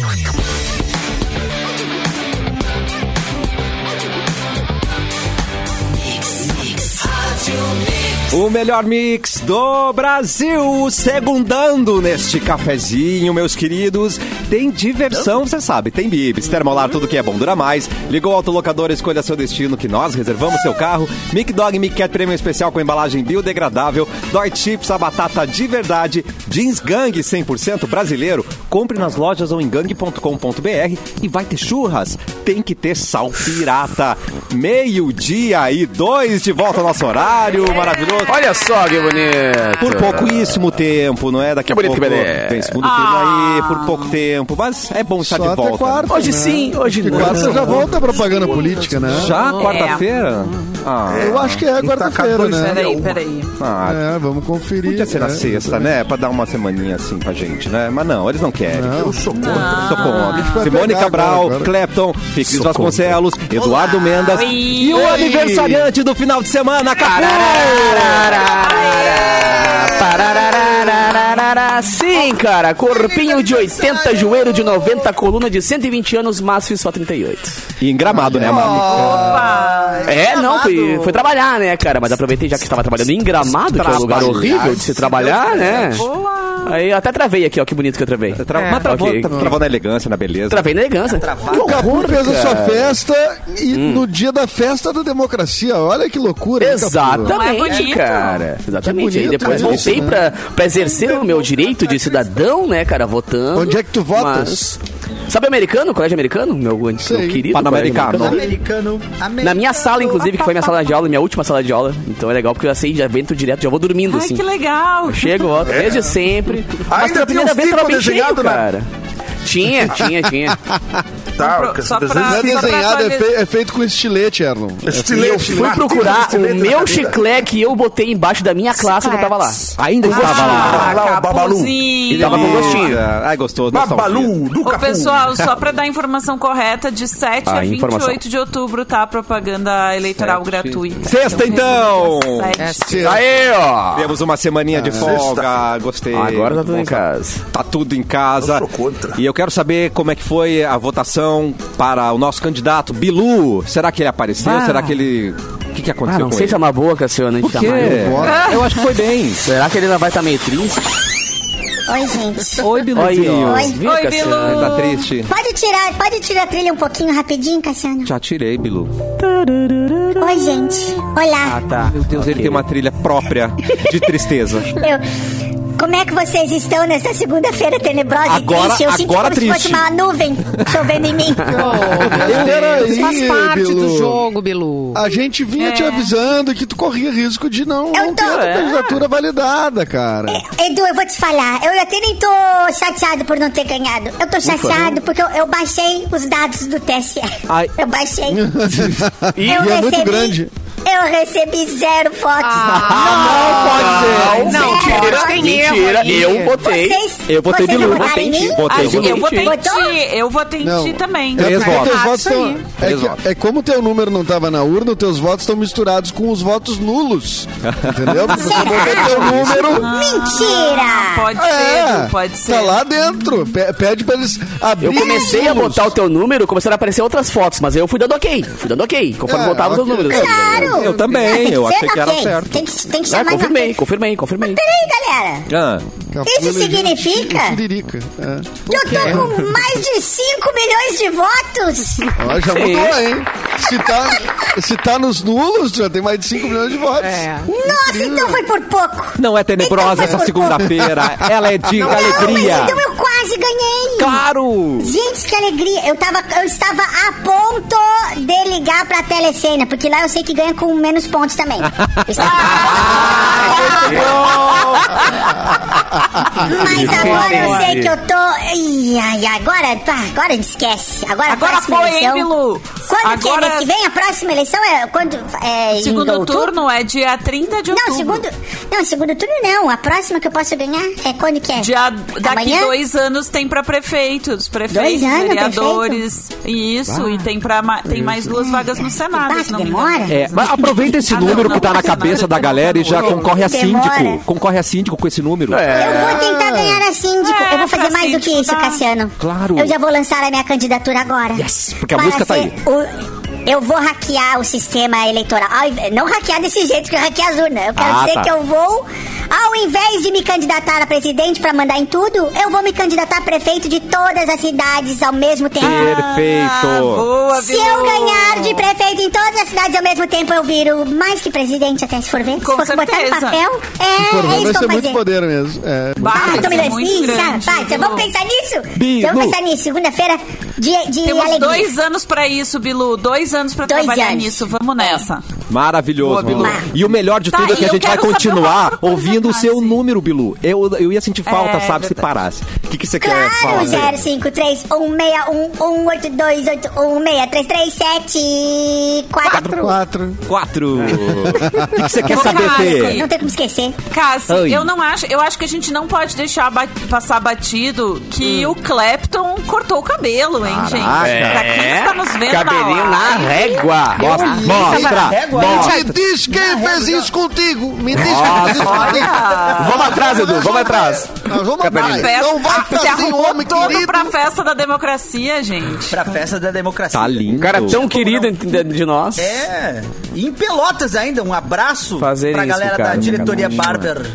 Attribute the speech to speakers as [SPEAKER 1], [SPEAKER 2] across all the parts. [SPEAKER 1] manhã.
[SPEAKER 2] O melhor mix do Brasil, segundando neste cafezinho, meus queridos. Tem diversão, você sabe, tem bibis, termolar, tudo que é bom dura mais. Ligou o autolocador, escolha seu destino, que nós reservamos seu carro. Mic Dog Mic Cat Prêmio Especial com embalagem biodegradável. Dói Chips, a batata de verdade. Jeans Gang 100% brasileiro. Compre nas lojas ou em gang.com.br e vai ter churras. Tem que ter sal pirata. Meio-dia e dois, de volta ao nosso horário maravilhoso.
[SPEAKER 3] Olha só que bonito.
[SPEAKER 2] Por pouquíssimo tempo, não é? Daqui a
[SPEAKER 3] Que bonito
[SPEAKER 2] pouco
[SPEAKER 3] que beleza.
[SPEAKER 2] tem segundo turno aí, por pouco tempo. Mas é bom estar
[SPEAKER 4] Ah. Só
[SPEAKER 2] de
[SPEAKER 4] até
[SPEAKER 2] volta.
[SPEAKER 4] quarta.
[SPEAKER 3] Hoje
[SPEAKER 4] né?
[SPEAKER 3] sim, hoje
[SPEAKER 4] Porque
[SPEAKER 3] não.
[SPEAKER 4] Quarta já volta a propaganda política, né?
[SPEAKER 2] Já?
[SPEAKER 5] É.
[SPEAKER 2] Quarta-feira? Ah,
[SPEAKER 4] Eu acho que é quarta-feira,
[SPEAKER 3] dois,
[SPEAKER 4] né?
[SPEAKER 3] né?
[SPEAKER 5] Peraí, peraí.
[SPEAKER 2] ah,
[SPEAKER 4] É, vamos conferir.
[SPEAKER 2] podia ser na
[SPEAKER 4] né?
[SPEAKER 2] sexta, né? Pra dar uma semaninha assim pra gente, né? Mas não, eles não querem.
[SPEAKER 4] Não.
[SPEAKER 2] Sou contra.
[SPEAKER 4] vai
[SPEAKER 2] Simone
[SPEAKER 4] pegar
[SPEAKER 2] Cabral,
[SPEAKER 4] agora, agora.
[SPEAKER 2] Clapton, Fix Vasconcelos, Eduardo Mendas e o aniversariante do final de semana, Capu!
[SPEAKER 3] Parararararararará. Sim, cara, corpinho de 80, joelho de 90, coluna de 120 anos, mas fiz só 38.
[SPEAKER 2] E engramado, né, mano?
[SPEAKER 3] É,
[SPEAKER 2] Tá
[SPEAKER 3] não, fui, fui trabalhar, né, cara, mas aproveitei já que estava trabalhando em Gramado, que é um lugar
[SPEAKER 2] Trabalhar,
[SPEAKER 3] horrível de se trabalhar, né? Aí eu até travei aqui, ó, que bonito que eu travei. É,
[SPEAKER 2] Tra
[SPEAKER 4] é.
[SPEAKER 2] Mas travou,
[SPEAKER 3] Ok.
[SPEAKER 2] travou na elegância, na beleza.
[SPEAKER 3] Travei na elegância.
[SPEAKER 4] O Capu fez a sua festa e no dia da festa da democracia. Olha que loucura. hein, Capu?
[SPEAKER 5] Não é
[SPEAKER 3] Exatamente,
[SPEAKER 5] bonito.
[SPEAKER 3] cara. Exatamente.
[SPEAKER 4] Que bonito
[SPEAKER 3] Aí depois
[SPEAKER 4] é
[SPEAKER 3] voltei
[SPEAKER 4] isso, né?
[SPEAKER 3] pra, pra exercer o meu direito de cidadão, né, cara, votando.
[SPEAKER 4] Onde é que tu votas?
[SPEAKER 3] Mas- Sabe americano? Colégio americano? Meu, meu
[SPEAKER 4] Sei.
[SPEAKER 3] querido.
[SPEAKER 2] Panamericano.
[SPEAKER 3] colégio americano.
[SPEAKER 6] Americano.
[SPEAKER 3] Na minha sala, inclusive, que foi minha sala de aula, minha última sala de aula. Então é legal porque eu assim, já vento direto, já vou dormindo,
[SPEAKER 5] Ai,
[SPEAKER 3] assim.
[SPEAKER 5] que legal.
[SPEAKER 3] Chego, voto,
[SPEAKER 4] É.
[SPEAKER 3] desde sempre. Mas pela primeira
[SPEAKER 7] Ainda tinha uns
[SPEAKER 3] vez tava
[SPEAKER 7] tipos
[SPEAKER 3] bem cheio,
[SPEAKER 7] desenhado, né?
[SPEAKER 3] cara. Tinha, tinha, tinha.
[SPEAKER 7] Tá,
[SPEAKER 5] Só pra-
[SPEAKER 7] desenho-
[SPEAKER 4] Não é
[SPEAKER 5] Só pra
[SPEAKER 4] desenhado, é,
[SPEAKER 5] atualizar.
[SPEAKER 4] fei- é feito com estilete, Erlon.
[SPEAKER 7] Estilete,
[SPEAKER 3] Eu fui
[SPEAKER 4] né?
[SPEAKER 7] latinha de
[SPEAKER 3] procurar o
[SPEAKER 7] estilete tá na
[SPEAKER 3] meu
[SPEAKER 7] cadeira.
[SPEAKER 3] chiclete que eu botei embaixo da minha classe quando eu tava lá.
[SPEAKER 2] Ainda estava lá.
[SPEAKER 5] Ah,
[SPEAKER 7] Lá, o Babalu.
[SPEAKER 5] Capuzinho.
[SPEAKER 3] Ele tava com gostinho.
[SPEAKER 2] Ai, né, gostou.
[SPEAKER 7] Babalu, do
[SPEAKER 5] Ô,
[SPEAKER 7] Capu.
[SPEAKER 5] pessoal, só pra dar a informação correta, de 7
[SPEAKER 3] Ah,
[SPEAKER 5] a 28
[SPEAKER 3] informação.
[SPEAKER 5] de outubro tá a propaganda eleitoral gratuita.
[SPEAKER 2] Sexta, então!
[SPEAKER 8] É,
[SPEAKER 5] Dia sete.
[SPEAKER 4] Sim.
[SPEAKER 3] Aí, ó.
[SPEAKER 2] Temos uma semaninha de folga, gostei.
[SPEAKER 3] Ah, Agora tá tudo em
[SPEAKER 2] Nossa,
[SPEAKER 3] casa.
[SPEAKER 2] Tá tudo em casa.
[SPEAKER 7] Eu sou contra.
[SPEAKER 2] E eu quero saber como é que foi a votação para o nosso candidato, Bilu. Será que ele apareceu?
[SPEAKER 3] Ah.
[SPEAKER 2] Será que ele... O que, que
[SPEAKER 3] Ah,
[SPEAKER 2] aconteceu
[SPEAKER 3] não
[SPEAKER 2] com
[SPEAKER 3] sei se é
[SPEAKER 2] ele?
[SPEAKER 3] uma boa, Cassiano, a gente
[SPEAKER 2] Por quê? Ah,
[SPEAKER 3] chamar ele.
[SPEAKER 2] Eu acho que foi bem.
[SPEAKER 3] Será que ele ainda vai estar meio triste?
[SPEAKER 8] Oi, gente.
[SPEAKER 2] Oi, Bilu.
[SPEAKER 3] Oi, viu,
[SPEAKER 5] Oi,
[SPEAKER 3] Cassiano?
[SPEAKER 5] Bilu.
[SPEAKER 2] Tá triste?
[SPEAKER 8] Pode tirar, pode tirar a trilha um pouquinho rapidinho, Cassiano?
[SPEAKER 2] Já tirei, Bilu.
[SPEAKER 8] Oi, gente.
[SPEAKER 3] Ah,
[SPEAKER 8] Olá.
[SPEAKER 3] tá.
[SPEAKER 2] Meu Deus, ele tem uma trilha própria de tristeza.
[SPEAKER 8] Eu... Como é que vocês estão nessa segunda-feira tenebrosa
[SPEAKER 2] Agora-
[SPEAKER 8] e triste? Eu sinto
[SPEAKER 2] agora
[SPEAKER 8] como
[SPEAKER 2] triste.
[SPEAKER 8] se fosse uma nuvem chovendo em mim.
[SPEAKER 4] é Peraí,
[SPEAKER 9] Faz parte do
[SPEAKER 4] né? Bilu.
[SPEAKER 9] jogo, Bilu.
[SPEAKER 4] A gente vinha te avisando que tu corria risco de não,
[SPEAKER 8] Eu
[SPEAKER 4] não ter
[SPEAKER 8] tô-
[SPEAKER 4] a tua
[SPEAKER 8] É.
[SPEAKER 4] candidatura validada, cara.
[SPEAKER 8] Edu, eu vou te falar. Eu até nem tô chateado por não ter ganhado. Eu tô chateado porque eu, eu baixei os dados do TSE.
[SPEAKER 2] Ai.
[SPEAKER 8] Eu baixei.
[SPEAKER 4] E é muito grande.
[SPEAKER 8] Eu recebi zero votos.
[SPEAKER 2] Ah. Não pode
[SPEAKER 9] Não,
[SPEAKER 8] mentira,
[SPEAKER 9] mentira, tem erro
[SPEAKER 3] Mentira,
[SPEAKER 9] aí.
[SPEAKER 3] eu votei.
[SPEAKER 8] Vocês-
[SPEAKER 3] eu botei
[SPEAKER 8] vocês
[SPEAKER 3] Bilu.
[SPEAKER 8] votaram
[SPEAKER 3] Botei
[SPEAKER 8] em
[SPEAKER 3] em
[SPEAKER 8] mim?
[SPEAKER 3] ti.
[SPEAKER 2] Ai,
[SPEAKER 3] Botei
[SPEAKER 5] Eu
[SPEAKER 3] Bilu.
[SPEAKER 5] votei em
[SPEAKER 8] Votou?
[SPEAKER 5] ti, eu votei em
[SPEAKER 4] Não. É
[SPEAKER 5] ti também.
[SPEAKER 2] Três
[SPEAKER 4] Porque
[SPEAKER 2] votos.
[SPEAKER 4] teus votos
[SPEAKER 9] Isso
[SPEAKER 4] tão-
[SPEAKER 9] aí.
[SPEAKER 4] é,
[SPEAKER 2] Três
[SPEAKER 4] que-
[SPEAKER 2] votos.
[SPEAKER 4] é como teu número não estava na urna, teus votos estão misturados com os votos nulos. Entendeu? Porque você botou teu número.
[SPEAKER 8] Mentira!
[SPEAKER 5] Pode ser,
[SPEAKER 4] É,
[SPEAKER 5] Edu, Ah, pode ser.
[SPEAKER 4] Tá lá dentro. Pe- Pede pra eles
[SPEAKER 3] Eu
[SPEAKER 4] abrirem.
[SPEAKER 3] comecei a
[SPEAKER 4] os nulos.
[SPEAKER 3] botar o teu número, começaram a aparecer outras fotos, mas eu fui dando ok. Fui dando ok, conforme
[SPEAKER 4] É,
[SPEAKER 3] botava os teus
[SPEAKER 4] ok.
[SPEAKER 3] números.
[SPEAKER 8] Claro!
[SPEAKER 2] Eu também,
[SPEAKER 8] Ah, tem
[SPEAKER 2] eu
[SPEAKER 8] ser
[SPEAKER 2] achei que era
[SPEAKER 8] ok.
[SPEAKER 2] certo. É,
[SPEAKER 8] Tem que, tem que
[SPEAKER 3] Ah,
[SPEAKER 8] chamar
[SPEAKER 3] confirmei, confirmei, confirmei.
[SPEAKER 8] Peraí, galera.
[SPEAKER 2] Ah,
[SPEAKER 4] Cafu
[SPEAKER 8] Isso
[SPEAKER 4] elegeu
[SPEAKER 8] significa?
[SPEAKER 4] o Tiririca. né? É.
[SPEAKER 8] Que eu tô com mais de 5 milhões de votos.
[SPEAKER 4] Ó, já mudou, hein? Se tá, se tá nos nulos, já tem mais de 5 milhões de votos.
[SPEAKER 9] É.
[SPEAKER 8] Nossa, então foi por pouco. Então
[SPEAKER 2] não é tenebrosa essa segunda-feira. Ela é de alegria.
[SPEAKER 8] Não, mas então eu quase ganhei.
[SPEAKER 2] Claro!
[SPEAKER 8] Gente, que alegria! Eu, tava, eu estava a ponto de ligar pra Telecena, porque lá eu sei que ganha com menos pontos também. Eu estava- Mas agora eu sei que eu tô. Ih, ai, agora, pá, agora esquece. Agora, a
[SPEAKER 5] Agora
[SPEAKER 8] próxima
[SPEAKER 5] foi, hein,
[SPEAKER 8] eleição.
[SPEAKER 5] Bilu?
[SPEAKER 8] Quando que é?
[SPEAKER 5] Agora-
[SPEAKER 8] Mês que vem? A próxima eleição é quando? É, em
[SPEAKER 5] Segundo
[SPEAKER 8] outubro?
[SPEAKER 5] turno é dia 30 de outubro.
[SPEAKER 8] Não, segundo. Não, segundo turno não. A próxima que eu posso ganhar é quando que é?
[SPEAKER 5] Dia, daqui
[SPEAKER 8] Amanhã?
[SPEAKER 5] dois anos anos tem pra prefeitos, prefeitos,
[SPEAKER 8] Dois anos,
[SPEAKER 5] vereadores. Isso, e tem, pra, ma- tem mais duas vagas no Senado,
[SPEAKER 8] Bah,
[SPEAKER 5] se não
[SPEAKER 8] que
[SPEAKER 5] me engano.
[SPEAKER 8] demora.
[SPEAKER 2] É, mas aproveita esse
[SPEAKER 5] Ah, não,
[SPEAKER 2] número
[SPEAKER 5] não,
[SPEAKER 2] que tá na
[SPEAKER 5] não,
[SPEAKER 2] cabeça
[SPEAKER 5] não,
[SPEAKER 2] da
[SPEAKER 5] não,
[SPEAKER 2] galera e já
[SPEAKER 5] não, não.
[SPEAKER 2] concorre a
[SPEAKER 8] Demora.
[SPEAKER 2] síndico. Concorre a síndico com esse número.
[SPEAKER 7] É.
[SPEAKER 8] Eu vou tentar ganhar a síndico.
[SPEAKER 5] É,
[SPEAKER 8] eu vou fazer
[SPEAKER 5] pra
[SPEAKER 8] mais do que
[SPEAKER 5] síndico tá?
[SPEAKER 8] isso,
[SPEAKER 5] dá.
[SPEAKER 8] Cassiano.
[SPEAKER 2] Claro.
[SPEAKER 8] Eu já vou lançar a minha candidatura agora.
[SPEAKER 2] Yes, porque a música tá aí.
[SPEAKER 8] ser o- Eu vou hackear o sistema eleitoral. Ao inve- Não hackear desse jeito que eu hackei as urnas. Eu quero
[SPEAKER 2] Ah,
[SPEAKER 8] dizer
[SPEAKER 2] tá.
[SPEAKER 8] que eu vou, ao invés de me candidatar a presidente pra mandar em tudo, eu vou me candidatar a prefeito de todas as cidades ao mesmo tempo.
[SPEAKER 5] Ah,
[SPEAKER 2] Perfeito.
[SPEAKER 5] boa,
[SPEAKER 8] Se eu
[SPEAKER 5] Bilu.
[SPEAKER 8] ganhar de prefeito em todas as cidades ao mesmo tempo, eu viro mais que presidente, até se for ver.
[SPEAKER 5] Com
[SPEAKER 8] se for botar no
[SPEAKER 5] certeza.
[SPEAKER 8] papel, é, é
[SPEAKER 4] Formando vai
[SPEAKER 8] isso que
[SPEAKER 4] ser
[SPEAKER 8] eu vou fazer.
[SPEAKER 4] muito poder mesmo. É.
[SPEAKER 5] Bah,
[SPEAKER 8] Ah,
[SPEAKER 5] vai
[SPEAKER 8] tô me
[SPEAKER 5] ser muito
[SPEAKER 8] doendo.
[SPEAKER 5] grande, Bilu.
[SPEAKER 8] Vamos pensar nisso?
[SPEAKER 2] Bilu.
[SPEAKER 8] Vamos pensar nisso. Segunda-feira, dia de
[SPEAKER 5] Temos
[SPEAKER 8] alegria.
[SPEAKER 5] dois anos pra isso, Bilu. Dois anos pra
[SPEAKER 8] Dois
[SPEAKER 5] trabalhar
[SPEAKER 8] anos.
[SPEAKER 5] nisso. Vamos nessa.
[SPEAKER 2] Maravilhoso, Bilu.
[SPEAKER 8] Bilu.
[SPEAKER 2] E o melhor de
[SPEAKER 5] Tá,
[SPEAKER 2] tudo é que
[SPEAKER 5] e
[SPEAKER 2] a
[SPEAKER 5] eu
[SPEAKER 2] gente vai
[SPEAKER 5] quero saber uma
[SPEAKER 2] continuar
[SPEAKER 5] coisa,
[SPEAKER 2] ouvindo o seu
[SPEAKER 5] Cassi.
[SPEAKER 2] número, Bilu. Eu, eu ia sentir falta,
[SPEAKER 5] É,
[SPEAKER 2] sabe, se
[SPEAKER 5] verdade.
[SPEAKER 2] parasse. O que, que você quer falar?
[SPEAKER 8] Claro,
[SPEAKER 2] Bilu?
[SPEAKER 8] 053 um 161
[SPEAKER 4] Quatro.
[SPEAKER 2] Quatro. O que, que você quer
[SPEAKER 5] Ô,
[SPEAKER 2] saber, Fê?
[SPEAKER 5] Cassi.
[SPEAKER 8] Não tem como esquecer.
[SPEAKER 5] Cassi,
[SPEAKER 2] Oi.
[SPEAKER 5] eu não acho. Eu acho que a gente não pode deixar ba- passar batido que
[SPEAKER 4] Hum.
[SPEAKER 5] o Clapton cortou o cabelo, hein,
[SPEAKER 2] Ah,
[SPEAKER 5] gente? Pra
[SPEAKER 4] É.
[SPEAKER 5] quem está nos vendo na
[SPEAKER 3] É. Cabelinho na
[SPEAKER 5] live,
[SPEAKER 3] régua.
[SPEAKER 2] Mostra, mostra, mostra.
[SPEAKER 4] Me diz quem fez isso contigo. Me diz quem fez
[SPEAKER 3] Nossa,
[SPEAKER 4] isso contigo.
[SPEAKER 3] Vamos atrás, Edu, vamos atrás.
[SPEAKER 4] Nós vamos atrás.
[SPEAKER 5] festa-
[SPEAKER 4] Não vai
[SPEAKER 5] ah,
[SPEAKER 4] ficar
[SPEAKER 5] se
[SPEAKER 4] sem
[SPEAKER 5] arrumou
[SPEAKER 4] homem
[SPEAKER 5] todo
[SPEAKER 4] querido.
[SPEAKER 5] pra festa da democracia, gente.
[SPEAKER 1] Pra festa da democracia.
[SPEAKER 2] Tá lindo.
[SPEAKER 3] O cara
[SPEAKER 7] é
[SPEAKER 3] tão querido
[SPEAKER 1] não?
[SPEAKER 3] de de nós.
[SPEAKER 1] É. E em Pelotas ainda, um abraço
[SPEAKER 3] Fazerem
[SPEAKER 1] pra
[SPEAKER 3] isso,
[SPEAKER 1] galera da
[SPEAKER 3] cara,
[SPEAKER 1] diretoria
[SPEAKER 3] nunca mais.
[SPEAKER 1] Barber.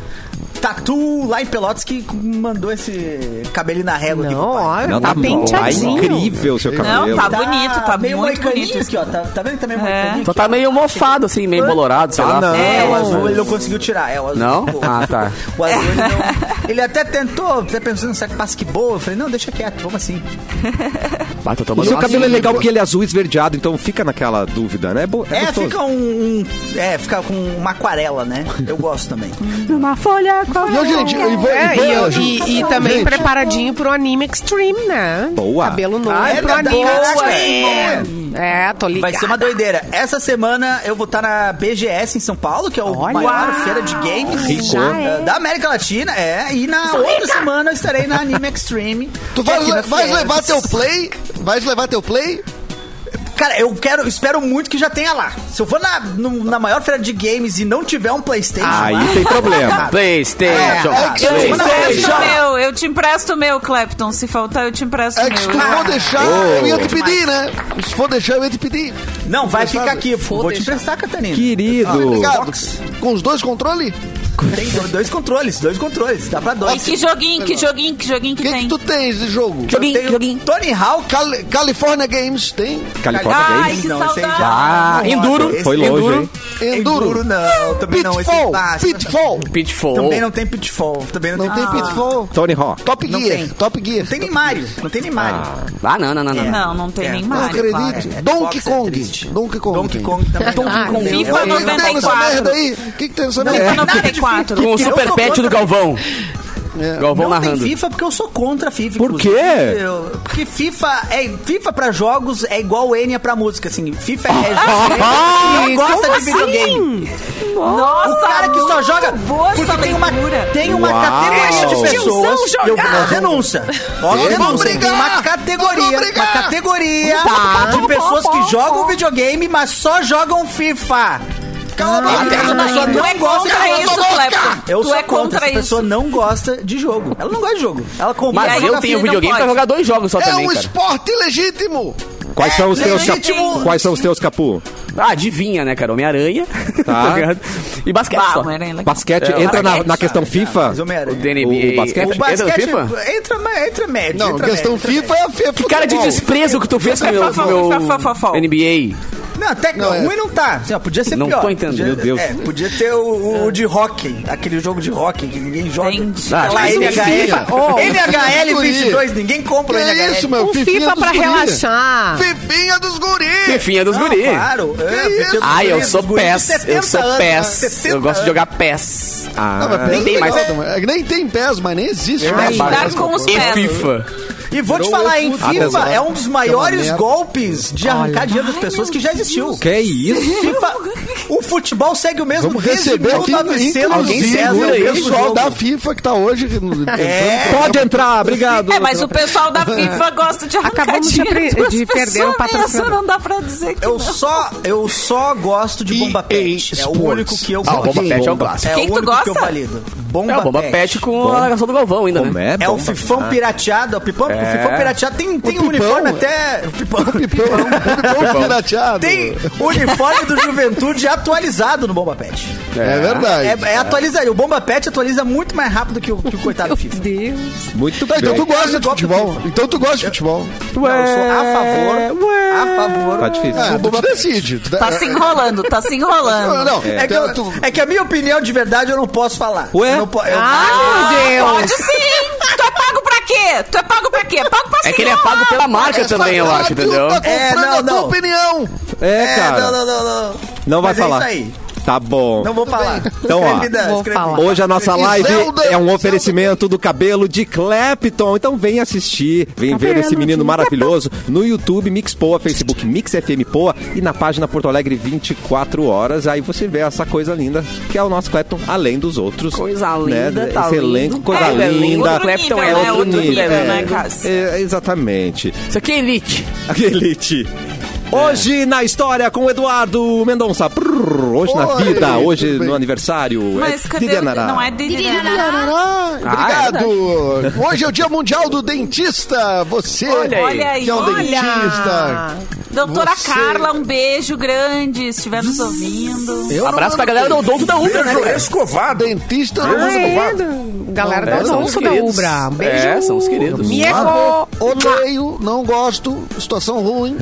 [SPEAKER 1] Tatu lá em Pelotas que mandou esse cabelinho na régua aqui. pro pai.
[SPEAKER 2] Não, tá, bom, tá
[SPEAKER 6] penteadinho.
[SPEAKER 2] incrível o seu cabelo.
[SPEAKER 5] Não, tá bonito, tá
[SPEAKER 1] meio
[SPEAKER 5] muito
[SPEAKER 1] moicaninho
[SPEAKER 5] bonito. É.
[SPEAKER 1] aqui, ó. Tá, tá vendo que tá meio moicaninho?
[SPEAKER 3] Só tá meio mofado, assim, meio bolorado, sei
[SPEAKER 2] Ah,
[SPEAKER 3] lá.
[SPEAKER 2] não.
[SPEAKER 1] É, o azul ele não conseguiu tirar. É, o azul
[SPEAKER 3] Não?
[SPEAKER 1] ficou.
[SPEAKER 3] Ah, tá.
[SPEAKER 1] O azul ele não. Ele até tentou, até pensando, será que passa que boa? Eu falei, não, deixa quieto, vamos assim.
[SPEAKER 3] Ah, tô
[SPEAKER 2] O
[SPEAKER 3] tomando
[SPEAKER 2] seu
[SPEAKER 3] uma-
[SPEAKER 2] cabelo é legal porque ele é azul esverdeado, então fica naquela dúvida, né? Bo-
[SPEAKER 1] É,
[SPEAKER 2] gostoso.
[SPEAKER 1] fica um, um- É, fica com uma aquarela, né? Eu gosto também.
[SPEAKER 4] E eu,
[SPEAKER 2] um
[SPEAKER 4] gente, eu vou,
[SPEAKER 6] É,
[SPEAKER 4] eu
[SPEAKER 6] e,
[SPEAKER 4] vou-
[SPEAKER 6] eu- e- e também
[SPEAKER 4] gente,
[SPEAKER 6] preparadinho pro Anime Extreme, né?
[SPEAKER 5] um
[SPEAKER 2] Boa.
[SPEAKER 6] Cabelo novo
[SPEAKER 1] Ah, é
[SPEAKER 6] pro
[SPEAKER 1] verdade,
[SPEAKER 6] Anime
[SPEAKER 1] caraca,
[SPEAKER 6] Extreme. É, tô ligada.
[SPEAKER 1] Vai ser uma doideira. Essa semana eu vou estar na BGS em São Paulo, que é o
[SPEAKER 6] Olha.
[SPEAKER 1] maior feira de games
[SPEAKER 2] Rico.
[SPEAKER 6] Já é.
[SPEAKER 1] eh, da América Latina, é. E na outra semana eu estarei na Anime Extreme.
[SPEAKER 4] Tu
[SPEAKER 1] que é
[SPEAKER 4] vai,
[SPEAKER 1] aqui na
[SPEAKER 4] vai
[SPEAKER 1] Fiesp.
[SPEAKER 4] levar teu play? Vai levar teu play?
[SPEAKER 1] Cara, eu quero, espero muito que já tenha lá. Se eu for na, no- na maior feira de games e não tiver um Playstation
[SPEAKER 2] Aí
[SPEAKER 1] lá,
[SPEAKER 2] tem problema.
[SPEAKER 3] Playstation.
[SPEAKER 4] É, é que-
[SPEAKER 5] Eu te
[SPEAKER 4] Não,
[SPEAKER 5] empresto o meu, eu te empresto o meu, Clapton. Se faltar, eu te empresto o
[SPEAKER 4] É
[SPEAKER 5] meu.
[SPEAKER 4] que se tu
[SPEAKER 6] Ah.
[SPEAKER 4] for deixar,
[SPEAKER 2] Oh.
[SPEAKER 4] eu ia te pedir, né? Se for deixar, eu ia te pedir. Tá
[SPEAKER 1] não, vai ficar aqui.
[SPEAKER 6] Foda-se.
[SPEAKER 1] Vou te emprestar, Catarina.
[SPEAKER 2] Querido.
[SPEAKER 4] Obrigado. Com os dois controles?
[SPEAKER 1] Tem do- dois controles, dois controles. Dá pra
[SPEAKER 5] E
[SPEAKER 1] dois.
[SPEAKER 5] que joguinho, que joguinho, que joguinho
[SPEAKER 4] O
[SPEAKER 5] que
[SPEAKER 4] que,
[SPEAKER 5] tem?
[SPEAKER 4] que tu tens de jogo?
[SPEAKER 1] Eu tenho Tony Hawk.
[SPEAKER 4] Cali- California Games tem?
[SPEAKER 2] Califórnia
[SPEAKER 5] Ai,
[SPEAKER 2] Games.
[SPEAKER 5] que
[SPEAKER 1] Não, esse aí já-
[SPEAKER 3] Ah,
[SPEAKER 1] Não,
[SPEAKER 3] enduro.
[SPEAKER 1] esse-
[SPEAKER 2] Foi longe,
[SPEAKER 3] enduro,
[SPEAKER 2] hein?
[SPEAKER 4] Enduro.
[SPEAKER 1] Enduro não, também não. Esse
[SPEAKER 4] Pitfall.
[SPEAKER 1] ah, esse-
[SPEAKER 4] Pitfall.
[SPEAKER 3] Pitfall.
[SPEAKER 1] Também não tem Pitfall. Também não,
[SPEAKER 4] Não
[SPEAKER 1] tem
[SPEAKER 4] tem Pitfall.
[SPEAKER 2] Tony Hawk.
[SPEAKER 4] Top
[SPEAKER 1] Não
[SPEAKER 4] Gear.
[SPEAKER 1] tem.
[SPEAKER 4] Top Gear.
[SPEAKER 1] Não tem nem Mario. Não tem nem Mario.
[SPEAKER 3] Ah, não, não, não, não.
[SPEAKER 5] Não, não tem
[SPEAKER 1] É,
[SPEAKER 5] nem
[SPEAKER 1] não
[SPEAKER 4] Não
[SPEAKER 5] mais.
[SPEAKER 4] acredito.
[SPEAKER 1] é
[SPEAKER 4] Donkey
[SPEAKER 1] Xbox, é
[SPEAKER 4] Kong.
[SPEAKER 1] triste.
[SPEAKER 4] Donkey Kong.
[SPEAKER 1] Donkey
[SPEAKER 4] tem.
[SPEAKER 1] Kong também
[SPEAKER 6] Ah,
[SPEAKER 1] não.
[SPEAKER 6] não.
[SPEAKER 1] Donkey
[SPEAKER 5] FIFA
[SPEAKER 1] Kong
[SPEAKER 4] O que que tá nessa
[SPEAKER 5] 94.
[SPEAKER 4] merda aí? O que, que tem nessa merda?
[SPEAKER 5] FIFA
[SPEAKER 4] aí?
[SPEAKER 5] 94.
[SPEAKER 3] Com o
[SPEAKER 1] Eu
[SPEAKER 3] super
[SPEAKER 1] sou
[SPEAKER 3] pet
[SPEAKER 1] contra-
[SPEAKER 3] do Galvão.
[SPEAKER 4] É.
[SPEAKER 3] Galvão
[SPEAKER 1] não
[SPEAKER 3] narrando.
[SPEAKER 1] tem FIFA porque eu sou contra a FIFA.
[SPEAKER 2] Por
[SPEAKER 1] inclusive.
[SPEAKER 2] quê?
[SPEAKER 1] Eu- porque FIFA é FIFA para jogos é igual Enya para música, assim. FIFA é é- não gosta de videogame.
[SPEAKER 5] Nossa,
[SPEAKER 1] o cara que só
[SPEAKER 5] muito
[SPEAKER 1] joga
[SPEAKER 5] boa
[SPEAKER 1] porque
[SPEAKER 5] essa
[SPEAKER 1] tem uma
[SPEAKER 5] leitura. um
[SPEAKER 1] tem uma
[SPEAKER 2] Uau.
[SPEAKER 1] categoria de
[SPEAKER 2] Deixa o
[SPEAKER 1] pessoas.
[SPEAKER 6] tiozão
[SPEAKER 1] Eu,
[SPEAKER 6] jogar.
[SPEAKER 1] denúncia. Ó,
[SPEAKER 4] Vamos
[SPEAKER 1] denúncia.
[SPEAKER 4] brigar.
[SPEAKER 1] Tem uma categoria,
[SPEAKER 4] Vamos
[SPEAKER 1] uma
[SPEAKER 4] brigar.
[SPEAKER 1] categoria de pessoas que jogam videogame, mas só jogam FIFA. Calma, essa pessoa
[SPEAKER 5] Tu é
[SPEAKER 1] não gosta de
[SPEAKER 5] contra
[SPEAKER 1] jogar
[SPEAKER 5] isso, Clapton.
[SPEAKER 1] eu
[SPEAKER 5] Tu
[SPEAKER 1] sou
[SPEAKER 5] é
[SPEAKER 1] contra
[SPEAKER 5] contra
[SPEAKER 1] essa pessoa
[SPEAKER 5] isso.
[SPEAKER 1] não gosta de jogo. Ela não gosta de jogo. Ela compra.
[SPEAKER 5] E
[SPEAKER 3] Mas
[SPEAKER 5] aí,
[SPEAKER 3] eu
[SPEAKER 5] no fim,
[SPEAKER 3] tenho
[SPEAKER 5] não
[SPEAKER 3] videogame pra
[SPEAKER 5] pode.
[SPEAKER 3] jogar dois jogos só
[SPEAKER 4] É
[SPEAKER 3] também,
[SPEAKER 4] um
[SPEAKER 3] cara.
[SPEAKER 4] esporte ilegítimo.
[SPEAKER 2] Quais são os teus
[SPEAKER 1] legítimo.
[SPEAKER 2] capus? Quais são os teus capu?
[SPEAKER 3] Ah, adivinha, né, cara? Homem-Aranha.
[SPEAKER 2] Tá.
[SPEAKER 3] ligado? e basquete
[SPEAKER 5] Bah,
[SPEAKER 3] só.
[SPEAKER 5] mas era legal.
[SPEAKER 2] Basquete
[SPEAKER 3] É,
[SPEAKER 2] entra na,
[SPEAKER 5] basquete.
[SPEAKER 2] na questão FIFA?
[SPEAKER 1] Mas, Homem-Aranha,
[SPEAKER 3] O DNB.
[SPEAKER 2] O basquete?
[SPEAKER 1] O
[SPEAKER 3] Entra no
[SPEAKER 1] basquete
[SPEAKER 3] FIFA?
[SPEAKER 1] entra, ma- entra médio.
[SPEAKER 4] Não,
[SPEAKER 1] entra
[SPEAKER 4] questão
[SPEAKER 1] médio,
[SPEAKER 4] FIFA é a FIFA.
[SPEAKER 3] Que cara de
[SPEAKER 4] futebol.
[SPEAKER 3] desprezo que tu fez com o meu, com o meu
[SPEAKER 5] Fafafafafafal.
[SPEAKER 3] NBA.
[SPEAKER 1] médio. Não, até que
[SPEAKER 4] Não, é.
[SPEAKER 1] ruim não tá. Assim, ó, podia ser
[SPEAKER 3] Não
[SPEAKER 1] pior.
[SPEAKER 3] tô entendendo,
[SPEAKER 1] Podia-
[SPEAKER 2] meu Deus.
[SPEAKER 1] É, podia ter o, o de hockey, aquele jogo de hockey que ninguém joga. Tá
[SPEAKER 5] Entendi.
[SPEAKER 3] Ah,
[SPEAKER 1] Aquela
[SPEAKER 3] mas o
[SPEAKER 1] NHL.
[SPEAKER 6] FIFA, ó.
[SPEAKER 1] NHL 22, ninguém
[SPEAKER 4] Que
[SPEAKER 1] compra né, o NHL.
[SPEAKER 4] É isso, meu?
[SPEAKER 6] Um
[SPEAKER 4] Fifinha
[SPEAKER 6] FIFA
[SPEAKER 4] dos
[SPEAKER 6] pra
[SPEAKER 4] guri.
[SPEAKER 6] relaxar.
[SPEAKER 4] Fifinha dos guris.
[SPEAKER 3] Fifinha dos
[SPEAKER 1] Não,
[SPEAKER 3] guri.
[SPEAKER 1] Claro. É,
[SPEAKER 4] Que
[SPEAKER 1] tem os
[SPEAKER 3] Ah, eu
[SPEAKER 1] guris,
[SPEAKER 3] sou
[SPEAKER 1] os guris de
[SPEAKER 3] PES. Eu
[SPEAKER 1] 70
[SPEAKER 3] sou
[SPEAKER 1] anos, né?
[SPEAKER 3] PES.
[SPEAKER 1] 70
[SPEAKER 3] Eu gosto de
[SPEAKER 1] anos.
[SPEAKER 3] jogar PES.
[SPEAKER 2] Ah,
[SPEAKER 4] Não, mas
[SPEAKER 3] Nem
[SPEAKER 4] É nem,
[SPEAKER 3] tem
[SPEAKER 4] tem
[SPEAKER 3] mais.
[SPEAKER 4] mais. nem tem pés, mas nem existe.
[SPEAKER 3] É,
[SPEAKER 4] mais.
[SPEAKER 5] Lidar com os
[SPEAKER 3] E
[SPEAKER 5] pés.
[SPEAKER 3] FIFA.
[SPEAKER 1] E vou te
[SPEAKER 4] Virou
[SPEAKER 1] falar, hein?
[SPEAKER 4] outro
[SPEAKER 1] FIFA
[SPEAKER 4] futebol.
[SPEAKER 1] é um dos
[SPEAKER 4] Que é
[SPEAKER 1] maiores
[SPEAKER 4] uma merda.
[SPEAKER 1] golpes de arrancar dinheiro das pessoas que já existiu.
[SPEAKER 2] Que É isso?
[SPEAKER 1] FIFA, o futebol segue o mesmo
[SPEAKER 4] Vamos receber aqui, inclusive,
[SPEAKER 1] 1910, é o
[SPEAKER 4] o
[SPEAKER 1] mesmo
[SPEAKER 4] pessoal
[SPEAKER 1] jogo.
[SPEAKER 4] da FIFA que tá hoje entrando
[SPEAKER 1] É.
[SPEAKER 4] pra-
[SPEAKER 2] Pode entrar, obrigado.
[SPEAKER 5] É, mas o pessoal da FIFA gosta de arrancar
[SPEAKER 6] Acabamos de
[SPEAKER 5] dinheiro
[SPEAKER 6] apre-
[SPEAKER 5] das
[SPEAKER 6] de
[SPEAKER 5] pessoas,
[SPEAKER 6] perder o
[SPEAKER 5] né?
[SPEAKER 6] patrocinador.
[SPEAKER 5] Isso não dá pra dizer que
[SPEAKER 1] Eu
[SPEAKER 5] não.
[SPEAKER 1] só, eu só gosto de Bomba
[SPEAKER 4] EA
[SPEAKER 1] Pet. É o
[SPEAKER 4] Sports.
[SPEAKER 1] único que eu
[SPEAKER 4] Ah, o
[SPEAKER 1] gosto.
[SPEAKER 4] Bomba Pet é o clássico.
[SPEAKER 1] É o
[SPEAKER 5] Quem tu
[SPEAKER 1] único que eu
[SPEAKER 5] gosta?
[SPEAKER 1] valido. Bomba,
[SPEAKER 3] É, o Bomba
[SPEAKER 1] Pet.
[SPEAKER 3] Pet com a narração do Galvão ainda,
[SPEAKER 2] Como
[SPEAKER 3] né?
[SPEAKER 2] é,
[SPEAKER 1] É o
[SPEAKER 2] bomba?
[SPEAKER 1] Fifão pirateado, é o Pipão, o Fifão pirateado tem, tem
[SPEAKER 4] Ah. Pipão.
[SPEAKER 1] um uniforme até. O Pipão, o Pipão.
[SPEAKER 4] Pipão pirateado.
[SPEAKER 1] Tem o uniforme do Juventude atualizado no Bomba Pet.
[SPEAKER 4] É verdade.
[SPEAKER 1] É, é atualizado. O Bomba Pet atualiza muito mais rápido que o, que o coitado do FIFA.
[SPEAKER 6] Deus.
[SPEAKER 2] Muito
[SPEAKER 4] Tá,
[SPEAKER 2] bem.
[SPEAKER 4] então tu gosta
[SPEAKER 1] Eu
[SPEAKER 4] de
[SPEAKER 1] gosto de
[SPEAKER 4] futebol. Então tu gosta de futebol.
[SPEAKER 1] Não, eu sou a favor. A favor.
[SPEAKER 2] Tá difícil.
[SPEAKER 4] É, tu que decide. Tu-
[SPEAKER 5] Tá se enrolando, tá se
[SPEAKER 4] Não,
[SPEAKER 5] enrolando.
[SPEAKER 4] não.
[SPEAKER 1] É que, eu-
[SPEAKER 4] tu- tu-
[SPEAKER 1] é que a minha opinião de verdade eu não posso falar.
[SPEAKER 2] Ué?
[SPEAKER 1] Eu não po- eu-
[SPEAKER 3] Ah,
[SPEAKER 1] Ah,
[SPEAKER 3] é
[SPEAKER 6] Ai, meu
[SPEAKER 5] Pode
[SPEAKER 6] Deus.
[SPEAKER 5] sim! Tu é pago pra quê? Tu é pago pra quê? É pago pra
[SPEAKER 3] É que
[SPEAKER 5] se
[SPEAKER 3] ele é
[SPEAKER 5] enrolar.
[SPEAKER 3] pago pela marca também, eu acho, entendeu?
[SPEAKER 4] Tu tá
[SPEAKER 1] É,
[SPEAKER 4] comprando
[SPEAKER 1] não,
[SPEAKER 4] a tua
[SPEAKER 1] não.
[SPEAKER 4] opinião.
[SPEAKER 2] É,
[SPEAKER 1] É,
[SPEAKER 2] cara.
[SPEAKER 1] não, não, não, não.
[SPEAKER 2] Não vai
[SPEAKER 1] Mas
[SPEAKER 2] falar.
[SPEAKER 1] É isso aí.
[SPEAKER 2] Tá bom.
[SPEAKER 1] Não vou falar.
[SPEAKER 2] Então, ó,
[SPEAKER 1] Escrevi,
[SPEAKER 6] vou
[SPEAKER 1] escrevi.
[SPEAKER 6] falar.
[SPEAKER 2] Hoje a nossa live
[SPEAKER 4] Zelda,
[SPEAKER 2] é um
[SPEAKER 4] Zelda.
[SPEAKER 2] oferecimento do cabelo de Clapton. Então vem assistir, vem ver esse menino maravilhoso no YouTube Mix Poa, Facebook Mix FM Poa e na página Porto Alegre 24 horas. Aí você vê essa coisa linda que é o nosso Clapton, além dos outros.
[SPEAKER 3] Coisa
[SPEAKER 2] né?
[SPEAKER 3] linda, tá
[SPEAKER 2] Esse
[SPEAKER 3] lindo.
[SPEAKER 2] elenco, coisa
[SPEAKER 3] É,
[SPEAKER 5] outro
[SPEAKER 2] linda.
[SPEAKER 3] Clapton
[SPEAKER 5] nível,
[SPEAKER 3] é
[SPEAKER 5] né?
[SPEAKER 3] outro nível,
[SPEAKER 5] né,
[SPEAKER 2] É,
[SPEAKER 5] Cássio?
[SPEAKER 2] é, exatamente.
[SPEAKER 3] Isso aqui é elite.
[SPEAKER 2] Elite.
[SPEAKER 4] É.
[SPEAKER 2] Hoje na história com o Eduardo Mendonça. Prrr, hoje na
[SPEAKER 4] Oi,
[SPEAKER 2] vida,
[SPEAKER 4] tudo
[SPEAKER 2] hoje
[SPEAKER 4] bem?
[SPEAKER 2] no aniversário.
[SPEAKER 5] Mas
[SPEAKER 2] É
[SPEAKER 5] cadê? o-
[SPEAKER 2] Didianará.
[SPEAKER 5] Não é Dirirará.
[SPEAKER 4] Ah, Obrigado. Hoje é o Dia Mundial do Dentista. Você
[SPEAKER 3] Olha aí.
[SPEAKER 5] Olha aí,
[SPEAKER 4] que é um
[SPEAKER 5] olha.
[SPEAKER 4] dentista.
[SPEAKER 5] Doutora
[SPEAKER 4] Você-
[SPEAKER 5] Carla, um beijo grande, se estiver nos ouvindo.
[SPEAKER 2] Um
[SPEAKER 3] Abraço pra galera do Odonto da Ubra, né?
[SPEAKER 7] Beijo
[SPEAKER 3] cara?
[SPEAKER 7] escovado.
[SPEAKER 4] Dentista não usa
[SPEAKER 6] Ai,
[SPEAKER 4] covado.
[SPEAKER 6] do- galera
[SPEAKER 3] É,
[SPEAKER 6] da
[SPEAKER 3] são
[SPEAKER 6] Zonso
[SPEAKER 3] os
[SPEAKER 6] da
[SPEAKER 3] queridos.
[SPEAKER 6] Ubra. Um Beijo.
[SPEAKER 3] É, são os queridos.
[SPEAKER 6] Mieco.
[SPEAKER 4] Odeio, não gosto, situação ruim.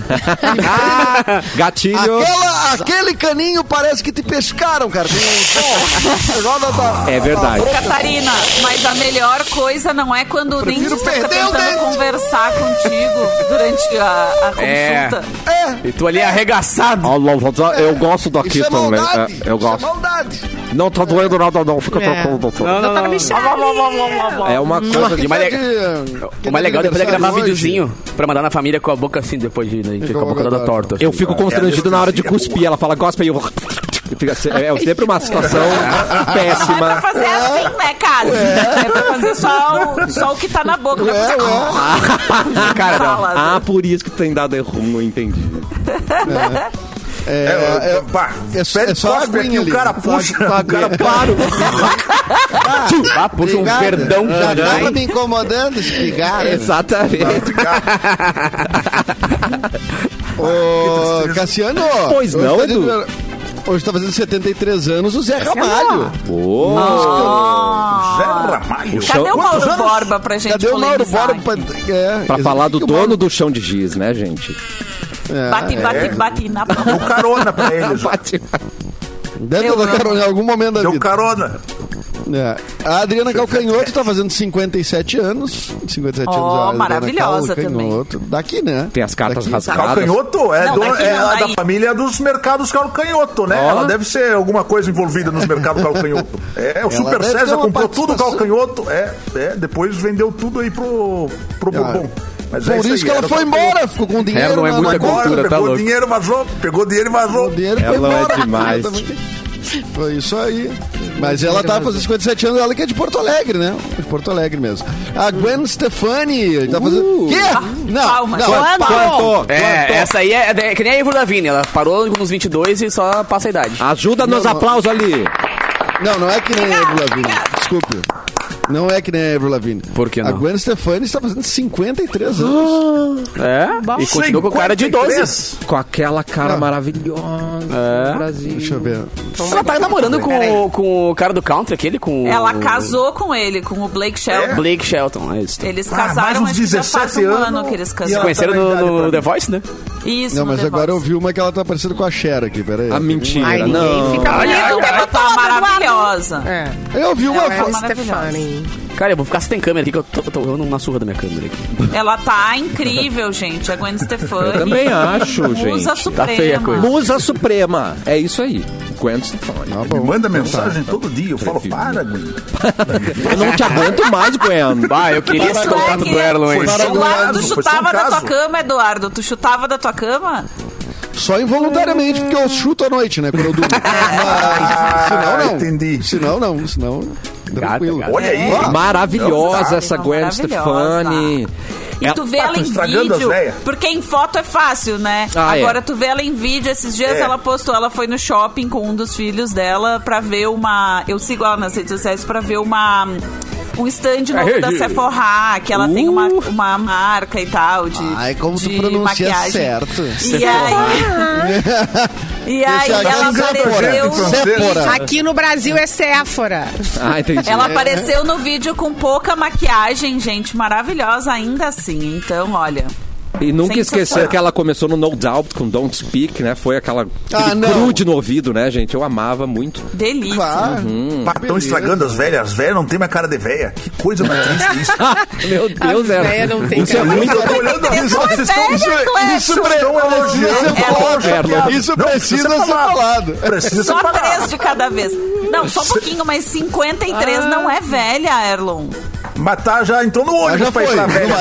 [SPEAKER 2] Gatilho.
[SPEAKER 4] Aquela, aquele caninho parece que te pescaram, cara. Tem um- Pô, joga da-
[SPEAKER 2] É verdade.
[SPEAKER 5] Catarina, mas a melhor coisa não é quando o
[SPEAKER 4] prefiro
[SPEAKER 5] dentista tá
[SPEAKER 4] perder o
[SPEAKER 5] tentando
[SPEAKER 4] dente.
[SPEAKER 5] conversar contigo durante a, a
[SPEAKER 3] É.
[SPEAKER 5] consulta.
[SPEAKER 4] É,
[SPEAKER 3] E tu ali arregaçado.
[SPEAKER 2] Eu gosto daqui
[SPEAKER 4] isso é
[SPEAKER 2] também.
[SPEAKER 4] maldade.
[SPEAKER 2] É, eu gosto.
[SPEAKER 4] Isso é maldade.
[SPEAKER 2] Não tá doendo nada, não.
[SPEAKER 5] É.
[SPEAKER 2] Fica tranquilo, doutor.
[SPEAKER 6] Doutora Michelle.
[SPEAKER 2] É uma coisa
[SPEAKER 3] E
[SPEAKER 2] de.
[SPEAKER 3] o mais, le-
[SPEAKER 4] Que
[SPEAKER 3] o mais legal depois é
[SPEAKER 4] aniversário
[SPEAKER 3] gravar
[SPEAKER 4] hoje.
[SPEAKER 3] videozinho pra mandar na família com a boca assim depois de. Né, com a boca toda torta.
[SPEAKER 2] Eu fico
[SPEAKER 4] é
[SPEAKER 2] constrangido na hora de cuspir. Ela fala, gosta e eu. Fica se- É sempre uma situação
[SPEAKER 5] Não é pra
[SPEAKER 2] péssima.
[SPEAKER 5] fazer assim, né, Cássio? É pra fazer só o, só o que tá na boca. Não é pra fazer-
[SPEAKER 3] Cara, não.
[SPEAKER 5] Fala,
[SPEAKER 2] Ah, por isso que tem dado erro, entendi.
[SPEAKER 4] É,
[SPEAKER 7] É,
[SPEAKER 4] é,
[SPEAKER 7] é, pá,
[SPEAKER 4] é só-
[SPEAKER 7] pede
[SPEAKER 4] é só
[SPEAKER 7] cospe
[SPEAKER 4] aguinha
[SPEAKER 7] aqui,
[SPEAKER 4] ali.
[SPEAKER 7] o
[SPEAKER 4] Só
[SPEAKER 7] cara puxa,
[SPEAKER 4] aguinha.
[SPEAKER 7] o cara
[SPEAKER 2] Claro!
[SPEAKER 3] Ah, puxa um
[SPEAKER 4] Obrigado.
[SPEAKER 3] verdão.
[SPEAKER 4] Já
[SPEAKER 3] né?
[SPEAKER 4] tava me incomodando esse pigarro.
[SPEAKER 2] É, Exatamente.
[SPEAKER 4] Ô, Cassiano.
[SPEAKER 2] Pois
[SPEAKER 4] hoje
[SPEAKER 2] não,
[SPEAKER 4] tá
[SPEAKER 2] Edu?
[SPEAKER 4] de- Hoje tá fazendo 73 anos o Zé Ramalho.
[SPEAKER 2] Pô,
[SPEAKER 7] Zé Ramalho.
[SPEAKER 5] Cadê o
[SPEAKER 4] Quantos
[SPEAKER 5] Mauro
[SPEAKER 4] anos?
[SPEAKER 5] Borba pra gente
[SPEAKER 4] Cadê o Mauro
[SPEAKER 5] polemizar
[SPEAKER 4] Borba
[SPEAKER 5] aqui?
[SPEAKER 4] pra, é,
[SPEAKER 2] pra falar do
[SPEAKER 4] que o Mauro-
[SPEAKER 2] dono do chão de giz, né, gente?
[SPEAKER 4] Ah,
[SPEAKER 5] Bate,
[SPEAKER 4] é.
[SPEAKER 5] bate, bate na
[SPEAKER 7] Deu carona pra ele. já.
[SPEAKER 4] É, Deve ter
[SPEAKER 5] Eu
[SPEAKER 4] dado
[SPEAKER 5] não.
[SPEAKER 2] né?
[SPEAKER 4] carona em algum momento da
[SPEAKER 7] Deu
[SPEAKER 4] vida.
[SPEAKER 7] carona.
[SPEAKER 4] É. A Adriana Calcanhoto tá fazendo 57 anos. 57
[SPEAKER 5] Ó,
[SPEAKER 4] anos. a Adriana
[SPEAKER 5] maravilhosa também.
[SPEAKER 4] Calcanhoto. Daqui, né?
[SPEAKER 2] Tem as cartas
[SPEAKER 4] Daqui.
[SPEAKER 2] rasgadas.
[SPEAKER 7] Calcanhoto é,
[SPEAKER 5] Não,
[SPEAKER 7] do,
[SPEAKER 5] daqui
[SPEAKER 7] é
[SPEAKER 5] não,
[SPEAKER 7] a da
[SPEAKER 5] daí.
[SPEAKER 7] família dos mercados Calcanhoto, né?
[SPEAKER 2] Ó.
[SPEAKER 7] Ela deve ser alguma coisa envolvida nos mercados Calcanhoto. É, o Super
[SPEAKER 4] deve ter
[SPEAKER 7] César
[SPEAKER 4] uma
[SPEAKER 7] comprou tudo
[SPEAKER 4] participação.
[SPEAKER 7] Calcanhoto. É, é, depois vendeu tudo aí pro, pro Bourbon. Mas é
[SPEAKER 4] Ah. Por isso
[SPEAKER 7] aí,
[SPEAKER 4] que ela
[SPEAKER 7] era
[SPEAKER 4] foi
[SPEAKER 7] o
[SPEAKER 4] embora, ficou com dinheiro.
[SPEAKER 3] É, não é
[SPEAKER 4] na-
[SPEAKER 3] muita
[SPEAKER 4] na conta.
[SPEAKER 7] Calcanhoto. Agora
[SPEAKER 3] Cultura, tá
[SPEAKER 7] pegou
[SPEAKER 3] louco.
[SPEAKER 7] dinheiro e vazou. Pegou dinheiro e vazou.
[SPEAKER 4] O dinheiro foi
[SPEAKER 2] Ela é
[SPEAKER 4] embora.
[SPEAKER 2] demais.
[SPEAKER 4] Foi isso aí. Mas ela tá fazendo 57 anos, ela que é de Porto Alegre, né? De Porto Alegre mesmo. A Gwen Stefani tá fazendo. Quê? Não,
[SPEAKER 5] palmas.
[SPEAKER 4] não.
[SPEAKER 5] Quando?
[SPEAKER 4] Quanto?
[SPEAKER 3] É, essa aí é, é que nem a Ivor Lavigne, ela parou nos 22 e só passa a idade.
[SPEAKER 2] Ajuda nos
[SPEAKER 4] Não, não.
[SPEAKER 2] aplausos ali.
[SPEAKER 4] Não, não é que nem a Avril Lavigne. Desculpe. Não é que nem a Avril Lavigne.
[SPEAKER 3] Por que
[SPEAKER 4] A
[SPEAKER 3] não?
[SPEAKER 4] Gwen Stefani está fazendo 53 anos.
[SPEAKER 3] É, e continua com o cara de 12.
[SPEAKER 7] 53.
[SPEAKER 2] Com aquela cara maravilhosa do Brasil.
[SPEAKER 4] Deixa eu ver.
[SPEAKER 3] Ela tá namorando com, o- com o cara do country, aquele com. o-
[SPEAKER 5] Ela casou com ele, com o Blake
[SPEAKER 4] É.
[SPEAKER 5] Shelton.
[SPEAKER 3] Blake Shelton, é isso.
[SPEAKER 5] Eles
[SPEAKER 7] Ah,
[SPEAKER 5] casaram,
[SPEAKER 7] mais
[SPEAKER 5] acho
[SPEAKER 7] uns
[SPEAKER 5] que já faz
[SPEAKER 7] 17
[SPEAKER 5] um
[SPEAKER 7] anos.
[SPEAKER 5] ano que eles
[SPEAKER 7] E
[SPEAKER 3] Se
[SPEAKER 5] casaram.
[SPEAKER 7] ela-
[SPEAKER 3] conheceram
[SPEAKER 7] tá na
[SPEAKER 3] no,
[SPEAKER 7] idade
[SPEAKER 3] no
[SPEAKER 7] pra
[SPEAKER 3] The
[SPEAKER 7] mim.
[SPEAKER 3] Voice, né?
[SPEAKER 5] Isso,
[SPEAKER 4] tá- Não,
[SPEAKER 5] no
[SPEAKER 4] mas
[SPEAKER 5] The
[SPEAKER 4] agora eu
[SPEAKER 5] Voice.
[SPEAKER 4] vi uma que ela tá parecendo com a Cher aqui, peraí.
[SPEAKER 2] A mentira.
[SPEAKER 6] Ai,
[SPEAKER 2] não.
[SPEAKER 6] ninguém fica
[SPEAKER 5] Olha,
[SPEAKER 4] tá
[SPEAKER 6] olhando.
[SPEAKER 5] ela tá maravilhosa.
[SPEAKER 6] É.
[SPEAKER 4] Eu vi uma
[SPEAKER 6] Ela é
[SPEAKER 4] foto.
[SPEAKER 6] uma Stefani.
[SPEAKER 3] Cara, eu vou ficar sem câmera aqui, que eu tô, tô dando uma surra da minha câmera aqui.
[SPEAKER 5] Ela tá incrível, gente. A Gwen Stefani.
[SPEAKER 2] Eu também acho, gente.
[SPEAKER 5] Musa
[SPEAKER 3] Tá
[SPEAKER 5] Suprema.
[SPEAKER 3] feia a coisa.
[SPEAKER 2] Musa Suprema. É isso aí. Gwen Stefani.
[SPEAKER 4] Tá
[SPEAKER 7] Me
[SPEAKER 4] bom.
[SPEAKER 7] manda
[SPEAKER 4] Então tá.
[SPEAKER 7] mensagem todo dia. Eu falo,
[SPEAKER 2] Prefiro.
[SPEAKER 7] para, Gwen.
[SPEAKER 2] Eu não te aguento mais, Gwen.
[SPEAKER 3] Bah, eu queria esse
[SPEAKER 5] Isso
[SPEAKER 3] contato
[SPEAKER 5] é
[SPEAKER 3] do Erlon, hein?
[SPEAKER 7] Foi só um
[SPEAKER 5] Eduardo, tu
[SPEAKER 7] caso, foi só um
[SPEAKER 5] chutava da tua
[SPEAKER 7] caso.
[SPEAKER 5] cama, Eduardo. Tu chutava da tua cama?
[SPEAKER 4] Só involuntariamente, porque eu chuto à noite, né? Quando eu durmo. Mas, senão não.
[SPEAKER 7] Ah, entendi.
[SPEAKER 4] Senão não, senão. Tranquilo.
[SPEAKER 3] gata.
[SPEAKER 7] Olha aí.
[SPEAKER 3] Ah,
[SPEAKER 4] Ó,
[SPEAKER 2] Maravilhosa
[SPEAKER 5] Não,
[SPEAKER 2] essa
[SPEAKER 5] não,
[SPEAKER 2] Gwen
[SPEAKER 5] maravilhosa.
[SPEAKER 2] Stefani. É
[SPEAKER 5] E
[SPEAKER 2] Ela-
[SPEAKER 5] tu vê
[SPEAKER 7] Ah,
[SPEAKER 5] ela
[SPEAKER 7] tô
[SPEAKER 5] em
[SPEAKER 7] estragando
[SPEAKER 5] vídeo.
[SPEAKER 7] as véia.
[SPEAKER 5] Porque em foto é fácil, né?
[SPEAKER 2] Ah, é.
[SPEAKER 5] Agora tu vê ela em vídeo. Esses dias
[SPEAKER 7] É.
[SPEAKER 5] ela postou, ela foi no shopping com um dos filhos dela pra ver uma. Eu sigo ela nas redes sociais pra ver uma. Um stand
[SPEAKER 7] É,
[SPEAKER 5] novo da Sephora, que ela tem uma,
[SPEAKER 2] Uh!
[SPEAKER 5] uma marca e tal de
[SPEAKER 4] Ai, como tu
[SPEAKER 5] de
[SPEAKER 4] pronuncia
[SPEAKER 5] maquiagem.
[SPEAKER 4] certo.
[SPEAKER 5] E aí, e aí
[SPEAKER 4] Esse
[SPEAKER 5] ela
[SPEAKER 4] aqui
[SPEAKER 7] é projeto
[SPEAKER 5] apareceu...
[SPEAKER 7] francês.
[SPEAKER 4] Sephora.
[SPEAKER 6] Aqui no Brasil é Séfora.
[SPEAKER 2] Ah, entendi.
[SPEAKER 5] Ela apareceu no vídeo com pouca maquiagem, gente. Maravilhosa ainda assim. Então, olha.
[SPEAKER 2] E nunca esquecer
[SPEAKER 5] Sensacional.
[SPEAKER 2] que ela começou no No Doubt com Don't Speak, né? Foi aquela
[SPEAKER 4] Ah,
[SPEAKER 2] aquele
[SPEAKER 4] não.
[SPEAKER 2] grude no ouvido, né, gente? Eu amava muito.
[SPEAKER 5] Delícia.
[SPEAKER 4] Claro.
[SPEAKER 7] Uhum. Estão Ah, estragando as velhas. As velhas não tem mais cara de velha. Que coisa mais triste isso.
[SPEAKER 2] Meu Deus,
[SPEAKER 6] A
[SPEAKER 2] era.
[SPEAKER 6] véia não tem
[SPEAKER 2] Isso é
[SPEAKER 6] cara.
[SPEAKER 2] muito.
[SPEAKER 7] Eu tô olhando a visão que vocês estão
[SPEAKER 5] Isso é velha, Cleto.
[SPEAKER 4] Isso, pre...
[SPEAKER 7] Vocês estão
[SPEAKER 4] isso,
[SPEAKER 7] elogiando.
[SPEAKER 4] é
[SPEAKER 7] Ela-
[SPEAKER 4] falado.
[SPEAKER 2] Ela-
[SPEAKER 4] isso
[SPEAKER 7] Não, tá
[SPEAKER 4] precisa ser falado.
[SPEAKER 7] Precisa
[SPEAKER 5] Só
[SPEAKER 7] ser falado.
[SPEAKER 5] três de cada vez. Não, só um pouquinho, mas 53 não é velha, Erlon.
[SPEAKER 7] Matar tá já entrou no
[SPEAKER 4] Mas
[SPEAKER 7] ônibus
[SPEAKER 4] Ah, já
[SPEAKER 7] pra
[SPEAKER 4] foi. é?
[SPEAKER 7] estar velha.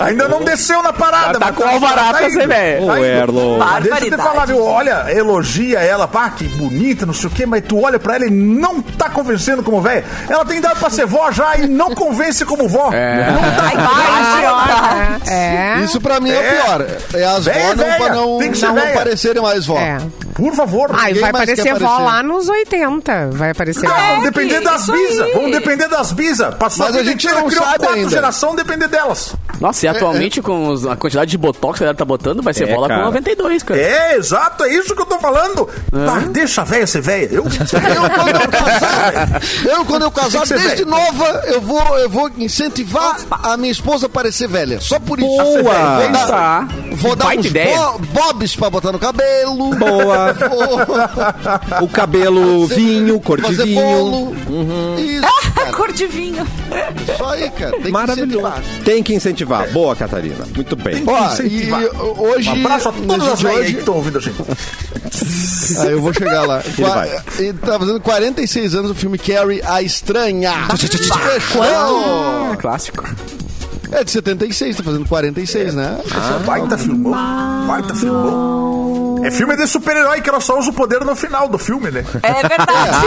[SPEAKER 7] Ainda não desceu na parada.
[SPEAKER 3] tá
[SPEAKER 7] mas
[SPEAKER 3] com o alvará
[SPEAKER 7] tá
[SPEAKER 3] pra
[SPEAKER 7] indo.
[SPEAKER 3] ser velha.
[SPEAKER 2] Ô,
[SPEAKER 7] Tá indo.
[SPEAKER 2] Erlon.
[SPEAKER 7] Ah, Deixa eu te falar,
[SPEAKER 5] Barbaridade.
[SPEAKER 7] viu? Olha, elogia ela, pá, que bonita, não sei o quê, mas tu olha pra ela e não tá convencendo como velha. Ela tem idade pra ser vó já e não convence como vó. Não tá
[SPEAKER 5] Ai,
[SPEAKER 2] Ah,
[SPEAKER 5] tá. vai, idiota.
[SPEAKER 6] É.
[SPEAKER 4] Isso pra mim é, o
[SPEAKER 7] É.
[SPEAKER 4] pior. É as
[SPEAKER 7] Véia,
[SPEAKER 4] vó não,
[SPEAKER 7] véia.
[SPEAKER 4] pra não,
[SPEAKER 7] Tem que ser
[SPEAKER 4] não
[SPEAKER 7] véia.
[SPEAKER 4] aparecerem mais vó.
[SPEAKER 6] É.
[SPEAKER 7] Por favor.
[SPEAKER 6] Ai,
[SPEAKER 4] Ninguém
[SPEAKER 6] vai
[SPEAKER 4] mais quer
[SPEAKER 6] aparecer vó
[SPEAKER 4] aparecer.
[SPEAKER 6] lá nos 80. Vai aparecer
[SPEAKER 7] Não,
[SPEAKER 6] vó.
[SPEAKER 7] vamos depender das
[SPEAKER 5] Ah, é? isso
[SPEAKER 7] bisas.
[SPEAKER 5] aí.
[SPEAKER 7] Vamos depender das bisas. Passou
[SPEAKER 4] Mas a gente não
[SPEAKER 7] criou
[SPEAKER 4] sabe
[SPEAKER 7] quatro
[SPEAKER 4] ainda.
[SPEAKER 7] gerações, depender delas.
[SPEAKER 3] Nossa, e atualmente com os- a quantidade de botox que a galera tá botando, vai ser
[SPEAKER 2] É,
[SPEAKER 3] bola com
[SPEAKER 2] cara.
[SPEAKER 3] 92, cara.
[SPEAKER 7] É, exato, é isso que eu tô falando. Tá, deixa a véia ser véia. Eu, um
[SPEAKER 4] Eu, quando eu casar,
[SPEAKER 6] né?
[SPEAKER 4] eu, quando eu casar
[SPEAKER 7] Tem que ser
[SPEAKER 4] desde
[SPEAKER 7] velha.
[SPEAKER 4] nova, eu vou, eu vou incentivar a minha esposa a parecer velha. Só por isso.
[SPEAKER 2] Boa!
[SPEAKER 4] Vou
[SPEAKER 3] Tá.
[SPEAKER 4] dar, vou dar
[SPEAKER 3] Baita
[SPEAKER 4] uns
[SPEAKER 3] ideia.
[SPEAKER 4] bo- bobs pra botar no cabelo.
[SPEAKER 2] Boa. O cabelo
[SPEAKER 4] é
[SPEAKER 2] vinho, cor de
[SPEAKER 4] Fazer
[SPEAKER 2] vinho.
[SPEAKER 4] bolo. Isso, cara.
[SPEAKER 5] Cor de vinho.
[SPEAKER 4] Isso aí, cara. Tem que
[SPEAKER 2] Maravilhoso.
[SPEAKER 4] incentivar.
[SPEAKER 2] Tem que incentivar. Boa, Catarina. Muito bem.
[SPEAKER 4] Ó, e
[SPEAKER 7] Incentivar.
[SPEAKER 4] hoje...
[SPEAKER 7] um abraço a
[SPEAKER 4] no
[SPEAKER 7] todas
[SPEAKER 4] dia
[SPEAKER 7] as
[SPEAKER 4] de
[SPEAKER 7] velhas aí
[SPEAKER 4] hoje-
[SPEAKER 7] que estão ouvindo a gente.
[SPEAKER 4] Ah, eu vou chegar lá. Ele
[SPEAKER 2] vai.
[SPEAKER 4] tá fazendo 46 anos o filme Carrie, a Estranha. Fechando.
[SPEAKER 3] É clássico.
[SPEAKER 4] É de 76, tá fazendo 46, né?
[SPEAKER 7] Ah, é Baita filmão. Baita filmão. É filme de super-herói que ela só usa o poder no final do filme, né?
[SPEAKER 5] É verdade.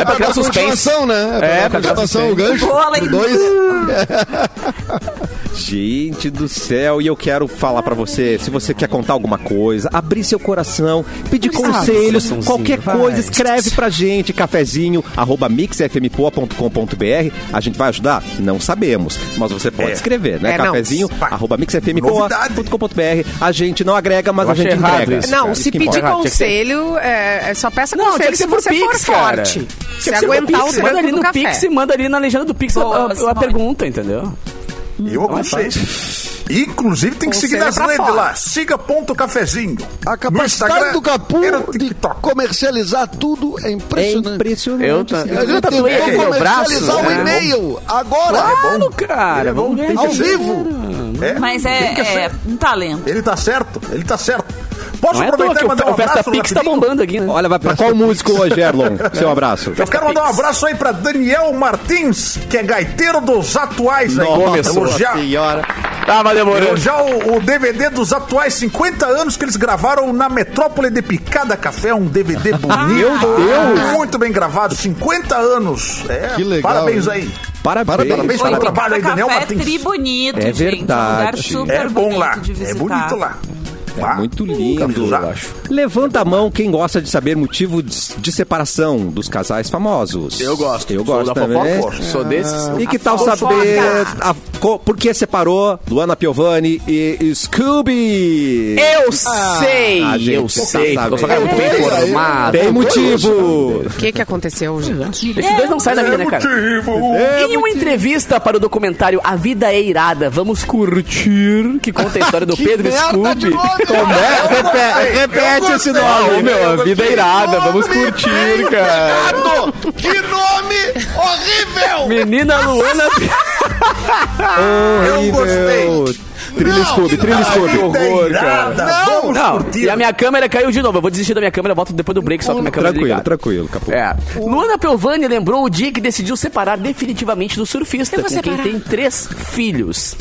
[SPEAKER 4] É pra
[SPEAKER 3] criar
[SPEAKER 4] dar
[SPEAKER 3] suspense.
[SPEAKER 4] continuação, né?
[SPEAKER 3] É,
[SPEAKER 4] dar
[SPEAKER 3] pra criar
[SPEAKER 4] continuação, o gancho.
[SPEAKER 5] Boa, Leide.
[SPEAKER 4] Dois.
[SPEAKER 2] Gente do céu, e eu quero falar pra você, se você quer contar alguma coisa, abrir seu coração, pedir conselhos,
[SPEAKER 3] coraçãozinho,
[SPEAKER 2] qualquer
[SPEAKER 3] vai.
[SPEAKER 2] coisa, escreve pra gente, cafezinho, arroba mixfmpoa.com.br. A gente vai ajudar? Não sabemos, mas você pode
[SPEAKER 7] É.
[SPEAKER 2] escrever, né?
[SPEAKER 6] É, não.
[SPEAKER 2] cafezinho,
[SPEAKER 7] Vai.
[SPEAKER 2] arroba mixfmpoa.com.br. A gente não agrega, mas
[SPEAKER 3] Eu
[SPEAKER 2] a gente
[SPEAKER 3] achei errado
[SPEAKER 2] entrega.
[SPEAKER 3] isso,
[SPEAKER 6] Não,
[SPEAKER 3] cara.
[SPEAKER 2] Isso
[SPEAKER 6] se
[SPEAKER 2] que
[SPEAKER 6] pedir
[SPEAKER 2] importa.
[SPEAKER 3] errado, tinha que ser-
[SPEAKER 6] conselho, é, é só peça
[SPEAKER 3] Não, tinha
[SPEAKER 6] conselho
[SPEAKER 3] que
[SPEAKER 6] se
[SPEAKER 3] ser por
[SPEAKER 6] você
[SPEAKER 3] Pix,
[SPEAKER 6] for
[SPEAKER 3] cara.
[SPEAKER 6] forte.
[SPEAKER 3] Tinha
[SPEAKER 6] Se
[SPEAKER 3] que ser por
[SPEAKER 6] aguentar
[SPEAKER 3] Pix,
[SPEAKER 6] o
[SPEAKER 3] Manda
[SPEAKER 6] tranco
[SPEAKER 3] ali
[SPEAKER 6] do
[SPEAKER 3] no
[SPEAKER 6] café.
[SPEAKER 3] Pix e manda ali na legenda do Pix a-
[SPEAKER 5] Boa,
[SPEAKER 3] a, a
[SPEAKER 5] Simone.
[SPEAKER 3] pergunta, entendeu?
[SPEAKER 7] Eu aconselho. Inclusive tem que
[SPEAKER 6] Conselho
[SPEAKER 7] seguir nas
[SPEAKER 6] pra
[SPEAKER 7] redes
[SPEAKER 6] fora.
[SPEAKER 7] lá. Siga ponto cafezinho.
[SPEAKER 4] é A capacidade do Capu de comercializar tudo é
[SPEAKER 2] É
[SPEAKER 4] impressionante.
[SPEAKER 2] impressionante.
[SPEAKER 3] Eu, tá,
[SPEAKER 4] A gente
[SPEAKER 3] eu tatuei aqui no
[SPEAKER 4] tentou
[SPEAKER 3] meu braço.
[SPEAKER 4] comercializar o
[SPEAKER 3] né?
[SPEAKER 4] e-mail agora.
[SPEAKER 3] Claro, cara.
[SPEAKER 7] É bom,
[SPEAKER 3] Vamos ver.
[SPEAKER 7] tem
[SPEAKER 4] ao
[SPEAKER 7] que ser.
[SPEAKER 4] vivo.
[SPEAKER 7] É,
[SPEAKER 5] Mas
[SPEAKER 7] tem que
[SPEAKER 5] é, é
[SPEAKER 7] ser.
[SPEAKER 5] um talento.
[SPEAKER 7] Ele tá certo, ele tá certo. Posso
[SPEAKER 3] Não é à toa
[SPEAKER 7] aproveitar
[SPEAKER 3] que
[SPEAKER 7] e mandar um
[SPEAKER 3] o Festa
[SPEAKER 7] abraço
[SPEAKER 3] Pix tá
[SPEAKER 7] rapidinho?
[SPEAKER 3] bombando aqui, né?
[SPEAKER 2] Olha, vai pra qual músico hoje, Erlon? Seu abraço.
[SPEAKER 7] Eu quero mandar um abraço aí pra Daniel Martins, que é gaiteiro dos atuais. aí.
[SPEAKER 3] começou.
[SPEAKER 7] Elogiar,
[SPEAKER 4] senhora.
[SPEAKER 3] Tava demorando.
[SPEAKER 7] elogiar o, o DVD dos atuais 50 anos que eles gravaram na Metrópole de Picada Café. Um DVD bonito. Meu Deus! Muito bem gravado, 50 anos. É,
[SPEAKER 4] Que legal,
[SPEAKER 7] Parabéns
[SPEAKER 4] hein?
[SPEAKER 7] aí.
[SPEAKER 2] Parabéns.
[SPEAKER 7] Parabéns
[SPEAKER 5] Oi,
[SPEAKER 7] pelo
[SPEAKER 5] tem
[SPEAKER 7] trabalho aí,
[SPEAKER 5] cada
[SPEAKER 7] Daniel
[SPEAKER 5] café
[SPEAKER 7] Martins.
[SPEAKER 5] tri bonito,
[SPEAKER 2] É
[SPEAKER 5] gente. É um lugar
[SPEAKER 2] verdade.
[SPEAKER 5] super
[SPEAKER 7] É bom
[SPEAKER 5] bonito
[SPEAKER 7] lá,
[SPEAKER 5] de
[SPEAKER 7] é
[SPEAKER 5] visitar.
[SPEAKER 7] bonito lá.
[SPEAKER 2] É muito lindo,
[SPEAKER 7] Cafuzá.
[SPEAKER 2] eu acho. Levanta a mão quem gosta de saber motivo de, de separação dos casais famosos. Eu gosto. Eu
[SPEAKER 3] Sou da
[SPEAKER 2] gosto também.
[SPEAKER 3] fofoca, sou desses.
[SPEAKER 2] E que tal
[SPEAKER 5] fofoca.
[SPEAKER 2] saber a- Co- Por que separou Luana Piovani e Scooby?
[SPEAKER 3] Eu sei,
[SPEAKER 2] a gente
[SPEAKER 3] eu sei.
[SPEAKER 2] sabe.
[SPEAKER 3] Eu sou garoto
[SPEAKER 4] Tem-
[SPEAKER 3] informado.
[SPEAKER 2] Tem motivo!
[SPEAKER 6] O que que aconteceu, gente?
[SPEAKER 3] é, Esses dois não saem da vida, né, cara? Em uma entrevista para o documentário A Vida é Irada, vamos curtir, que conta a história do Pedro
[SPEAKER 4] tá
[SPEAKER 3] Scooby.
[SPEAKER 2] Como é? Repete, repete esse nome, meu. A vida é irada, vamos
[SPEAKER 3] É
[SPEAKER 2] curtir, cara.
[SPEAKER 4] Que nome horrível!
[SPEAKER 3] Menina Luana
[SPEAKER 7] Eu gostei.
[SPEAKER 2] Trilha Scooby, trilha
[SPEAKER 3] é
[SPEAKER 2] Scooby.
[SPEAKER 7] Horror, Vamos
[SPEAKER 3] Não,
[SPEAKER 7] curtir.
[SPEAKER 3] e a minha câmera caiu de novo. Eu vou desistir da minha câmera, volto depois do break, só com a minha câmera
[SPEAKER 2] Tranquilo,
[SPEAKER 3] ligada.
[SPEAKER 2] tranquilo, capô.
[SPEAKER 3] É. Luana Piovani lembrou o dia que decidiu separar definitivamente do surfista, com quem tem três filhos.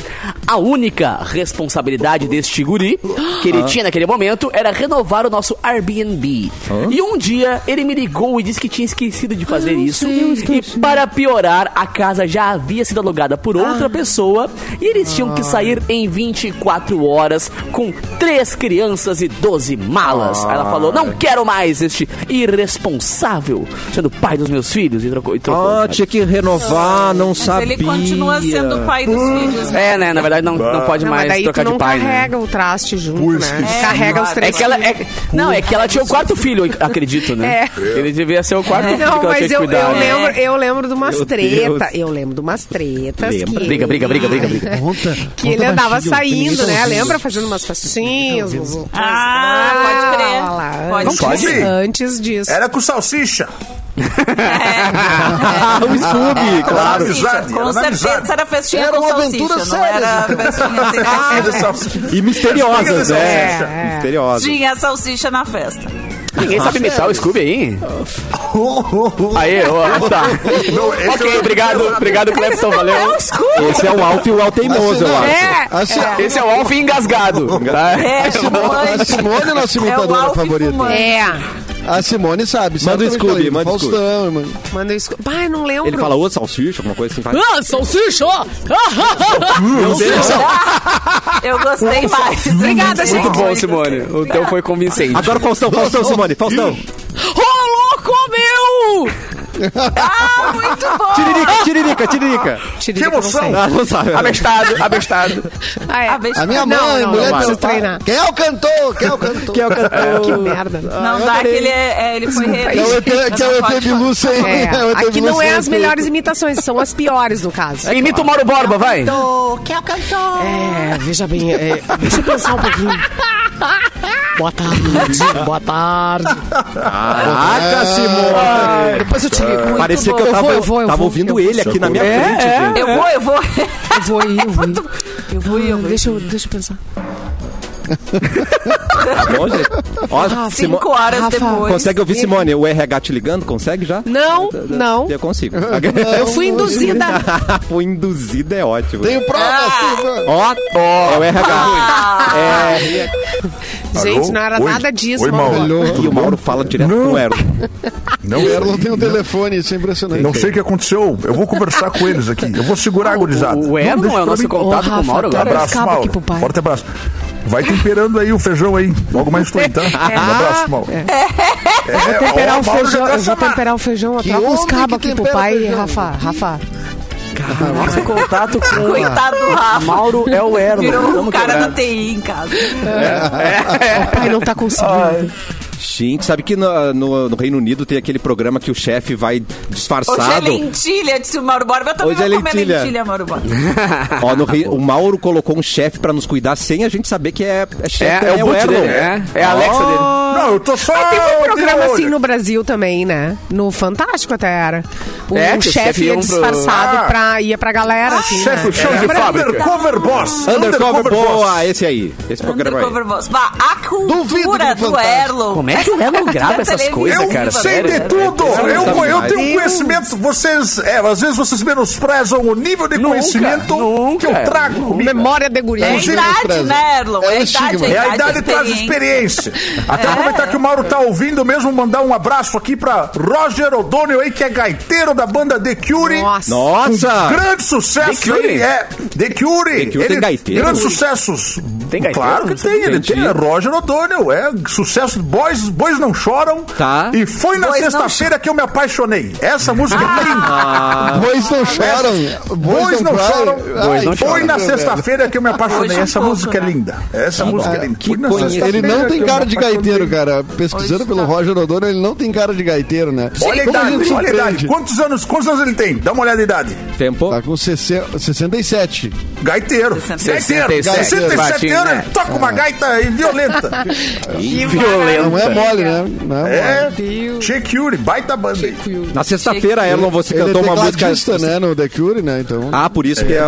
[SPEAKER 3] A única responsabilidade deste guri, que ele tinha naquele momento, era renovar o nosso Airbnb. E um dia ele me ligou e disse que tinha esquecido de fazer isso. e para piorar, a casa já havia sido alugada por outra pessoa e eles tinham que sair em 24 horas com três crianças e 12 malas. Aí ela falou: Não quero mais este irresponsável sendo pai dos meus filhos. E trocou. E trocou
[SPEAKER 2] Ah,
[SPEAKER 3] sabe?
[SPEAKER 2] tinha que renovar, não
[SPEAKER 5] Mas
[SPEAKER 2] sabia. Hum.
[SPEAKER 5] ele continua sendo o pai dos filhos, né?
[SPEAKER 3] É, né? Na verdade, não, não pode
[SPEAKER 6] Não, mas
[SPEAKER 3] mais
[SPEAKER 6] daí tu
[SPEAKER 3] trocar
[SPEAKER 6] não
[SPEAKER 3] de pai, né?
[SPEAKER 6] carrega o traste junto, né?
[SPEAKER 5] que
[SPEAKER 6] carrega
[SPEAKER 5] sim.
[SPEAKER 6] os
[SPEAKER 3] É
[SPEAKER 6] três.
[SPEAKER 3] que ela. é- não, é que ela
[SPEAKER 6] Uhum.
[SPEAKER 3] tinha o quarto filho, ac- acredito, né? Ele devia ser o quarto filho
[SPEAKER 6] É. Não,
[SPEAKER 3] que ela tinha
[SPEAKER 6] mas
[SPEAKER 3] que
[SPEAKER 6] eu, eu
[SPEAKER 3] cuidar. né?
[SPEAKER 6] lembro, eu lembro de umas
[SPEAKER 2] Meu
[SPEAKER 6] tretas.
[SPEAKER 2] Deus.
[SPEAKER 6] Eu lembro de umas tretas.
[SPEAKER 2] Lembra.
[SPEAKER 6] Que...
[SPEAKER 3] Briga, briga, briga, briga, briga.
[SPEAKER 4] Conta.
[SPEAKER 6] Que ele andava saindo, né? Lembra? Fazendo umas festinhas. uns- uns-
[SPEAKER 5] Ah, pode crer.
[SPEAKER 6] lá, lá,
[SPEAKER 5] Pode
[SPEAKER 6] antes-
[SPEAKER 7] Não crer. pode?
[SPEAKER 6] Antes disso.
[SPEAKER 7] Era com salsicha.
[SPEAKER 2] Ah, o Scooby, claro.
[SPEAKER 7] Claro, amizade,
[SPEAKER 5] Com
[SPEAKER 7] era na amizade.
[SPEAKER 5] certeza era festinha
[SPEAKER 4] Era
[SPEAKER 5] com
[SPEAKER 4] uma
[SPEAKER 5] salsicha,
[SPEAKER 4] aventura
[SPEAKER 5] não
[SPEAKER 4] séria,
[SPEAKER 5] era festinha assim, sem
[SPEAKER 7] Era
[SPEAKER 5] salsicha.
[SPEAKER 7] salsicha.
[SPEAKER 2] E misteriosas,
[SPEAKER 7] É,
[SPEAKER 2] é. Misteriosas.
[SPEAKER 5] Tinha salsicha na festa.
[SPEAKER 3] Ninguém sabe imitar o Scooby aí?
[SPEAKER 7] Uh,
[SPEAKER 3] Aí, ó, tá.
[SPEAKER 7] Não, esse
[SPEAKER 3] ok,
[SPEAKER 7] eu-
[SPEAKER 3] obrigado, obrigado, Clepton,
[SPEAKER 5] É
[SPEAKER 3] valeu. um
[SPEAKER 5] o Scooby.
[SPEAKER 2] Esse é o Alf e o Al teimoso, eu acho.
[SPEAKER 6] É,
[SPEAKER 4] A, Si-
[SPEAKER 3] Esse é o Alf engasgado. tá?
[SPEAKER 5] É,
[SPEAKER 4] a Simone é nossa
[SPEAKER 5] É o
[SPEAKER 4] imitadora
[SPEAKER 5] Alf
[SPEAKER 4] favorita.
[SPEAKER 5] fumante.
[SPEAKER 6] é.
[SPEAKER 4] A Simone sabe.
[SPEAKER 2] Manda o
[SPEAKER 4] certamente
[SPEAKER 2] Scooby,
[SPEAKER 4] ela é do
[SPEAKER 2] manda o Scooby.
[SPEAKER 4] Faustão, mano.
[SPEAKER 6] Manda eu esco... Pai, não lembro.
[SPEAKER 2] Ele fala, ô, salsicha, alguma coisa assim. faz.
[SPEAKER 3] Ah, salsicha!
[SPEAKER 6] Ah,
[SPEAKER 2] Meu Deus.
[SPEAKER 5] Eu gostei mais. Obrigada, gente.
[SPEAKER 3] Muito bom, Simone. O teu foi convincente.
[SPEAKER 2] Agora Faustão, Faustão, Simone, Faustão.
[SPEAKER 3] Ô, louco, meu!
[SPEAKER 5] Ah, muito bom.
[SPEAKER 2] Tiririca, tiririca, tiririca.
[SPEAKER 6] Tira
[SPEAKER 7] Que
[SPEAKER 6] ele eu não sei.
[SPEAKER 7] emoção.
[SPEAKER 2] Ah, não sabe.
[SPEAKER 3] Abestado, abestado.
[SPEAKER 6] Ah, é.
[SPEAKER 5] A besta-
[SPEAKER 4] A minha
[SPEAKER 6] Não,
[SPEAKER 4] mãe,
[SPEAKER 6] não,
[SPEAKER 4] mulher
[SPEAKER 6] não,
[SPEAKER 4] do meu
[SPEAKER 6] preciso
[SPEAKER 4] pai.
[SPEAKER 6] treinar.
[SPEAKER 4] Quem é o cantor? Quem é o cantor?
[SPEAKER 2] Que é o
[SPEAKER 6] Que
[SPEAKER 2] cantor.
[SPEAKER 6] merda.
[SPEAKER 5] Não dá que ele, é, é, ele foi
[SPEAKER 4] Que é o
[SPEAKER 5] reeleito.
[SPEAKER 4] ET, que é o ET Bilu sem...
[SPEAKER 6] É,
[SPEAKER 4] é o ET
[SPEAKER 6] aqui
[SPEAKER 4] Bilu
[SPEAKER 6] não é
[SPEAKER 4] sem
[SPEAKER 6] as
[SPEAKER 4] efeito.
[SPEAKER 6] melhores imitações, são as piores, no
[SPEAKER 7] É
[SPEAKER 6] caso.
[SPEAKER 3] Imita o Mauro Borba, vai.
[SPEAKER 8] Que é o cantor.
[SPEAKER 6] É, veja bem, é, deixa eu pensar um pouquinho. Boa tarde, boa tarde.
[SPEAKER 2] Caraca, Ah, tá,
[SPEAKER 6] É,
[SPEAKER 2] Simone.
[SPEAKER 6] Depois eu te ligo.
[SPEAKER 2] Ah, Parecia
[SPEAKER 5] bom.
[SPEAKER 2] que eu
[SPEAKER 6] Eu
[SPEAKER 2] tava,
[SPEAKER 6] vou, eu vou, eu
[SPEAKER 2] tava
[SPEAKER 6] vou,
[SPEAKER 2] ouvindo
[SPEAKER 6] eu vou.
[SPEAKER 2] ele aqui na minha frente. gente.
[SPEAKER 5] Eu vou, eu vou.
[SPEAKER 6] Eu vou ir, eu vou ir. Eu vou ir, eu vou ir. Deixa eu, deixa eu pensar.
[SPEAKER 2] Tá bom, gente? Ó, Simo-
[SPEAKER 5] Cinco horas
[SPEAKER 6] Rafa,
[SPEAKER 5] depois.
[SPEAKER 2] Consegue ouvir, Simone? O RH te ligando? Consegue já?
[SPEAKER 6] Não, não.
[SPEAKER 2] Eu consigo.
[SPEAKER 6] Eu fui induzida.
[SPEAKER 2] Foi induzida, é ótimo.
[SPEAKER 4] Tenho provas,
[SPEAKER 6] Ah.
[SPEAKER 4] Silvana.
[SPEAKER 2] Ó, ó, é o RH. É,
[SPEAKER 6] Gente, não era
[SPEAKER 7] Oi.
[SPEAKER 6] nada disso.
[SPEAKER 7] Oi,
[SPEAKER 6] vamos
[SPEAKER 7] Mauro.
[SPEAKER 6] lá.
[SPEAKER 2] e o Mauro fala direto com o Ero.
[SPEAKER 7] Não,
[SPEAKER 4] O Erlon tem um telefone, isso é impressionante.
[SPEAKER 7] Não sei o que aconteceu. Eu vou conversar com eles aqui. Eu vou segurar a gurizada.
[SPEAKER 3] O Ero não
[SPEAKER 7] deixa Tá
[SPEAKER 3] é o
[SPEAKER 7] pra
[SPEAKER 3] nosso
[SPEAKER 7] mim.
[SPEAKER 3] contato com o Mauro
[SPEAKER 6] Rafa,
[SPEAKER 3] agora.
[SPEAKER 6] cara.
[SPEAKER 7] abraço,
[SPEAKER 6] Escapa aqui
[SPEAKER 7] Mauro.
[SPEAKER 6] pro pai.
[SPEAKER 7] Forte abraço. Vai temperando aí o feijão aí. Logo mais tu, então. Um abraço, Mauro. É,
[SPEAKER 6] É. Vou temperar
[SPEAKER 7] ó,
[SPEAKER 6] o
[SPEAKER 7] Mauro já
[SPEAKER 6] feijão,
[SPEAKER 7] tá
[SPEAKER 6] eu vou
[SPEAKER 7] chamando.
[SPEAKER 6] temperar o feijão,
[SPEAKER 4] Que
[SPEAKER 6] troca uns
[SPEAKER 4] homem
[SPEAKER 6] cabos
[SPEAKER 4] que
[SPEAKER 6] aqui pro
[SPEAKER 4] tempera
[SPEAKER 6] pai,
[SPEAKER 4] feijão.
[SPEAKER 6] Rafa, Rafa.
[SPEAKER 3] Nosso contato com
[SPEAKER 5] Coitado do Rafa.
[SPEAKER 3] Mauro é o Ero.
[SPEAKER 5] Virou um
[SPEAKER 3] Vamos
[SPEAKER 5] cara
[SPEAKER 3] quebrar.
[SPEAKER 5] do TI em casa.
[SPEAKER 6] O pai não tá conseguindo.
[SPEAKER 2] Gente, sabe que no, no- no Reino Unido tem aquele programa que o chefe vai
[SPEAKER 5] Hoje é
[SPEAKER 2] disfarçado?
[SPEAKER 5] lentilha, disse o Mauro Borba. Eu também
[SPEAKER 2] Hoje é
[SPEAKER 5] vou comer
[SPEAKER 2] lentilha.
[SPEAKER 5] lentilha, Mauro Borba.
[SPEAKER 2] Ó, no Rei- o Mauro colocou um chefe pra nos cuidar sem a gente saber que é, é chefe.
[SPEAKER 3] É, é o boot
[SPEAKER 2] Ero.
[SPEAKER 3] dele, é. É a Alexa dele.
[SPEAKER 7] Não, eu tô só.
[SPEAKER 6] Teve um programa
[SPEAKER 7] de olho.
[SPEAKER 6] assim no Brasil também, né? No Fantástico até era. O
[SPEAKER 3] É, que o chefe
[SPEAKER 6] chefe
[SPEAKER 3] ia
[SPEAKER 6] ia
[SPEAKER 3] um pro-
[SPEAKER 6] disfarçado
[SPEAKER 7] Ah!
[SPEAKER 6] pra, ia pra galera, assim,
[SPEAKER 3] chefe,
[SPEAKER 6] né?
[SPEAKER 3] o chão de
[SPEAKER 7] Era
[SPEAKER 3] fábrica.
[SPEAKER 7] Undercover Boss.
[SPEAKER 2] Undercover boa, esse aí. Esse programa
[SPEAKER 5] Undercover
[SPEAKER 2] aí.
[SPEAKER 5] Boss. Bah, a
[SPEAKER 4] Duvido que
[SPEAKER 5] cultura
[SPEAKER 4] no
[SPEAKER 5] do
[SPEAKER 4] Fantástico.
[SPEAKER 5] Erlon.
[SPEAKER 3] Como é que o Ero grava
[SPEAKER 5] Da
[SPEAKER 3] essas
[SPEAKER 5] televisão.
[SPEAKER 3] coisas,
[SPEAKER 7] Eu
[SPEAKER 3] cara? né?
[SPEAKER 7] sei
[SPEAKER 3] sério?
[SPEAKER 7] de tudo!
[SPEAKER 2] Esse
[SPEAKER 7] Eu,
[SPEAKER 2] não sabe
[SPEAKER 7] eu
[SPEAKER 2] mais.
[SPEAKER 7] tenho conhecimento. Vocês, é, às vezes vocês menosprezam o nível de
[SPEAKER 3] Nunca,
[SPEAKER 7] conhecimento que
[SPEAKER 3] nunca.
[SPEAKER 7] eu trago. comigo.
[SPEAKER 6] Memória de guria.
[SPEAKER 5] É
[SPEAKER 4] um
[SPEAKER 5] a idade, né, Erlon?
[SPEAKER 4] É
[SPEAKER 5] É a
[SPEAKER 4] um
[SPEAKER 5] idade,
[SPEAKER 4] estigma.
[SPEAKER 5] a
[SPEAKER 7] É,
[SPEAKER 5] idade,
[SPEAKER 7] a idade traz experiência. Até aproveitar que o Mauro tá ouvindo mesmo, mandar um abraço aqui pra Roger O'Donnell aí, que é gaiteiro da banda The Cure.
[SPEAKER 6] Nossa.
[SPEAKER 2] Nossa!
[SPEAKER 7] Um Grande sucesso
[SPEAKER 3] The Cure?
[SPEAKER 7] aí, é. The Cure.
[SPEAKER 2] The Cure tem gaiteiro.
[SPEAKER 7] Grandes sucessos.
[SPEAKER 3] Tem gaiteiro?
[SPEAKER 7] Claro que tem, ele tem. é Roger O'Donnell, é sucesso. Boys, boys não choram.
[SPEAKER 2] Tá.
[SPEAKER 7] E foi na
[SPEAKER 1] Boys não
[SPEAKER 7] sexta-feira que eu me apaixonei. Essa música é linda.
[SPEAKER 4] Bois não choram.
[SPEAKER 7] Boys não
[SPEAKER 4] cry.
[SPEAKER 7] choram.
[SPEAKER 4] Ai,
[SPEAKER 2] não
[SPEAKER 7] Foi
[SPEAKER 4] meu
[SPEAKER 7] na
[SPEAKER 4] velho.
[SPEAKER 7] sexta-feira que eu me apaixonei.
[SPEAKER 5] Hoje um
[SPEAKER 7] Essa
[SPEAKER 5] pouco,
[SPEAKER 7] música é
[SPEAKER 5] né?
[SPEAKER 7] linda. Essa música é linda. Foi na sexta-feira
[SPEAKER 4] Ele não tem
[SPEAKER 7] que eu
[SPEAKER 4] cara
[SPEAKER 7] me
[SPEAKER 4] de
[SPEAKER 7] apaixonei.
[SPEAKER 4] gaiteiro, cara. Pesquisando
[SPEAKER 10] tá?
[SPEAKER 4] pelo Roger O'Donnell, ele não tem cara de gaiteiro, né?
[SPEAKER 7] Olha a
[SPEAKER 4] Como a gente
[SPEAKER 7] idade, olha a idade.
[SPEAKER 4] surpreende.
[SPEAKER 7] Quantos anos, quantos anos ele tem? Dá uma olhada a idade.
[SPEAKER 2] Tempo.
[SPEAKER 4] Tá com 60 67.
[SPEAKER 7] Gaiteiro.
[SPEAKER 5] 67.
[SPEAKER 7] Gaiteiro. 67
[SPEAKER 2] Batinho,
[SPEAKER 7] anos,
[SPEAKER 2] né?
[SPEAKER 7] ele toca uma gaita e violenta.
[SPEAKER 4] Não é mole, né? Não é
[SPEAKER 7] É.
[SPEAKER 4] mole.
[SPEAKER 7] Shake Yuri, baita banda. aí.
[SPEAKER 2] Na sexta-feira, Erlon, você
[SPEAKER 4] Ele é
[SPEAKER 2] cantou uma música. assim.
[SPEAKER 4] tecladista, né? No The Cure, né? Então...
[SPEAKER 2] Ah, por isso que é.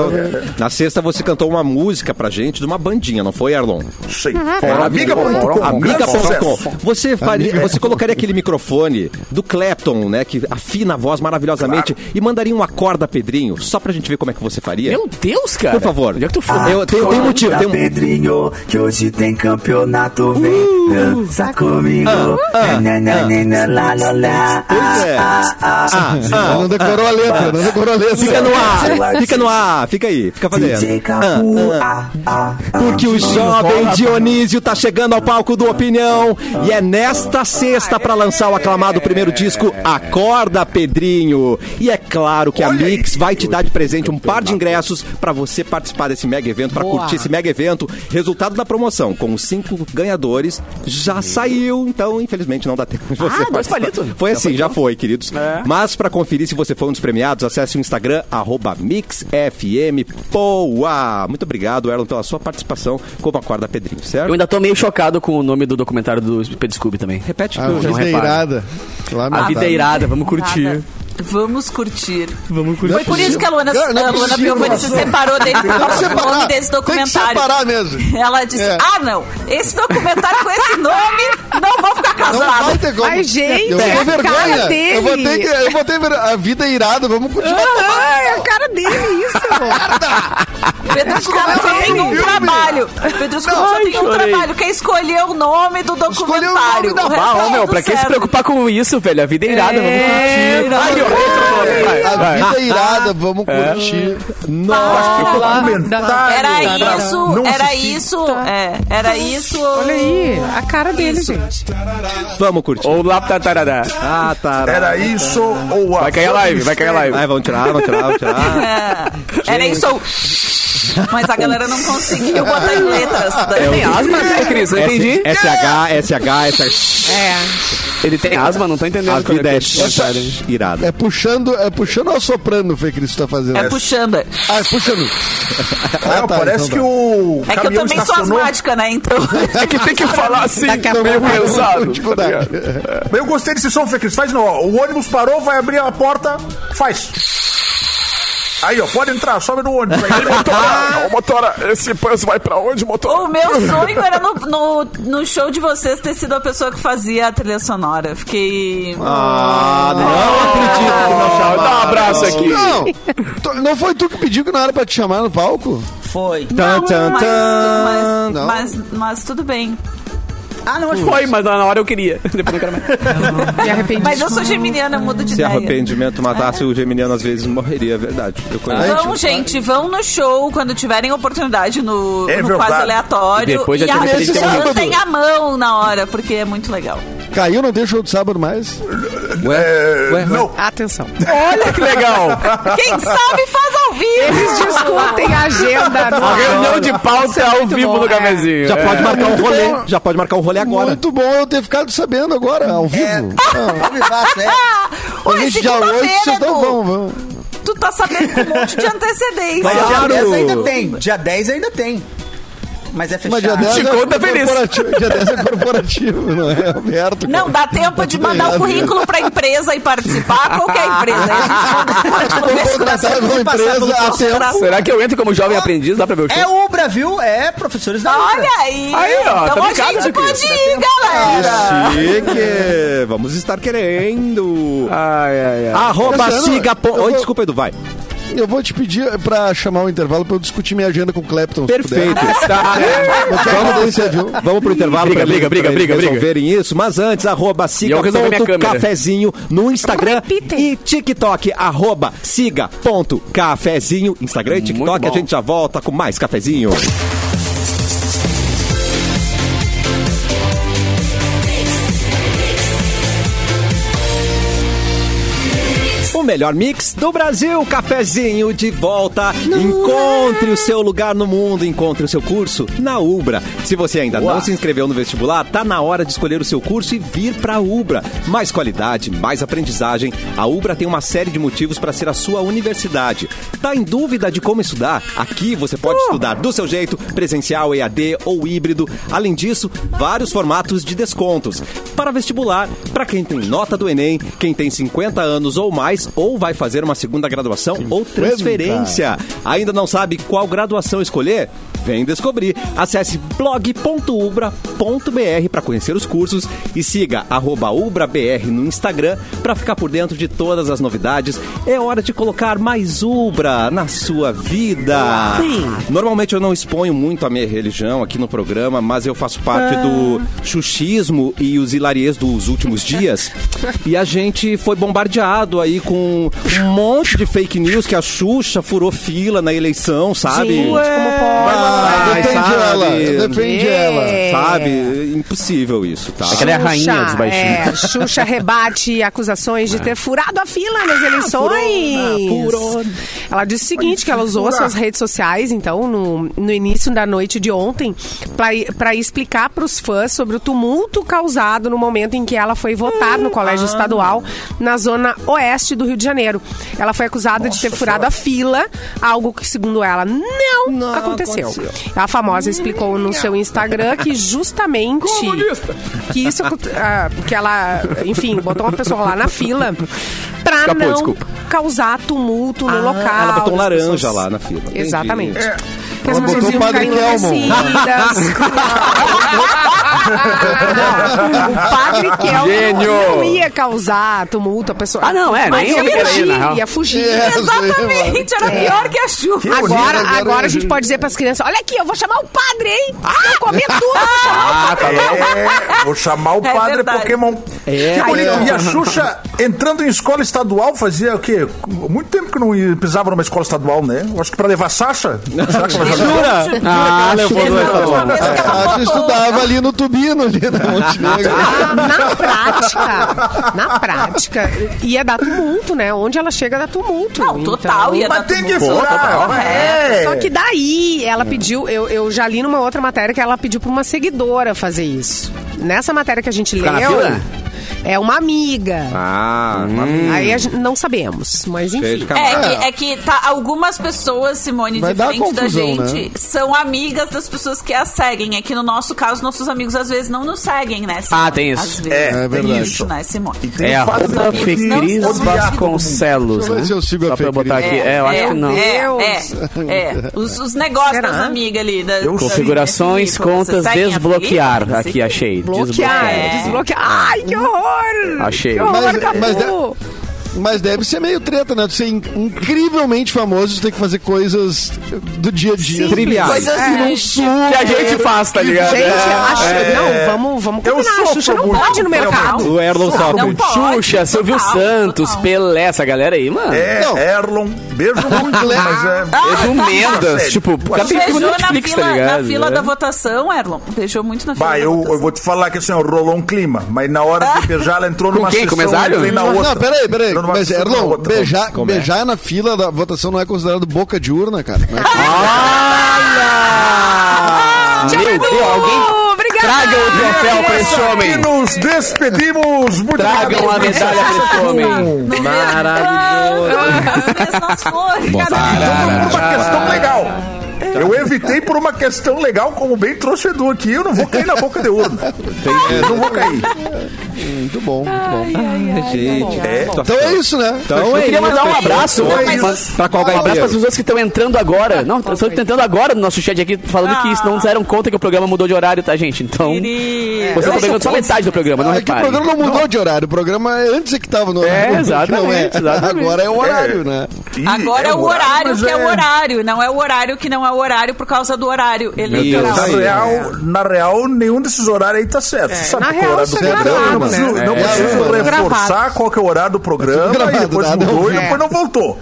[SPEAKER 2] Na sexta você cantou uma música pra gente de uma bandinha, não foi, Erlon?
[SPEAKER 7] Sei.
[SPEAKER 2] Amiga.com.
[SPEAKER 7] Amiga.com.
[SPEAKER 2] Amiga.com. Você, faria, você colocaria aquele microfone do Clapton, né? Que afina a voz maravilhosamente e mandaria uma corda a Pedrinho, só pra gente ver como é que você faria.
[SPEAKER 3] Meu Deus, cara.
[SPEAKER 2] Por favor.
[SPEAKER 3] Onde é que tu foi?
[SPEAKER 2] Eu tenho, tem um motivo. Tem um...
[SPEAKER 9] Pedrinho, que hoje tem campeonato, vem
[SPEAKER 2] Uh.
[SPEAKER 9] dança comigo. Na, na, na, na, ah, lá, lá, lá.
[SPEAKER 2] Ah, Pois é. Ah,
[SPEAKER 4] não decorou a letra, não decorou a letra.
[SPEAKER 2] Fica no ar, fica no ar, fica aí, fica
[SPEAKER 9] DJ
[SPEAKER 2] fazendo.
[SPEAKER 9] Capu, ah, ah, ah.
[SPEAKER 2] Porque o jovem Dionísio tá chegando ao palco do Opinião e é nesta sexta pra lançar o aclamado primeiro disco Acorda Pedrinho. E é claro que a Mix vai te dar de presente um par de ingressos pra você participar desse mega evento, pra curtir esse mega evento. Resultado da promoção com os cinco ganhadores já saiu, então infelizmente não dá tempo. de você
[SPEAKER 3] Ah, dois
[SPEAKER 2] participar.
[SPEAKER 3] palitos.
[SPEAKER 2] Foi É. assim, já foi, queridos. Mas pra conferir se você foi um dos premiados, acesse o Instagram, arroba MixFMPoa. Muito obrigado, Erlon, pela sua participação como a corda Pedrinho, certo?
[SPEAKER 3] Eu ainda tô meio chocado com o nome do documentário do Pedro Scooby também.
[SPEAKER 2] Repete
[SPEAKER 4] A
[SPEAKER 2] que eu já-
[SPEAKER 4] vida é
[SPEAKER 3] reparo.
[SPEAKER 4] irada.
[SPEAKER 3] A
[SPEAKER 4] Lamentável.
[SPEAKER 3] vida é irada, vamos curtir.
[SPEAKER 5] Nada. Vamos curtir.
[SPEAKER 4] Não
[SPEAKER 5] Foi
[SPEAKER 4] é
[SPEAKER 5] por isso
[SPEAKER 4] possível.
[SPEAKER 5] que a Luana,
[SPEAKER 4] Cara, não é
[SPEAKER 5] a Luana
[SPEAKER 4] possível.
[SPEAKER 5] Piovani se separou dele por
[SPEAKER 4] Tem que
[SPEAKER 5] causa do nome
[SPEAKER 4] separar.
[SPEAKER 5] desse
[SPEAKER 4] Tem que
[SPEAKER 5] documentário.
[SPEAKER 4] separar mesmo.
[SPEAKER 5] Ela disse:
[SPEAKER 4] É.
[SPEAKER 5] Ah, não, esse documentário com esse nome, não vou ficar
[SPEAKER 4] Não vai
[SPEAKER 5] casada.
[SPEAKER 4] ter como.
[SPEAKER 10] Ai, gente,
[SPEAKER 4] eu
[SPEAKER 10] é
[SPEAKER 4] vou
[SPEAKER 10] a
[SPEAKER 4] vergonha.
[SPEAKER 10] cara dele.
[SPEAKER 4] Eu vou ter que, eu vou ter ver- a vida é irada, vamos continuar.
[SPEAKER 10] Ah, é a cara dele isso.
[SPEAKER 5] Pedro Scooby só tem um
[SPEAKER 4] é filme.
[SPEAKER 5] trabalho. Pedro Scooby só tem um trabalho, que é escolher o nome do
[SPEAKER 4] Escolher o
[SPEAKER 5] documentário.
[SPEAKER 4] nome da
[SPEAKER 5] O resto
[SPEAKER 3] Ah,
[SPEAKER 5] tá
[SPEAKER 3] ô, meu,
[SPEAKER 5] tudo
[SPEAKER 3] pra que se
[SPEAKER 5] certo.
[SPEAKER 3] preocupar com isso, velho? A vida é irada, vamos curtir. Ai, meu, outro nome, vai.
[SPEAKER 4] A
[SPEAKER 2] Ah,
[SPEAKER 4] vida é irada, vamos
[SPEAKER 7] É.
[SPEAKER 4] curtir.
[SPEAKER 7] Documentário.
[SPEAKER 5] Era isso,
[SPEAKER 7] Não
[SPEAKER 5] era
[SPEAKER 7] assisti.
[SPEAKER 5] isso,
[SPEAKER 4] Tá.
[SPEAKER 5] é, era isso.
[SPEAKER 10] Olha aí, a cara dele, gente.
[SPEAKER 5] É.
[SPEAKER 2] Vamos curtir.
[SPEAKER 3] Ou lá pra tarará.
[SPEAKER 2] Ah, tá.
[SPEAKER 7] Era isso ou a.
[SPEAKER 3] Vai cair a live, vai cair a live.
[SPEAKER 2] Ai, vamos tirar, vamos tirar, vamos tirar.
[SPEAKER 5] É, era isso. Mas a galera não conseguiu botar em letras.
[SPEAKER 4] É um
[SPEAKER 3] Tem asma, né, Cris? Não entendi.
[SPEAKER 2] SH, SH, SH.
[SPEAKER 10] É.
[SPEAKER 3] Ele tem asma, não tô entendendo.
[SPEAKER 2] A
[SPEAKER 3] qual
[SPEAKER 2] vida
[SPEAKER 3] que
[SPEAKER 2] é
[SPEAKER 3] ele-
[SPEAKER 2] irada.
[SPEAKER 4] É puxando, é puxando ou soprando, Fê, que isso tá fazendo.
[SPEAKER 5] É puxando.
[SPEAKER 4] Ah, é puxando. tá, então
[SPEAKER 7] Ah, parece que o.
[SPEAKER 5] É que eu
[SPEAKER 7] caminhão
[SPEAKER 5] também sou
[SPEAKER 7] estacionou.
[SPEAKER 5] asmática, né? Então.
[SPEAKER 3] É que tem que falar assim,
[SPEAKER 4] Daqui a
[SPEAKER 3] meio
[SPEAKER 4] pouco eu tô com
[SPEAKER 3] pensado.
[SPEAKER 7] tá
[SPEAKER 4] dificuldade.
[SPEAKER 7] Eu gostei desse som, Fê Cris. Faz não. ó. O ônibus parou, vai abrir a porta, faz. Aí, ó, pode entrar, sobe no ônibus. Aí,
[SPEAKER 11] Motora, ô, motora, esse panço vai pra onde, motora?
[SPEAKER 5] O meu sonho era no, no, no show de vocês ter sido a pessoa que fazia a trilha sonora. Fiquei. hum,
[SPEAKER 2] Ah, não acredito que não chamaram.
[SPEAKER 11] Dá um abraço aqui.
[SPEAKER 4] Não, tu- não foi tu que pediu que não era pra te chamar no palco?
[SPEAKER 1] Foi.
[SPEAKER 2] Tan, tan,
[SPEAKER 5] mas,
[SPEAKER 2] tan.
[SPEAKER 5] mas, mas, mas tudo bem.
[SPEAKER 1] Ah, não, acho que
[SPEAKER 3] Foi, mas na hora eu queria. Depois eu quero mais.
[SPEAKER 10] Me arrependi.
[SPEAKER 5] Mas eu sou geminiana, eu mudo de
[SPEAKER 2] Se
[SPEAKER 5] ideia.
[SPEAKER 2] arrependimento matasse
[SPEAKER 4] É.
[SPEAKER 2] o Geminiano, às vezes morreria, é verdade. Eu conheço.
[SPEAKER 5] Vão, gente, vão no show quando tiverem oportunidade no,
[SPEAKER 7] É
[SPEAKER 5] no
[SPEAKER 7] verdade.
[SPEAKER 5] quase aleatório.
[SPEAKER 3] E depois já tem
[SPEAKER 4] aquele
[SPEAKER 5] e
[SPEAKER 4] sábado.
[SPEAKER 5] achantem a mão na hora, porque é muito legal.
[SPEAKER 4] Caiu, não tem show de sábado mais?
[SPEAKER 7] é,
[SPEAKER 2] ué,
[SPEAKER 7] não,
[SPEAKER 10] Atenção.
[SPEAKER 3] Olha que legal.
[SPEAKER 5] Quem sabe faz ao vivo!
[SPEAKER 10] Eles discutem a agenda.
[SPEAKER 3] A
[SPEAKER 10] No...
[SPEAKER 3] reunião de pauta
[SPEAKER 10] é
[SPEAKER 3] ao
[SPEAKER 10] muito
[SPEAKER 3] vivo
[SPEAKER 10] bom,
[SPEAKER 3] no
[SPEAKER 10] é.
[SPEAKER 3] cafezinho.
[SPEAKER 2] Já
[SPEAKER 3] É.
[SPEAKER 2] pode marcar um rolê. Já pode marcar um rolê agora.
[SPEAKER 4] Muito bom eu ter ficado sabendo agora, ao vivo.
[SPEAKER 1] eu me faço, é.
[SPEAKER 4] Ah,
[SPEAKER 5] Ué,
[SPEAKER 4] hoje, dia 8, vocês
[SPEAKER 5] segunda-feira,
[SPEAKER 4] não vão,
[SPEAKER 5] Edu,
[SPEAKER 4] vão.
[SPEAKER 5] tu tá sabendo com um monte de antecedência.
[SPEAKER 1] Mas
[SPEAKER 2] Claro.
[SPEAKER 1] dia 10 ainda tem. Dia 10 ainda tem. Mas é
[SPEAKER 4] Mas
[SPEAKER 1] fechado.
[SPEAKER 4] dia 10 é
[SPEAKER 3] conta feliz.
[SPEAKER 4] corporativo, dia 10 é corporativo, não é aberto.
[SPEAKER 5] Não, dá
[SPEAKER 4] tá
[SPEAKER 5] tempo de mandar o currículo pra empresa e participar, qualquer empresa. A gente pode
[SPEAKER 4] Vou
[SPEAKER 5] começar
[SPEAKER 4] contratar uma
[SPEAKER 1] passar
[SPEAKER 4] Tá empresa
[SPEAKER 1] pelo
[SPEAKER 4] a tempo.
[SPEAKER 3] Será que eu entro como jovem aprendiz? Dá pra ver o show?
[SPEAKER 1] É Ubra, viu? É professores da Ubra.
[SPEAKER 5] Olha aí!
[SPEAKER 3] Aí, ó,
[SPEAKER 5] então
[SPEAKER 3] tá
[SPEAKER 5] a
[SPEAKER 3] ligado,
[SPEAKER 5] gente
[SPEAKER 3] Cris?
[SPEAKER 5] pode ir, galera!
[SPEAKER 2] Chique! Vamos estar querendo.
[SPEAKER 3] Ai, ai, ai.
[SPEAKER 2] Arroba
[SPEAKER 4] Luciano,
[SPEAKER 2] siga. po-
[SPEAKER 4] eu
[SPEAKER 2] Oi,
[SPEAKER 4] vou-
[SPEAKER 2] desculpa, Edu, vai.
[SPEAKER 4] Eu vou te pedir pra chamar o intervalo pra eu discutir minha agenda com o Clapton. se
[SPEAKER 2] Perfeito.
[SPEAKER 4] puder. Eu quero
[SPEAKER 2] Tá. Vamos-
[SPEAKER 4] mandar esse, viu?
[SPEAKER 2] Vamos pro intervalo
[SPEAKER 3] Briga,
[SPEAKER 2] pra
[SPEAKER 3] briga, briga,
[SPEAKER 2] eles- pra eles
[SPEAKER 3] briga, briga.
[SPEAKER 2] resolverem isso. Mas antes, arroba
[SPEAKER 3] eu resolvo minha câmera.
[SPEAKER 2] siga.cafezinho no Instagram
[SPEAKER 10] Repitem.
[SPEAKER 2] e TikTok. Arroba siga.cafezinho. Instagram e
[SPEAKER 3] Muito
[SPEAKER 2] TikTok.
[SPEAKER 3] bom.
[SPEAKER 2] A gente já volta com mais cafezinho. melhor mix do Brasil. Cafezinho de volta. Encontre o seu lugar no mundo, encontre o seu curso na Ubra. Se você ainda não se inscreveu no vestibular, tá na hora de escolher o seu curso e vir para a Ubra. Mais qualidade, mais aprendizagem. A Ubra tem uma série de motivos para ser a sua universidade. Tá em dúvida de como estudar? Aqui você pode estudar do seu jeito, presencial, EAD ou híbrido. Além disso, vários formatos de descontos. Para vestibular, para quem tem nota do Enem, quem tem 50 anos ou mais, ou vai fazer uma segunda graduação ou transferência. Ainda não sabe qual graduação escolher? Vem descobrir. Acesse blog.ubra.br para conhecer os cursos e siga arroba UbraBR no Instagram para ficar por dentro de todas as novidades. É hora de colocar mais Ubra na sua vida. Normalmente eu não exponho muito a minha religião aqui no programa, mas eu faço parte
[SPEAKER 4] Ah.
[SPEAKER 2] do xuxismo e os hilariês dos últimos dias. E a gente foi bombardeado aí com um monte de fake news que a Xuxa furou fila na eleição, sabe? Ah, É.
[SPEAKER 4] Gente, como pode? Ah, Defende ela, defende ela.
[SPEAKER 2] Sabe? É Impossível isso, tá?
[SPEAKER 10] Xuxa, É, Xuxa rebate acusações de ter furado a fila nas eleições. Ela disse o seguinte, que ela usou as suas redes sociais, então, no, no início da noite de ontem, para explicar para os fãs sobre o tumulto causado no momento em que ela foi votar no Colégio Estadual, na zona oeste do Rio de Janeiro. Ela foi acusada de ter furado a fila, algo que, segundo ela, não, aconteceu. A famosa explicou no seu Instagram que justamente que isso ah, que ela, enfim, botou uma pessoa lá na fila pra
[SPEAKER 2] Escapou,
[SPEAKER 10] não
[SPEAKER 2] desculpa.
[SPEAKER 10] causar tumulto no local.
[SPEAKER 2] Ela botou um
[SPEAKER 10] as
[SPEAKER 2] laranja
[SPEAKER 10] é pessoas-
[SPEAKER 2] lá na fila. Entendi.
[SPEAKER 10] Exatamente.
[SPEAKER 2] É.
[SPEAKER 10] Que as
[SPEAKER 2] Ela
[SPEAKER 10] pessoas
[SPEAKER 2] botou
[SPEAKER 10] iam
[SPEAKER 2] o Padre
[SPEAKER 10] ficar
[SPEAKER 2] Kelmon.
[SPEAKER 10] enlouquecidas. Não, o padre Kelmo
[SPEAKER 3] Gênio.
[SPEAKER 10] não ia causar tumulto a pessoa.
[SPEAKER 3] Ah, não, é,
[SPEAKER 10] Mas
[SPEAKER 3] nem
[SPEAKER 10] ia
[SPEAKER 3] eu me
[SPEAKER 10] fugir,
[SPEAKER 3] queria, na real.
[SPEAKER 10] ia fugir.
[SPEAKER 4] É,
[SPEAKER 5] Exatamente, era pior que a Xuxa.
[SPEAKER 10] Agora, agora a gente pode dizer pras crianças: olha aqui, eu vou chamar o padre, hein? Ah, eu comer tudo, vou chamar o
[SPEAKER 7] Ah, tá é, vou chamar o
[SPEAKER 5] É
[SPEAKER 7] padre
[SPEAKER 5] verdade.
[SPEAKER 7] Pokémon.
[SPEAKER 3] É,
[SPEAKER 7] que bonito. E a Xuxa entrando em escola estadual fazia o quê? Muito tempo que não ia- pisava numa escola estadual, né? Eu Acho que pra levar Sasha. Será que ela já-
[SPEAKER 2] Jura? Ah, levou no
[SPEAKER 5] é
[SPEAKER 2] estadual.
[SPEAKER 4] É, A gente estudava ali no Tubino, ali na Montenegro.
[SPEAKER 3] Tá
[SPEAKER 10] Ah, na prática, na prática, ia dar tumulto, né? Onde ela chega dá tumulto. Então,
[SPEAKER 5] Não, total, ia
[SPEAKER 7] Mas
[SPEAKER 5] dar
[SPEAKER 7] tem que
[SPEAKER 5] tumulto.
[SPEAKER 10] Tá
[SPEAKER 7] furar. é.
[SPEAKER 10] Só que daí ela
[SPEAKER 4] É.
[SPEAKER 10] pediu, eu, eu já li numa outra matéria que ela pediu pra uma seguidora fazer isso. Nessa matéria que a gente
[SPEAKER 3] Ficar na
[SPEAKER 10] leu,
[SPEAKER 3] fila?
[SPEAKER 10] é uma amiga.
[SPEAKER 2] Ah, hum.
[SPEAKER 10] Aí a gente, não sabemos, mas enfim.
[SPEAKER 5] É que, é que tá, algumas pessoas, Simone,
[SPEAKER 4] Vai
[SPEAKER 5] de
[SPEAKER 4] dar
[SPEAKER 5] frente
[SPEAKER 4] confusão,
[SPEAKER 5] da gente,
[SPEAKER 4] né?
[SPEAKER 5] são amigas das pessoas que as seguem. É que no nosso caso, nossos amigos às vezes não nos seguem, né? Simone?
[SPEAKER 3] Ah, tem isso.
[SPEAKER 5] Às
[SPEAKER 7] É,
[SPEAKER 5] vezes,
[SPEAKER 7] é
[SPEAKER 5] tem
[SPEAKER 7] verdade.
[SPEAKER 5] isso, né, Simone?
[SPEAKER 7] Tem
[SPEAKER 3] É
[SPEAKER 7] o fato
[SPEAKER 3] arroba
[SPEAKER 7] de-
[SPEAKER 3] Fecris
[SPEAKER 5] Não, não, não.
[SPEAKER 3] Vasconcelos.
[SPEAKER 4] Deixa eu ver
[SPEAKER 3] né?
[SPEAKER 4] se eu sigo a
[SPEAKER 3] Só pra eu
[SPEAKER 4] Fecris.
[SPEAKER 3] botar aqui. É, eu acho que não.
[SPEAKER 5] É,
[SPEAKER 4] Deus.
[SPEAKER 5] é, é. Os, os negócios
[SPEAKER 10] Será?
[SPEAKER 5] das amigas ali. das- das-
[SPEAKER 3] Configurações,
[SPEAKER 5] das-
[SPEAKER 3] contas,
[SPEAKER 5] seguem a
[SPEAKER 3] desbloquear.
[SPEAKER 5] Fecris?
[SPEAKER 3] Aqui, achei.
[SPEAKER 10] Bloquear,
[SPEAKER 5] É.
[SPEAKER 10] desbloquear. Ai, que horror!
[SPEAKER 3] Achei.
[SPEAKER 10] Que horror,
[SPEAKER 4] Ah. Mas-
[SPEAKER 10] Capu!
[SPEAKER 4] mas de- Mas deve ser meio treta, né? Tu ser in- incrivelmente famoso, tu tem que fazer coisas do dia a dia.
[SPEAKER 10] Simples.
[SPEAKER 2] Triviais.
[SPEAKER 4] Coisas que não são.
[SPEAKER 3] Que a gente faz, tá ligado?
[SPEAKER 10] Gente, a Xuxa-
[SPEAKER 4] É.
[SPEAKER 10] não, vamos, vamos
[SPEAKER 7] Eu
[SPEAKER 10] combinar. A
[SPEAKER 7] sofro
[SPEAKER 10] Xuxa não
[SPEAKER 7] muito.
[SPEAKER 10] pode no mercado.
[SPEAKER 2] O Erlon sofre.
[SPEAKER 5] Não pode.
[SPEAKER 3] Xuxa, Silvio
[SPEAKER 5] Total,
[SPEAKER 3] Santos,
[SPEAKER 5] total.
[SPEAKER 3] Pelé, essa galera aí, mano.
[SPEAKER 7] É,
[SPEAKER 4] Não.
[SPEAKER 7] Erlon. Beijo muito, mas
[SPEAKER 10] Ah,
[SPEAKER 7] é...
[SPEAKER 3] Beijo
[SPEAKER 10] tá.
[SPEAKER 3] Mendas, tipo,
[SPEAKER 7] Pô,
[SPEAKER 3] cara tem filme
[SPEAKER 5] Beijou
[SPEAKER 3] no
[SPEAKER 5] na
[SPEAKER 3] Netflix,
[SPEAKER 5] fila,
[SPEAKER 3] tá
[SPEAKER 5] na
[SPEAKER 3] ligado?
[SPEAKER 5] fila
[SPEAKER 3] É.
[SPEAKER 5] da votação, Erlon. Beijou muito na fila
[SPEAKER 7] Bah,
[SPEAKER 5] da
[SPEAKER 7] eu,
[SPEAKER 5] votação.
[SPEAKER 7] eu vou te falar que assim, ó, rolou um clima, mas na hora
[SPEAKER 10] Ah.
[SPEAKER 7] de beijar ela entrou
[SPEAKER 3] Com
[SPEAKER 7] numa
[SPEAKER 3] quem? Com
[SPEAKER 7] sessão
[SPEAKER 3] o mesário?
[SPEAKER 7] eu entrei na outra.
[SPEAKER 4] Não, peraí, peraí.
[SPEAKER 7] Entrou numa
[SPEAKER 4] Mas,
[SPEAKER 7] sessão, na
[SPEAKER 4] Erlon,
[SPEAKER 7] outra.
[SPEAKER 4] beijar,
[SPEAKER 2] Como é?
[SPEAKER 4] beijar na fila da votação não é considerado boca de urna, cara. Não é considerado-
[SPEAKER 3] Meu Deus, alguém
[SPEAKER 10] Obrigada!
[SPEAKER 3] traga o troféu pra esse homem.
[SPEAKER 7] E nos despedimos. Muito
[SPEAKER 3] Tragam a
[SPEAKER 7] obrigado.
[SPEAKER 3] medalha pra esse homem. Maravilhoso.
[SPEAKER 5] Às vezes nós flores.
[SPEAKER 7] Então, por uma questão legal. Eu evitei por uma questão legal, como bem trouxe o Edu aqui. Eu não vou cair na boca de urna. Eu não vou cair.
[SPEAKER 4] Muito bom, muito bom.
[SPEAKER 2] Gente, é.
[SPEAKER 4] Então é isso, né?
[SPEAKER 2] Então
[SPEAKER 3] Eu
[SPEAKER 2] é
[SPEAKER 3] queria
[SPEAKER 2] isso.
[SPEAKER 3] mandar um abraço
[SPEAKER 7] Não, mas-
[SPEAKER 3] mas-
[SPEAKER 2] Pra qual
[SPEAKER 3] Um abraço para as
[SPEAKER 2] gaiteiro?
[SPEAKER 3] pessoas que estão entrando agora. Não, estão tentando agora no nosso chat aqui, falando que isso não se deram conta que o programa mudou de horário, tá, gente? Então,
[SPEAKER 5] Querido.
[SPEAKER 3] vocês estão tá pegando só metade do programa, não
[SPEAKER 4] É que o
[SPEAKER 3] reparem.
[SPEAKER 4] programa não mudou de horário, o programa é antes é que tava no horário.
[SPEAKER 3] É, exatamente,
[SPEAKER 4] Não é.
[SPEAKER 3] exatamente.
[SPEAKER 4] Agora é o horário, né?
[SPEAKER 7] Ih,
[SPEAKER 5] Agora é o horário
[SPEAKER 7] mas
[SPEAKER 5] que é o horário, não é o horário que não é o horário por causa do horário tá eleitoral.
[SPEAKER 7] Na
[SPEAKER 2] Isso aí.
[SPEAKER 7] real, na real, nenhum desses horários aí tá certo. Você sabe
[SPEAKER 10] na
[SPEAKER 7] qual é o
[SPEAKER 10] real,
[SPEAKER 7] horário do
[SPEAKER 10] isso é
[SPEAKER 7] programa. Não
[SPEAKER 10] gravado,
[SPEAKER 7] preciso,
[SPEAKER 4] né?
[SPEAKER 7] não
[SPEAKER 4] É.
[SPEAKER 7] preciso
[SPEAKER 4] É.
[SPEAKER 7] reforçar
[SPEAKER 10] Gravado.
[SPEAKER 7] qual que é o horário do programa.
[SPEAKER 4] gravado,
[SPEAKER 7] e depois
[SPEAKER 4] nada
[SPEAKER 7] mudou e
[SPEAKER 10] é.
[SPEAKER 7] depois não voltou.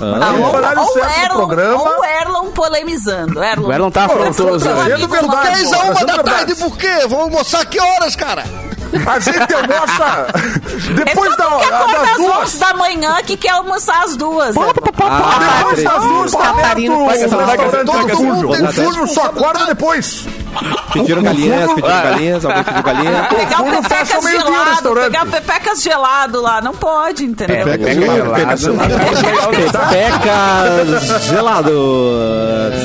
[SPEAKER 7] Ah, o horário
[SPEAKER 5] Tá, Ou o
[SPEAKER 7] certo do
[SPEAKER 5] Erlon,
[SPEAKER 7] programa.
[SPEAKER 5] ou o Erlon polemizando. Erlon,
[SPEAKER 3] O Erlon tá
[SPEAKER 5] Pô, eu sou
[SPEAKER 3] afrontoso
[SPEAKER 5] teu
[SPEAKER 3] hoje.
[SPEAKER 5] amigo,
[SPEAKER 7] Dizendo verdade.
[SPEAKER 5] Matheus.
[SPEAKER 4] 3 a
[SPEAKER 7] Mas
[SPEAKER 4] 1
[SPEAKER 7] é
[SPEAKER 4] da
[SPEAKER 7] verdade.
[SPEAKER 4] tarde, por quê? Vamos almoçar que horas, cara?
[SPEAKER 7] A gente almoça depois da
[SPEAKER 5] Que
[SPEAKER 7] hora
[SPEAKER 5] É acorda
[SPEAKER 7] das
[SPEAKER 5] às 11
[SPEAKER 7] duas.
[SPEAKER 5] da manhã que quer almoçar às duas.
[SPEAKER 7] Ah,
[SPEAKER 2] Ah,
[SPEAKER 7] Depois das duas, tá aberto
[SPEAKER 10] Catarina,
[SPEAKER 7] o
[SPEAKER 10] paga essa
[SPEAKER 7] restaurante.
[SPEAKER 10] vaga, paga
[SPEAKER 7] Todo
[SPEAKER 10] essa
[SPEAKER 7] mundo
[SPEAKER 10] vaga.
[SPEAKER 7] tem fujo, só acorda depois.
[SPEAKER 2] Pediram galinhas, pediram galinhas, alguém pediu galinha.
[SPEAKER 5] Pegar o
[SPEAKER 7] Fundo fecha ao
[SPEAKER 5] pepecas
[SPEAKER 7] meio-dia o
[SPEAKER 5] gelado,
[SPEAKER 7] restaurante.
[SPEAKER 5] pegar o pepecas gelado lá, não pode, entendeu?
[SPEAKER 4] é tá
[SPEAKER 3] Tá,
[SPEAKER 2] Pepeca gelado.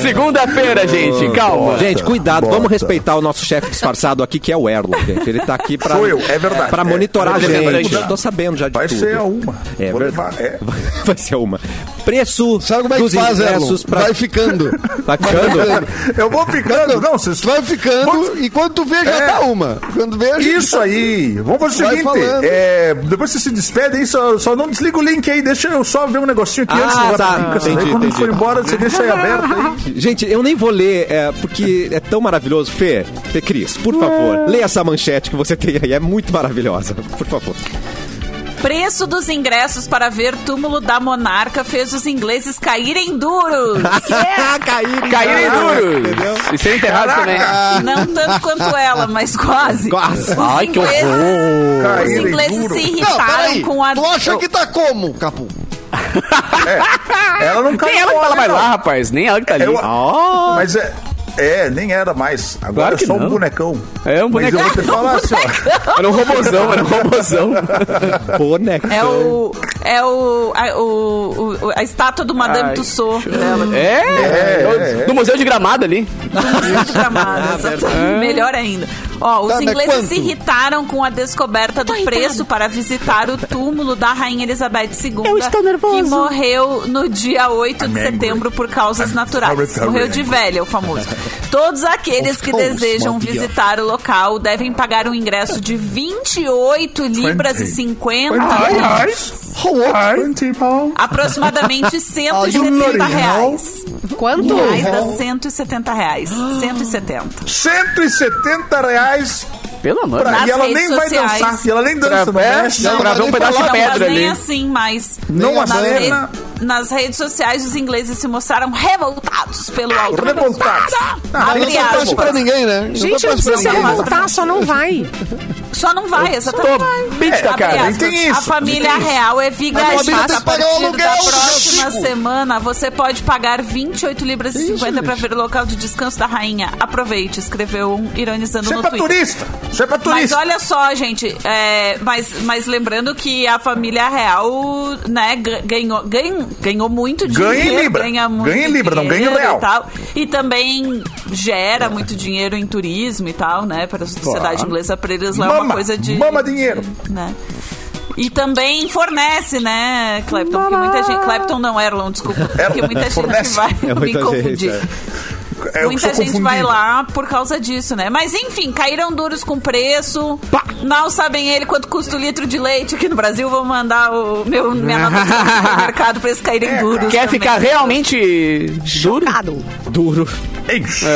[SPEAKER 3] Segunda-feira, gente, calma.
[SPEAKER 2] Gente, cuidado, vamos respeitar o nosso chefe disfarçado aqui, que é o Erlon, gente. Ele tá aqui pra,
[SPEAKER 7] Sou eu, é verdade.
[SPEAKER 2] pra
[SPEAKER 7] É,
[SPEAKER 2] monitorar
[SPEAKER 7] é
[SPEAKER 2] a
[SPEAKER 7] verdade.
[SPEAKER 2] gente. Eu tô sabendo já de
[SPEAKER 7] Vai
[SPEAKER 2] tudo.
[SPEAKER 7] ser a uma.
[SPEAKER 2] É
[SPEAKER 7] Vou levar,
[SPEAKER 2] verdade.
[SPEAKER 7] é.
[SPEAKER 2] Vai ser uma. Preço
[SPEAKER 4] Sabe como é que
[SPEAKER 2] dos
[SPEAKER 4] faz, Erlon?
[SPEAKER 2] ingressos pra...
[SPEAKER 4] Vai ficando.
[SPEAKER 2] Tá ficando?
[SPEAKER 7] Eu vou ficando, não, vocês
[SPEAKER 4] Tu vai ficando e quando tu vê, já
[SPEAKER 7] É.
[SPEAKER 4] tá uma. Quando vê, já
[SPEAKER 7] Isso aí! Vamos fazer o
[SPEAKER 4] Vai falando.
[SPEAKER 7] seguinte: é, depois vocês se despedem aí, só, só não desliga o link aí, deixa eu só ver um negocinho aqui
[SPEAKER 2] Ah,
[SPEAKER 7] antes do
[SPEAKER 2] tá.
[SPEAKER 7] Rapidinho,
[SPEAKER 2] Entendi,
[SPEAKER 7] aí quando
[SPEAKER 2] entendi.
[SPEAKER 7] for embora, você deixa aí aberto aí.
[SPEAKER 2] Gente, eu nem vou ler, é, porque é tão maravilhoso. Fê, Fê Cris, por favor, lê essa manchete que você tem aí. É muito maravilhosa, por favor.
[SPEAKER 5] Preço dos ingressos para ver túmulo da monarca fez os ingleses caírem duros.
[SPEAKER 2] Cair,
[SPEAKER 3] Caírem duros. E serem enterrados também.
[SPEAKER 5] Não tanto quanto ela, mas quase.
[SPEAKER 2] Quase.
[SPEAKER 5] Os
[SPEAKER 3] Ai, que
[SPEAKER 5] ingleses, os
[SPEAKER 7] Caírem
[SPEAKER 5] ingleses
[SPEAKER 7] duro.
[SPEAKER 5] se
[SPEAKER 4] Não,
[SPEAKER 5] irritaram
[SPEAKER 4] peraí.
[SPEAKER 5] com a...
[SPEAKER 4] Tu acha que tá como, Capu?
[SPEAKER 7] Ela não caiu
[SPEAKER 3] Nem ela que tá lá
[SPEAKER 7] fora,
[SPEAKER 3] mais
[SPEAKER 7] né, não.
[SPEAKER 3] lá, rapaz. Nem ela que tá ali.
[SPEAKER 7] Eu-
[SPEAKER 3] Ó.
[SPEAKER 7] Mas é. É, nem era mais. Agora
[SPEAKER 3] Claro
[SPEAKER 7] é
[SPEAKER 3] que
[SPEAKER 7] só
[SPEAKER 3] não.
[SPEAKER 7] um bonecão.
[SPEAKER 3] É um
[SPEAKER 7] Mas eu
[SPEAKER 3] bonecão.
[SPEAKER 7] vou te falar assim, ó.
[SPEAKER 3] Era um robozão, era um robozão.
[SPEAKER 2] Boneco.
[SPEAKER 5] É o... É o... A, o- o- a estátua do Madame
[SPEAKER 3] Ai,
[SPEAKER 5] Tussauds dela.
[SPEAKER 3] É,
[SPEAKER 7] é, é.
[SPEAKER 3] do Museu de Gramado ali.
[SPEAKER 5] Tudo
[SPEAKER 7] Ah,
[SPEAKER 5] programado, exato. Melhor ainda. Ó, os
[SPEAKER 4] Tá, mas
[SPEAKER 5] ingleses
[SPEAKER 4] quanto?
[SPEAKER 5] se irritaram com a descoberta do preço para visitar o túmulo da Rainha Elizabeth II, que morreu no dia 8 de
[SPEAKER 7] I'm angry.
[SPEAKER 5] setembro por causas
[SPEAKER 7] I'm
[SPEAKER 5] naturais.
[SPEAKER 7] very, very
[SPEAKER 5] Morreu de
[SPEAKER 7] angry.
[SPEAKER 5] velha, o famoso. Todos aqueles que
[SPEAKER 4] course,
[SPEAKER 5] desejam
[SPEAKER 4] my dear.
[SPEAKER 5] visitar o local devem pagar um ingresso de 28 libras e 50 aproximadamente 170 reais.
[SPEAKER 10] Quanto?
[SPEAKER 5] Reais dá 170 reais. 170.
[SPEAKER 7] 170 reais.
[SPEAKER 3] Pelo amor de
[SPEAKER 7] Pra,
[SPEAKER 5] Nas
[SPEAKER 7] e ela
[SPEAKER 5] redes
[SPEAKER 7] nem vai
[SPEAKER 5] sociais.
[SPEAKER 7] dançar. E ela nem dança, né? não
[SPEAKER 3] é,
[SPEAKER 7] mexe.
[SPEAKER 4] não,
[SPEAKER 3] pra
[SPEAKER 4] mas
[SPEAKER 3] ver um
[SPEAKER 4] nem
[SPEAKER 3] pedaço de
[SPEAKER 4] falar.
[SPEAKER 5] Não, mas
[SPEAKER 3] pedra
[SPEAKER 5] nem
[SPEAKER 3] ali.
[SPEAKER 5] assim, mas...
[SPEAKER 7] Não
[SPEAKER 5] nas,
[SPEAKER 7] acena.
[SPEAKER 5] re- nas redes sociais, os ingleses se mostraram revoltados pelo alto.
[SPEAKER 7] Revoltados. Ah,
[SPEAKER 4] Ela
[SPEAKER 5] Abre
[SPEAKER 4] não tá
[SPEAKER 5] aspas.
[SPEAKER 4] torce pra ninguém, né?
[SPEAKER 10] Gente, não
[SPEAKER 4] torce pra
[SPEAKER 10] precisa se
[SPEAKER 4] ninguém, né?
[SPEAKER 10] revoltar, só não vai.
[SPEAKER 5] Só não vai, exatamente.
[SPEAKER 3] Tô bem
[SPEAKER 5] Abre
[SPEAKER 3] destacado.
[SPEAKER 5] aspas.
[SPEAKER 7] Tem isso,
[SPEAKER 5] A família real é
[SPEAKER 4] Mas a família tem
[SPEAKER 5] vigarista. A
[SPEAKER 4] que pagar o
[SPEAKER 5] partir
[SPEAKER 4] aluguel,
[SPEAKER 5] da
[SPEAKER 4] meu
[SPEAKER 5] próxima
[SPEAKER 4] amigo.
[SPEAKER 5] semana, você pode pagar 28 libras e 50 para ver o local de descanso da rainha. Aproveite, escreveu um ironizando
[SPEAKER 7] Isso é
[SPEAKER 5] no
[SPEAKER 7] pra
[SPEAKER 5] Twitter.
[SPEAKER 7] turista. Isso é pra
[SPEAKER 5] Mas
[SPEAKER 7] turista.
[SPEAKER 5] olha só, gente, é, mas, mas lembrando que a família real, né, ga- ganhou, ganhou, ganhou muito dinheiro.
[SPEAKER 7] Ganha em libra.
[SPEAKER 5] Ganha, muito
[SPEAKER 7] Ganha em libra, não ganha em
[SPEAKER 5] dinheiro
[SPEAKER 7] real.
[SPEAKER 5] E, tal, e também gera muito dinheiro em turismo e tal, né, para a sociedade
[SPEAKER 7] Claro.
[SPEAKER 5] inglesa, para eles lá é uma
[SPEAKER 7] Mama,
[SPEAKER 5] coisa de...
[SPEAKER 7] mama dinheiro.
[SPEAKER 5] né? E também fornece, né, Clapton? Porque muita gente... Clapton não, Erlon, desculpa. Porque
[SPEAKER 7] Erlon,
[SPEAKER 5] muita gente
[SPEAKER 7] fornece.
[SPEAKER 5] vai
[SPEAKER 2] É
[SPEAKER 5] me
[SPEAKER 2] muita gente,
[SPEAKER 5] confundir.
[SPEAKER 2] é.
[SPEAKER 7] É, eu
[SPEAKER 5] Muita gente
[SPEAKER 7] sou
[SPEAKER 5] vai
[SPEAKER 7] confundido.
[SPEAKER 5] lá por causa disso, né? Mas enfim, caíram duros com preço. Não sabem ele quanto custa o litro de leite aqui no Brasil. Vou mandar o meu, minha nota do mercado pra eles caírem duros.
[SPEAKER 3] Quer
[SPEAKER 5] também.
[SPEAKER 3] ficar realmente duro? Duro.
[SPEAKER 7] Em choque.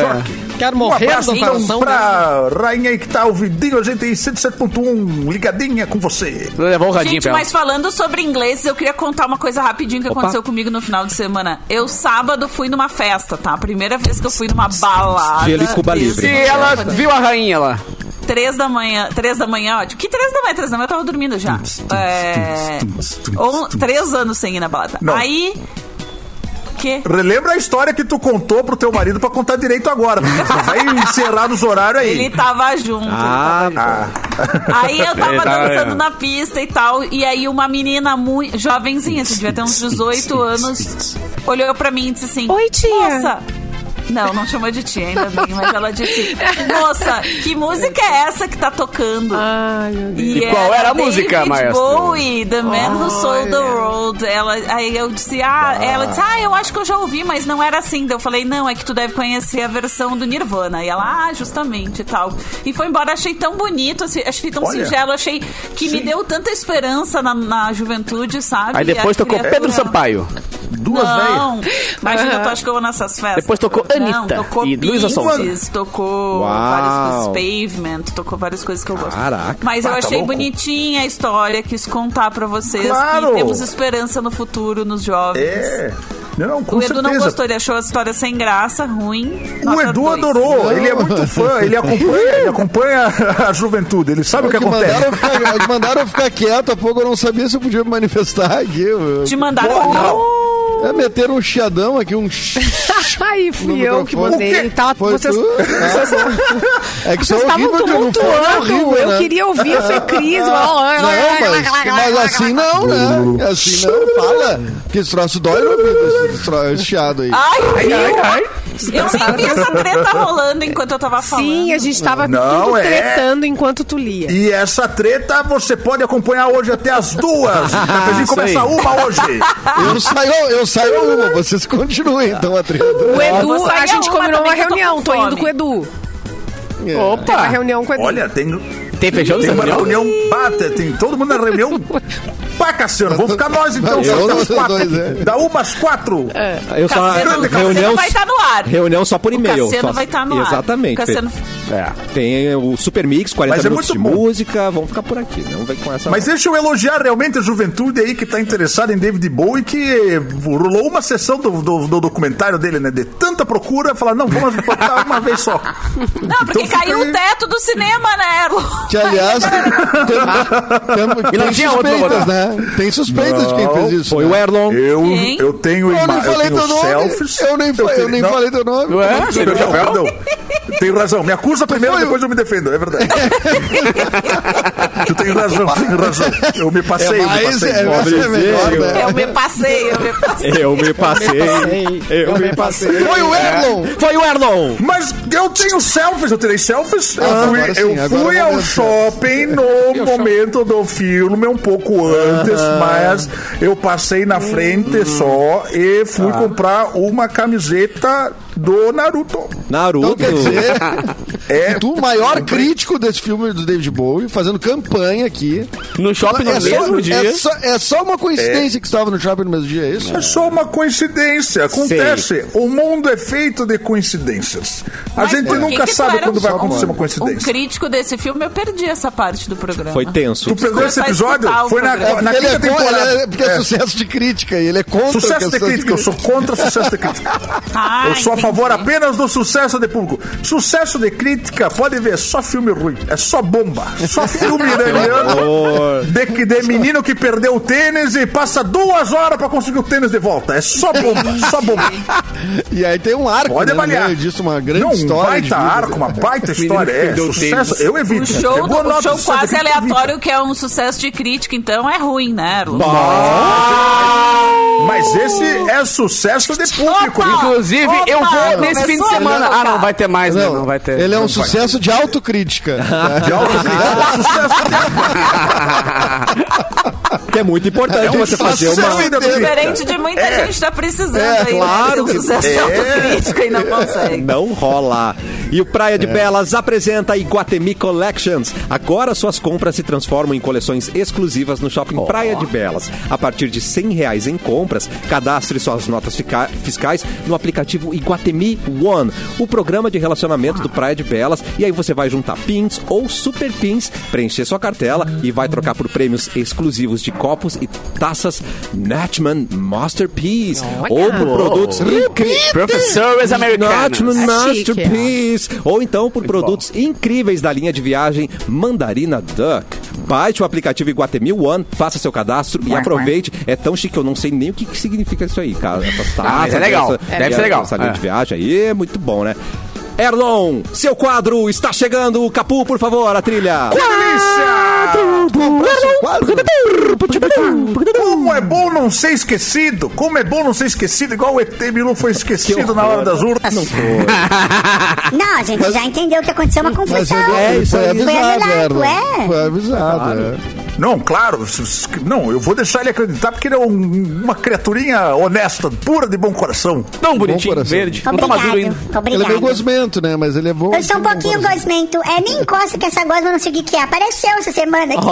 [SPEAKER 3] É.
[SPEAKER 6] Quero
[SPEAKER 7] Um
[SPEAKER 6] morrer
[SPEAKER 7] abraço
[SPEAKER 6] do
[SPEAKER 7] então
[SPEAKER 6] coração.
[SPEAKER 7] pra rainha aí que tá ouvidinho a gente aí, 107.1, ligadinha com você.
[SPEAKER 3] Vou levar um radinho
[SPEAKER 5] Gente,
[SPEAKER 3] pra ela.
[SPEAKER 5] mas falando sobre inglês, eu queria contar uma coisa rapidinho que
[SPEAKER 3] Opa.
[SPEAKER 5] aconteceu comigo no final de semana. Eu, sábado, fui numa festa, tá? Primeira vez que eu fui numa balada.
[SPEAKER 2] Gelo e Cuba
[SPEAKER 5] desde
[SPEAKER 2] Livre.
[SPEAKER 3] E ela viu a rainha lá.
[SPEAKER 5] Três da manhã. Três da manhã, ótimo. Que três da manhã? Três da manhã eu tava dormindo já. É... on- Três anos sem ir na balada.
[SPEAKER 7] Não.
[SPEAKER 5] Aí. Que?
[SPEAKER 7] Relembra a história que tu contou pro teu marido pra contar direito agora. porque Só vai encerrar nos horários aí.
[SPEAKER 5] Ele tava junto.
[SPEAKER 2] Ah,
[SPEAKER 5] Aí eu tava
[SPEAKER 3] Ele tava-
[SPEAKER 5] dançando na pista e tal. E aí uma menina muito jovenzinha, assim, devia ter uns 18 anos, olhou pra mim e disse assim:
[SPEAKER 10] Oi, tia.
[SPEAKER 5] Moça. Não, não chamou de tia, ainda bem, mas ela disse: Moça, que música é essa que tá tocando?
[SPEAKER 10] Ai, meu Deus.
[SPEAKER 5] E,
[SPEAKER 3] qual era a música,
[SPEAKER 5] David
[SPEAKER 3] maestro?
[SPEAKER 5] Bowie, The Man Who Sold the World. Ela, aí eu disse, ah, ela disse, ah, eu acho que eu já ouvi, mas não era assim. Daí eu falei, não, é que tu deve conhecer a versão do Nirvana. E ela, ah, justamente e tal. E foi embora, achei tão bonito, assim, achei tão
[SPEAKER 7] Olha.
[SPEAKER 5] singelo, achei que me deu tanta esperança na, na juventude, sabe?
[SPEAKER 3] Aí
[SPEAKER 5] E
[SPEAKER 3] depois
[SPEAKER 5] a
[SPEAKER 3] tocou
[SPEAKER 5] criatura-
[SPEAKER 3] Pedro Sampaio.
[SPEAKER 7] Duas
[SPEAKER 5] Não,
[SPEAKER 7] velhas.
[SPEAKER 5] imagina, eu tô, acho que eu vou nessas festas.
[SPEAKER 7] Depois tocou
[SPEAKER 5] Não,
[SPEAKER 7] Anitta
[SPEAKER 5] tocou
[SPEAKER 7] e Luísa Sonza.
[SPEAKER 5] Pieces, tocou
[SPEAKER 7] Uau.
[SPEAKER 5] várias coisas, Pavement, tocou várias coisas que eu gosto.
[SPEAKER 7] Caraca,
[SPEAKER 5] Mas eu
[SPEAKER 7] tá
[SPEAKER 5] achei
[SPEAKER 7] louco.
[SPEAKER 5] bonitinha a história, quis contar pra vocês
[SPEAKER 7] Claro.
[SPEAKER 5] que temos esperança no futuro, nos jovens.
[SPEAKER 7] É. Não, com
[SPEAKER 5] o Edu
[SPEAKER 7] certeza.
[SPEAKER 5] não gostou, ele achou a história sem graça, ruim.
[SPEAKER 7] O Edu adorou, ele é muito fã, ele acompanha, ele acompanha a juventude, ele sabe o que, acontece.
[SPEAKER 4] Mandaram eu, ficar, mandaram eu ficar quieto, há pouco eu não sabia se eu podia me manifestar aqui. eu-
[SPEAKER 5] Te mandaram
[SPEAKER 4] Porra,
[SPEAKER 5] não.
[SPEAKER 4] É, meter um chiadão aqui, um... ch-
[SPEAKER 10] Aí Tá. fui
[SPEAKER 4] no
[SPEAKER 10] eu que
[SPEAKER 4] microfone.
[SPEAKER 10] botei. Tá,
[SPEAKER 4] Foi
[SPEAKER 10] vocês
[SPEAKER 4] tu?
[SPEAKER 10] vocês-
[SPEAKER 4] É que isso é
[SPEAKER 10] vocês estavam
[SPEAKER 4] horrível, que não foi
[SPEAKER 10] tumultuando.
[SPEAKER 4] horrível,
[SPEAKER 10] eu
[SPEAKER 4] né? Ah,
[SPEAKER 10] queria ouvir o Fecris.
[SPEAKER 4] Não, mas, mas assim não, né? Assim não, fala. Porque esse troço dói no ouvido, esse, tro- esse chiado aí.
[SPEAKER 10] Ah.
[SPEAKER 5] Ai, ai, ai. Eu nem vi essa treta rolando enquanto eu tava falando.
[SPEAKER 10] Sim, a gente tava
[SPEAKER 7] Não,
[SPEAKER 10] tudo
[SPEAKER 7] é.
[SPEAKER 10] tretando enquanto tu lia.
[SPEAKER 7] E essa treta você pode acompanhar hoje até as duas. O cafezinho
[SPEAKER 4] Ah, Isso
[SPEAKER 7] começa
[SPEAKER 4] aí.
[SPEAKER 7] uma hoje.
[SPEAKER 4] Eu saio, eu saio uma, vocês continuem então a treta.
[SPEAKER 10] O
[SPEAKER 5] vou
[SPEAKER 10] Edu,
[SPEAKER 5] sair
[SPEAKER 10] a gente
[SPEAKER 5] uma
[SPEAKER 10] combinou uma
[SPEAKER 5] também, que eu tô
[SPEAKER 10] reunião.
[SPEAKER 5] com
[SPEAKER 10] Tô, indo
[SPEAKER 5] fome.
[SPEAKER 10] com o Edu.
[SPEAKER 4] Opa.
[SPEAKER 10] Tem uma reunião com o Edu.
[SPEAKER 7] Olha, tem.
[SPEAKER 3] Tem feijão
[SPEAKER 7] Tem
[SPEAKER 3] nessa
[SPEAKER 7] uma
[SPEAKER 3] reunião?
[SPEAKER 7] reunião. Bata, tem todo mundo na reunião. Pá, Cassiano, vamos ficar nós então.
[SPEAKER 4] Eu
[SPEAKER 7] só até
[SPEAKER 4] não
[SPEAKER 7] as
[SPEAKER 4] sou
[SPEAKER 7] quatro.
[SPEAKER 4] dois, é.
[SPEAKER 7] Dá uma às quatro.
[SPEAKER 5] É.
[SPEAKER 2] Eu só,
[SPEAKER 5] Cassiano- o Cassiano
[SPEAKER 2] reunião,
[SPEAKER 5] tá vai estar no ar.
[SPEAKER 2] reunião só por
[SPEAKER 5] O
[SPEAKER 2] e-mail.
[SPEAKER 5] Cassiano
[SPEAKER 2] só-
[SPEAKER 5] vai estar no ar.
[SPEAKER 2] Exatamente.
[SPEAKER 5] O Cassiano-
[SPEAKER 2] É, tem o Super Mix, 40
[SPEAKER 7] Mas é
[SPEAKER 2] minutos de
[SPEAKER 7] muito bom.
[SPEAKER 2] música. Vamos ficar por aqui. Não vem com essa.
[SPEAKER 7] Mas
[SPEAKER 2] não.
[SPEAKER 7] deixa eu elogiar realmente a juventude aí que tá interessada em David Bowie, que rolou uma sessão do, do- do documentário dele, né? De tanta procura, falar, não, vamos botar uma vez só.
[SPEAKER 5] Não, porque
[SPEAKER 7] Então fica
[SPEAKER 5] caiu
[SPEAKER 7] aí.
[SPEAKER 5] o teto do cinema, né? Lu?
[SPEAKER 4] Que, aliás, tem, tem,
[SPEAKER 3] E não
[SPEAKER 4] tem
[SPEAKER 3] tinha outro
[SPEAKER 4] suspeitas,
[SPEAKER 3] pra
[SPEAKER 4] né? Tem suspeitas de quem fez isso.
[SPEAKER 2] Foi
[SPEAKER 4] né?
[SPEAKER 2] o Erlon.
[SPEAKER 7] Eu,
[SPEAKER 5] Quem?
[SPEAKER 7] eu tenho
[SPEAKER 4] Eu nem
[SPEAKER 7] ima-
[SPEAKER 4] falei
[SPEAKER 7] tenho
[SPEAKER 4] teu nome.
[SPEAKER 7] selfies.
[SPEAKER 4] Eu nem, fa- eu
[SPEAKER 7] tenho-
[SPEAKER 4] nem
[SPEAKER 7] não,
[SPEAKER 4] falei teu nome.
[SPEAKER 3] Ué?
[SPEAKER 7] Não, perdão, perdão. Tenho razão. Me acusa primeiro,
[SPEAKER 4] foi o-
[SPEAKER 7] depois eu me defendo. É verdade. tu tem razão, tem razão. Eu me passei,
[SPEAKER 4] É
[SPEAKER 7] eu me
[SPEAKER 4] mais,
[SPEAKER 7] passei.
[SPEAKER 4] é, mais é melhor, né?
[SPEAKER 5] Eu me passei, eu me passei.
[SPEAKER 2] Eu me passei. Eu me passei.
[SPEAKER 4] É, Foi o
[SPEAKER 7] É
[SPEAKER 4] Erlon.
[SPEAKER 2] Foi o Erlon.
[SPEAKER 7] Mas eu tenho selfies, eu tirei selfies. eu fui,
[SPEAKER 4] Ah, agora sim,
[SPEAKER 7] eu
[SPEAKER 4] agora
[SPEAKER 7] fui
[SPEAKER 4] é o
[SPEAKER 7] ao
[SPEAKER 4] momento.
[SPEAKER 7] shopping no momento do filme, um pouco antes, mas eu passei na
[SPEAKER 4] Uhum.
[SPEAKER 7] frente só e fui
[SPEAKER 4] Tá.
[SPEAKER 7] comprar uma camiseta do Naruto.
[SPEAKER 2] Naruto.
[SPEAKER 4] Então quer dizer,
[SPEAKER 7] É,
[SPEAKER 4] tu, o maior crítico desse filme do David Bowie, fazendo campanha aqui.
[SPEAKER 3] No shopping no
[SPEAKER 4] é, só,
[SPEAKER 3] mesmo
[SPEAKER 4] é,
[SPEAKER 3] dia.
[SPEAKER 4] só, é só uma coincidência que estava no shopping no mesmo dia, é isso?
[SPEAKER 7] É só uma coincidência. Acontece. O mundo é feito de coincidências. A
[SPEAKER 5] Mas
[SPEAKER 7] gente
[SPEAKER 5] por que
[SPEAKER 7] nunca
[SPEAKER 5] que tu
[SPEAKER 7] sabe
[SPEAKER 5] era
[SPEAKER 7] quando
[SPEAKER 5] um-
[SPEAKER 7] vai acontecer uma
[SPEAKER 5] Um
[SPEAKER 7] coincidência.
[SPEAKER 5] crítico desse filme, eu perdi essa parte do programa.
[SPEAKER 2] Foi tenso.
[SPEAKER 7] Tu perdeu esse
[SPEAKER 5] Começar a
[SPEAKER 7] episódio?
[SPEAKER 5] escutar o
[SPEAKER 7] Foi na,
[SPEAKER 5] programa.
[SPEAKER 7] na
[SPEAKER 4] ele
[SPEAKER 7] quinta
[SPEAKER 4] é, con-
[SPEAKER 7] temporada.
[SPEAKER 4] ele é- porque é.
[SPEAKER 7] É.
[SPEAKER 4] sucesso de crítica e ele é contra a
[SPEAKER 7] Sucesso de
[SPEAKER 4] questão
[SPEAKER 7] crítica, eu sou contra sucesso de crítica.
[SPEAKER 5] Ah,
[SPEAKER 7] eu sou a
[SPEAKER 5] entendi.
[SPEAKER 7] favor apenas do sucesso de público. Sucesso de crítica, pode ver, é só filme ruim. É só bomba. Só filme iraniano. de, de menino que perdeu o tênis e passa duas horas pra conseguir o tênis de volta. É só bomba, só bomba.
[SPEAKER 4] E aí tem um arco,
[SPEAKER 7] Pode
[SPEAKER 4] né, no
[SPEAKER 7] avaliar.
[SPEAKER 4] meio disso, uma grande
[SPEAKER 7] Não, um
[SPEAKER 4] história. de
[SPEAKER 7] baita
[SPEAKER 4] vida.
[SPEAKER 7] arco, uma baita história. É,
[SPEAKER 3] perdeu o
[SPEAKER 7] sucesso.
[SPEAKER 3] tênis.
[SPEAKER 7] Eu
[SPEAKER 5] O
[SPEAKER 7] evito.
[SPEAKER 5] show,
[SPEAKER 7] Pegou
[SPEAKER 5] do, o
[SPEAKER 7] É nota,
[SPEAKER 5] show
[SPEAKER 7] sucesso de
[SPEAKER 5] quase
[SPEAKER 7] crítica,
[SPEAKER 5] aleatório,
[SPEAKER 7] evita.
[SPEAKER 5] que é um sucesso de crítica, então é ruim, né, Lu?
[SPEAKER 7] Mas esse é sucesso de público.
[SPEAKER 5] Opa!
[SPEAKER 3] Inclusive, eu
[SPEAKER 5] Opa, é
[SPEAKER 3] vou nesse fim de
[SPEAKER 5] começou a
[SPEAKER 3] semana. Ah,
[SPEAKER 5] tocar.
[SPEAKER 3] não, vai ter mais, né?
[SPEAKER 4] Não,
[SPEAKER 3] Não vai ter.
[SPEAKER 4] Ele é um
[SPEAKER 3] Não vai.
[SPEAKER 4] sucesso de autocrítica. Né?
[SPEAKER 7] De autocrítica, um sucesso
[SPEAKER 2] Que é muito importante
[SPEAKER 7] É um
[SPEAKER 2] você fazer
[SPEAKER 7] sucesso
[SPEAKER 2] uma.
[SPEAKER 7] de autocrítica.
[SPEAKER 5] Diferente de muita gente tá precisando
[SPEAKER 4] É,
[SPEAKER 5] aí.
[SPEAKER 4] claro
[SPEAKER 5] Claro. Um
[SPEAKER 4] que-
[SPEAKER 5] sucesso
[SPEAKER 7] É.
[SPEAKER 5] de autocrítica e não consegue.
[SPEAKER 2] Não rola. E o Praia de Belas apresenta a Iguatemi Collections. Agora suas compras se transformam em coleções exclusivas no shopping Praia de Belas. A partir de 100 reais em compras, cadastre suas notas fica- fiscais no aplicativo Iguatemi One, o programa de relacionamento do Praia de Belas. E aí você vai juntar pins ou super pins, preencher sua cartela e vai trocar por prêmios exclusivos de copos e taças Natchman Masterpiece ou por produtos incríveis.
[SPEAKER 3] Professores americanos.
[SPEAKER 2] Natchman
[SPEAKER 10] É chique,
[SPEAKER 2] Masterpiece. Ou então por produtos incríveis da linha de viagem Mandarina Duck. Baixe o aplicativo Iguatemi One, faça seu cadastro e aproveite. É tão chique que eu não sei nem o que, que significa isso aí, cara. Essas taças,
[SPEAKER 3] mas é legal.
[SPEAKER 2] essa-
[SPEAKER 3] Deve ser legal.
[SPEAKER 2] Essa linha
[SPEAKER 3] É.
[SPEAKER 2] de viagem aí é muito bom, né? Erlon, seu quadro está chegando. Capu, por favor, a trilha.
[SPEAKER 7] Como é bom não ser esquecido! Como é bom não ser esquecido, igual o ET Bilu foi esquecido na hora das urnas.
[SPEAKER 8] Ah, Não, a gente já entendeu o que aconteceu, uma
[SPEAKER 4] Mas
[SPEAKER 8] confusão.
[SPEAKER 4] ele,
[SPEAKER 2] É, isso
[SPEAKER 4] foi
[SPEAKER 2] aí.
[SPEAKER 8] Foi
[SPEAKER 4] avisado,
[SPEAKER 8] anulado,
[SPEAKER 4] Erlon.
[SPEAKER 8] é.
[SPEAKER 4] Foi avisado, é.
[SPEAKER 7] Não, claro. s- s- Não, eu vou deixar ele acreditar porque ele é um- uma criaturinha honesta, pura de bom coração.
[SPEAKER 3] Tão
[SPEAKER 4] bonitinho,
[SPEAKER 3] verde.
[SPEAKER 5] Tá
[SPEAKER 3] tá
[SPEAKER 4] Ele é meio gosmento, né? Mas ele é bom.
[SPEAKER 8] Eu sou um pouquinho gosmento. É nem encosta que essa gosma eu não sei o que que é. Apareceu essa semana aqui.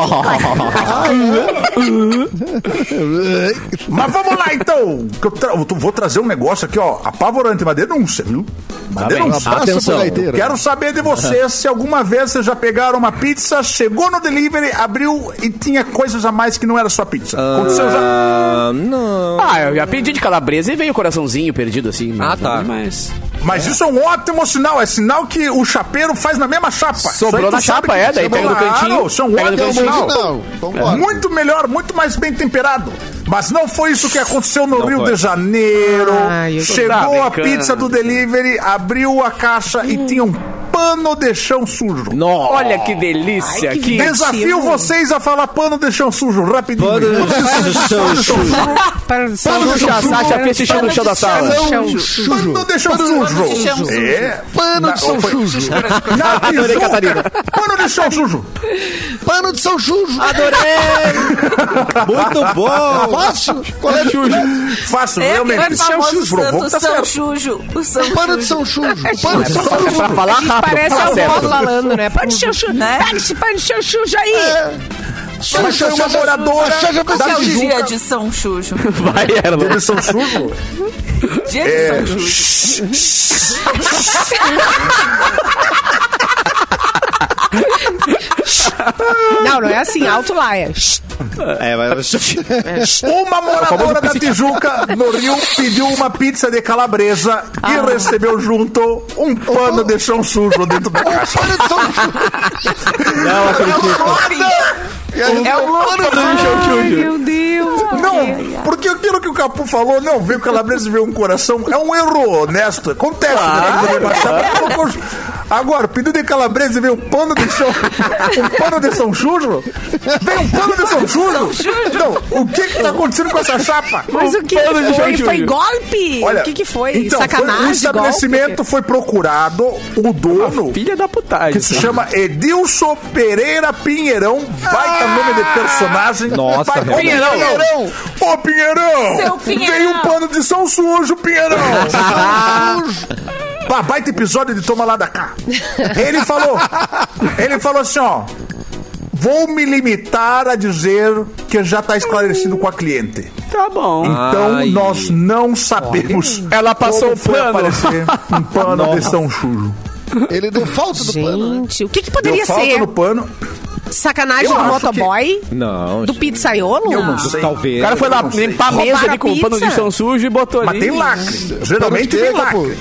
[SPEAKER 7] Mas vamos lá então! que eu tra- eu tô- vou trazer um negócio aqui, ó, apavorante, uma denúncia, viu? Uma
[SPEAKER 4] Tá bem,
[SPEAKER 7] denúncia.
[SPEAKER 4] abraço Atenção. pro gaiteiro.
[SPEAKER 7] Quero saber de vocês se alguma vez vocês já pegaram uma pizza, chegou no delivery, abriu e tinha coisas a mais que não era só pizza. Aconteceu já.
[SPEAKER 3] não. Ah, eu já pedi de calabresa e veio o coraçãozinho perdido assim. mas
[SPEAKER 7] Ah, tá.
[SPEAKER 3] não, Mas...
[SPEAKER 7] Mas isso é um ótimo sinal, é sinal que o chapeiro faz na mesma chapa.
[SPEAKER 3] Sobrou
[SPEAKER 7] Isso aí tu
[SPEAKER 3] na
[SPEAKER 7] sabe
[SPEAKER 3] chapa,
[SPEAKER 7] que-
[SPEAKER 3] é, daí
[SPEAKER 7] Sobrou-
[SPEAKER 3] pega no
[SPEAKER 7] Claro,
[SPEAKER 3] cantinho,
[SPEAKER 7] Isso é um
[SPEAKER 3] pega no
[SPEAKER 7] ótimo
[SPEAKER 3] cantinho.
[SPEAKER 7] sinal.
[SPEAKER 3] Não,
[SPEAKER 4] Então
[SPEAKER 3] vambora.
[SPEAKER 7] É. Muito melhor, muito mais bem temperado. Mas não foi isso que aconteceu no
[SPEAKER 3] Não
[SPEAKER 7] Rio
[SPEAKER 3] foi.
[SPEAKER 7] de Janeiro.
[SPEAKER 3] Ai, eu tô
[SPEAKER 7] Chegou a
[SPEAKER 3] brincando.
[SPEAKER 7] pizza do delivery, abriu a caixa
[SPEAKER 3] Hum.
[SPEAKER 7] e tinha um pano de chão sujo.
[SPEAKER 3] Olha que delícia. que
[SPEAKER 7] Desafio vocês a falar pano de chão sujo, rapidinho.
[SPEAKER 3] Pano de
[SPEAKER 4] um
[SPEAKER 3] chão sujo.
[SPEAKER 10] Pano Tá. de
[SPEAKER 3] chão sujo. Sasha fez esse chão no chão da sala.
[SPEAKER 4] um
[SPEAKER 7] Pano de chão sujo. Pano de chão sujo. É.
[SPEAKER 4] Pano de chão
[SPEAKER 7] Na- foi-
[SPEAKER 4] sujo.
[SPEAKER 7] Na
[SPEAKER 4] Adorei,
[SPEAKER 7] Adorei,
[SPEAKER 4] Catarina.
[SPEAKER 7] Pano de chão sujo.
[SPEAKER 4] Pano de São Jujo.
[SPEAKER 7] Ah,
[SPEAKER 3] Adorei.
[SPEAKER 7] Muito bom.
[SPEAKER 4] Fácil. Qual é o
[SPEAKER 7] Jujo? Fácil,
[SPEAKER 5] É aquele
[SPEAKER 7] realmente. um
[SPEAKER 5] famoso santo
[SPEAKER 7] tá
[SPEAKER 5] São
[SPEAKER 7] certo.
[SPEAKER 5] Jujo. O São
[SPEAKER 4] Pano de
[SPEAKER 5] Jujo.
[SPEAKER 4] São
[SPEAKER 7] É
[SPEAKER 4] Jujo.
[SPEAKER 5] Pano de São Jujo.
[SPEAKER 10] a gente
[SPEAKER 3] tá
[SPEAKER 10] parece a avó falando, né? Pano de chão sujo.
[SPEAKER 5] Né?
[SPEAKER 10] Pano de- Pano de chão sujo aí.
[SPEAKER 7] Mas foi um uma moradora
[SPEAKER 5] Qual que
[SPEAKER 7] da
[SPEAKER 5] é o dia
[SPEAKER 7] Tijuca.
[SPEAKER 5] de São Jujo?
[SPEAKER 3] Vai,
[SPEAKER 7] Dia
[SPEAKER 3] Erlon.
[SPEAKER 7] de São Jujo?
[SPEAKER 5] Dia de
[SPEAKER 7] É.
[SPEAKER 5] São Jujo.
[SPEAKER 10] Não, não é assim. Alto lá é.
[SPEAKER 2] É, mas...
[SPEAKER 7] Uma moradora da Tijuca, no Rio, pediu uma pizza de calabresa
[SPEAKER 5] Ah.
[SPEAKER 7] e recebeu junto um pano de chão sujo dentro
[SPEAKER 5] É um
[SPEAKER 7] da
[SPEAKER 4] Pano
[SPEAKER 7] caixa.
[SPEAKER 4] de São Jujo.
[SPEAKER 2] Não, acredito.
[SPEAKER 4] É o Pano de São Jujo.
[SPEAKER 10] Ai, meu Deus.
[SPEAKER 7] Não, porque aquilo que o Capu falou, não, veio calabresa e veio um coração, é um erro honesto. Acontece, né? Mas sabe como eu- Agora, pediu de calabresa e veio um pano de chão. Um pano de São Jujo? Veio um pano de São Jujo? Não, o que que tá acontecendo com essa chapa?
[SPEAKER 10] Mas o que
[SPEAKER 3] Pano de chão
[SPEAKER 10] foi?
[SPEAKER 3] sujo.
[SPEAKER 10] Foi golpe?
[SPEAKER 7] Olha,
[SPEAKER 10] o que, que foi? um
[SPEAKER 7] Então,
[SPEAKER 10] Sacanagem?
[SPEAKER 7] foi, o
[SPEAKER 10] golpe?
[SPEAKER 7] estabelecimento foi procurado, o dono,
[SPEAKER 3] Filha da putagem.
[SPEAKER 7] que se chama Edilson Pereira Pinheirão, baita nome de personagem.
[SPEAKER 2] Nossa,
[SPEAKER 7] Vai- Ô,
[SPEAKER 2] Pinheirão.
[SPEAKER 7] Pinheirão! Ô, Pinheirão!
[SPEAKER 5] Seu
[SPEAKER 7] Veio
[SPEAKER 5] Pinheirão.
[SPEAKER 7] um pano de São Sujo, Pinheirão! São Sujo! Bah, baita episódio de Toma Lá da Cá. Ele falou, ele falou assim, ó... Vou me limitar a dizer que já tá esclarecido com a cliente.
[SPEAKER 3] Tá bom.
[SPEAKER 7] Então
[SPEAKER 2] Ai.
[SPEAKER 7] nós não sabemos.
[SPEAKER 3] Ela passou
[SPEAKER 7] como
[SPEAKER 3] o
[SPEAKER 7] foi
[SPEAKER 3] pano.
[SPEAKER 7] aparecer um pano de São Chujo.
[SPEAKER 4] Ele deu falta do pano. né?
[SPEAKER 10] Gente, o que, que
[SPEAKER 7] Deu
[SPEAKER 10] poderia
[SPEAKER 7] falta
[SPEAKER 10] ser?
[SPEAKER 7] no pano.
[SPEAKER 10] Sacanagem
[SPEAKER 7] Eu
[SPEAKER 10] do
[SPEAKER 7] acho
[SPEAKER 10] motoboy?
[SPEAKER 2] Não,
[SPEAKER 10] Do pizzaiolo?
[SPEAKER 7] Eu não sei.
[SPEAKER 2] talvez.
[SPEAKER 3] O cara foi lá limpar a
[SPEAKER 10] Roubaram
[SPEAKER 3] mesa
[SPEAKER 10] a
[SPEAKER 3] ali com o pano de
[SPEAKER 10] pizza?
[SPEAKER 3] chão sujo e botou
[SPEAKER 7] Mas
[SPEAKER 3] ali.
[SPEAKER 7] tem lacre.
[SPEAKER 4] Pano de
[SPEAKER 7] Geralmente
[SPEAKER 4] quê,
[SPEAKER 7] tem
[SPEAKER 4] Capu?
[SPEAKER 7] lacre.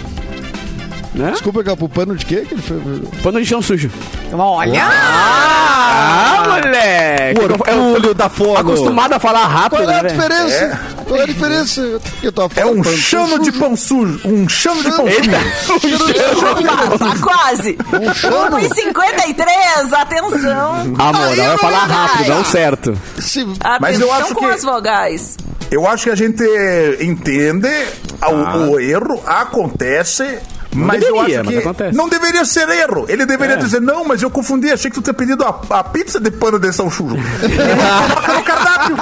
[SPEAKER 3] Né?
[SPEAKER 4] Desculpa, Capu. Pano de quê que ele foi?
[SPEAKER 3] Pano de chão sujo.
[SPEAKER 10] Olha!
[SPEAKER 3] Ah, moleque!
[SPEAKER 2] Orgulho da fono.
[SPEAKER 3] Acostumado a falar
[SPEAKER 4] Qual
[SPEAKER 3] rápido,
[SPEAKER 4] é a
[SPEAKER 3] né? velho?
[SPEAKER 4] diferença? Qual é a diferença? Eu tava
[SPEAKER 7] É
[SPEAKER 4] falando
[SPEAKER 7] um
[SPEAKER 4] pano de
[SPEAKER 7] chano de pão sujo. Um chano de pão sujo.
[SPEAKER 5] Tá quase.
[SPEAKER 2] É um
[SPEAKER 4] choro.
[SPEAKER 5] 1,53. Atenção.
[SPEAKER 3] Ah, Amor,
[SPEAKER 4] Aí
[SPEAKER 3] ela
[SPEAKER 4] eu
[SPEAKER 3] vai falar
[SPEAKER 4] não-
[SPEAKER 3] rápido, não certo.
[SPEAKER 4] Se-
[SPEAKER 7] Mas eu
[SPEAKER 5] Atenção
[SPEAKER 7] acho
[SPEAKER 5] com
[SPEAKER 7] que-
[SPEAKER 5] as vogais.
[SPEAKER 7] Eu acho que a gente entende a- o, o erro, acontece. Mas
[SPEAKER 3] Ah. deveria,
[SPEAKER 7] eu acho
[SPEAKER 3] mas
[SPEAKER 7] que
[SPEAKER 3] acontece. É.
[SPEAKER 7] não deveria ser erro. Ele deveria dizer, não, mas eu confundi, achei que tu tinha pedido a, a pizza de pano de São Chujo. Coloca no cardápio.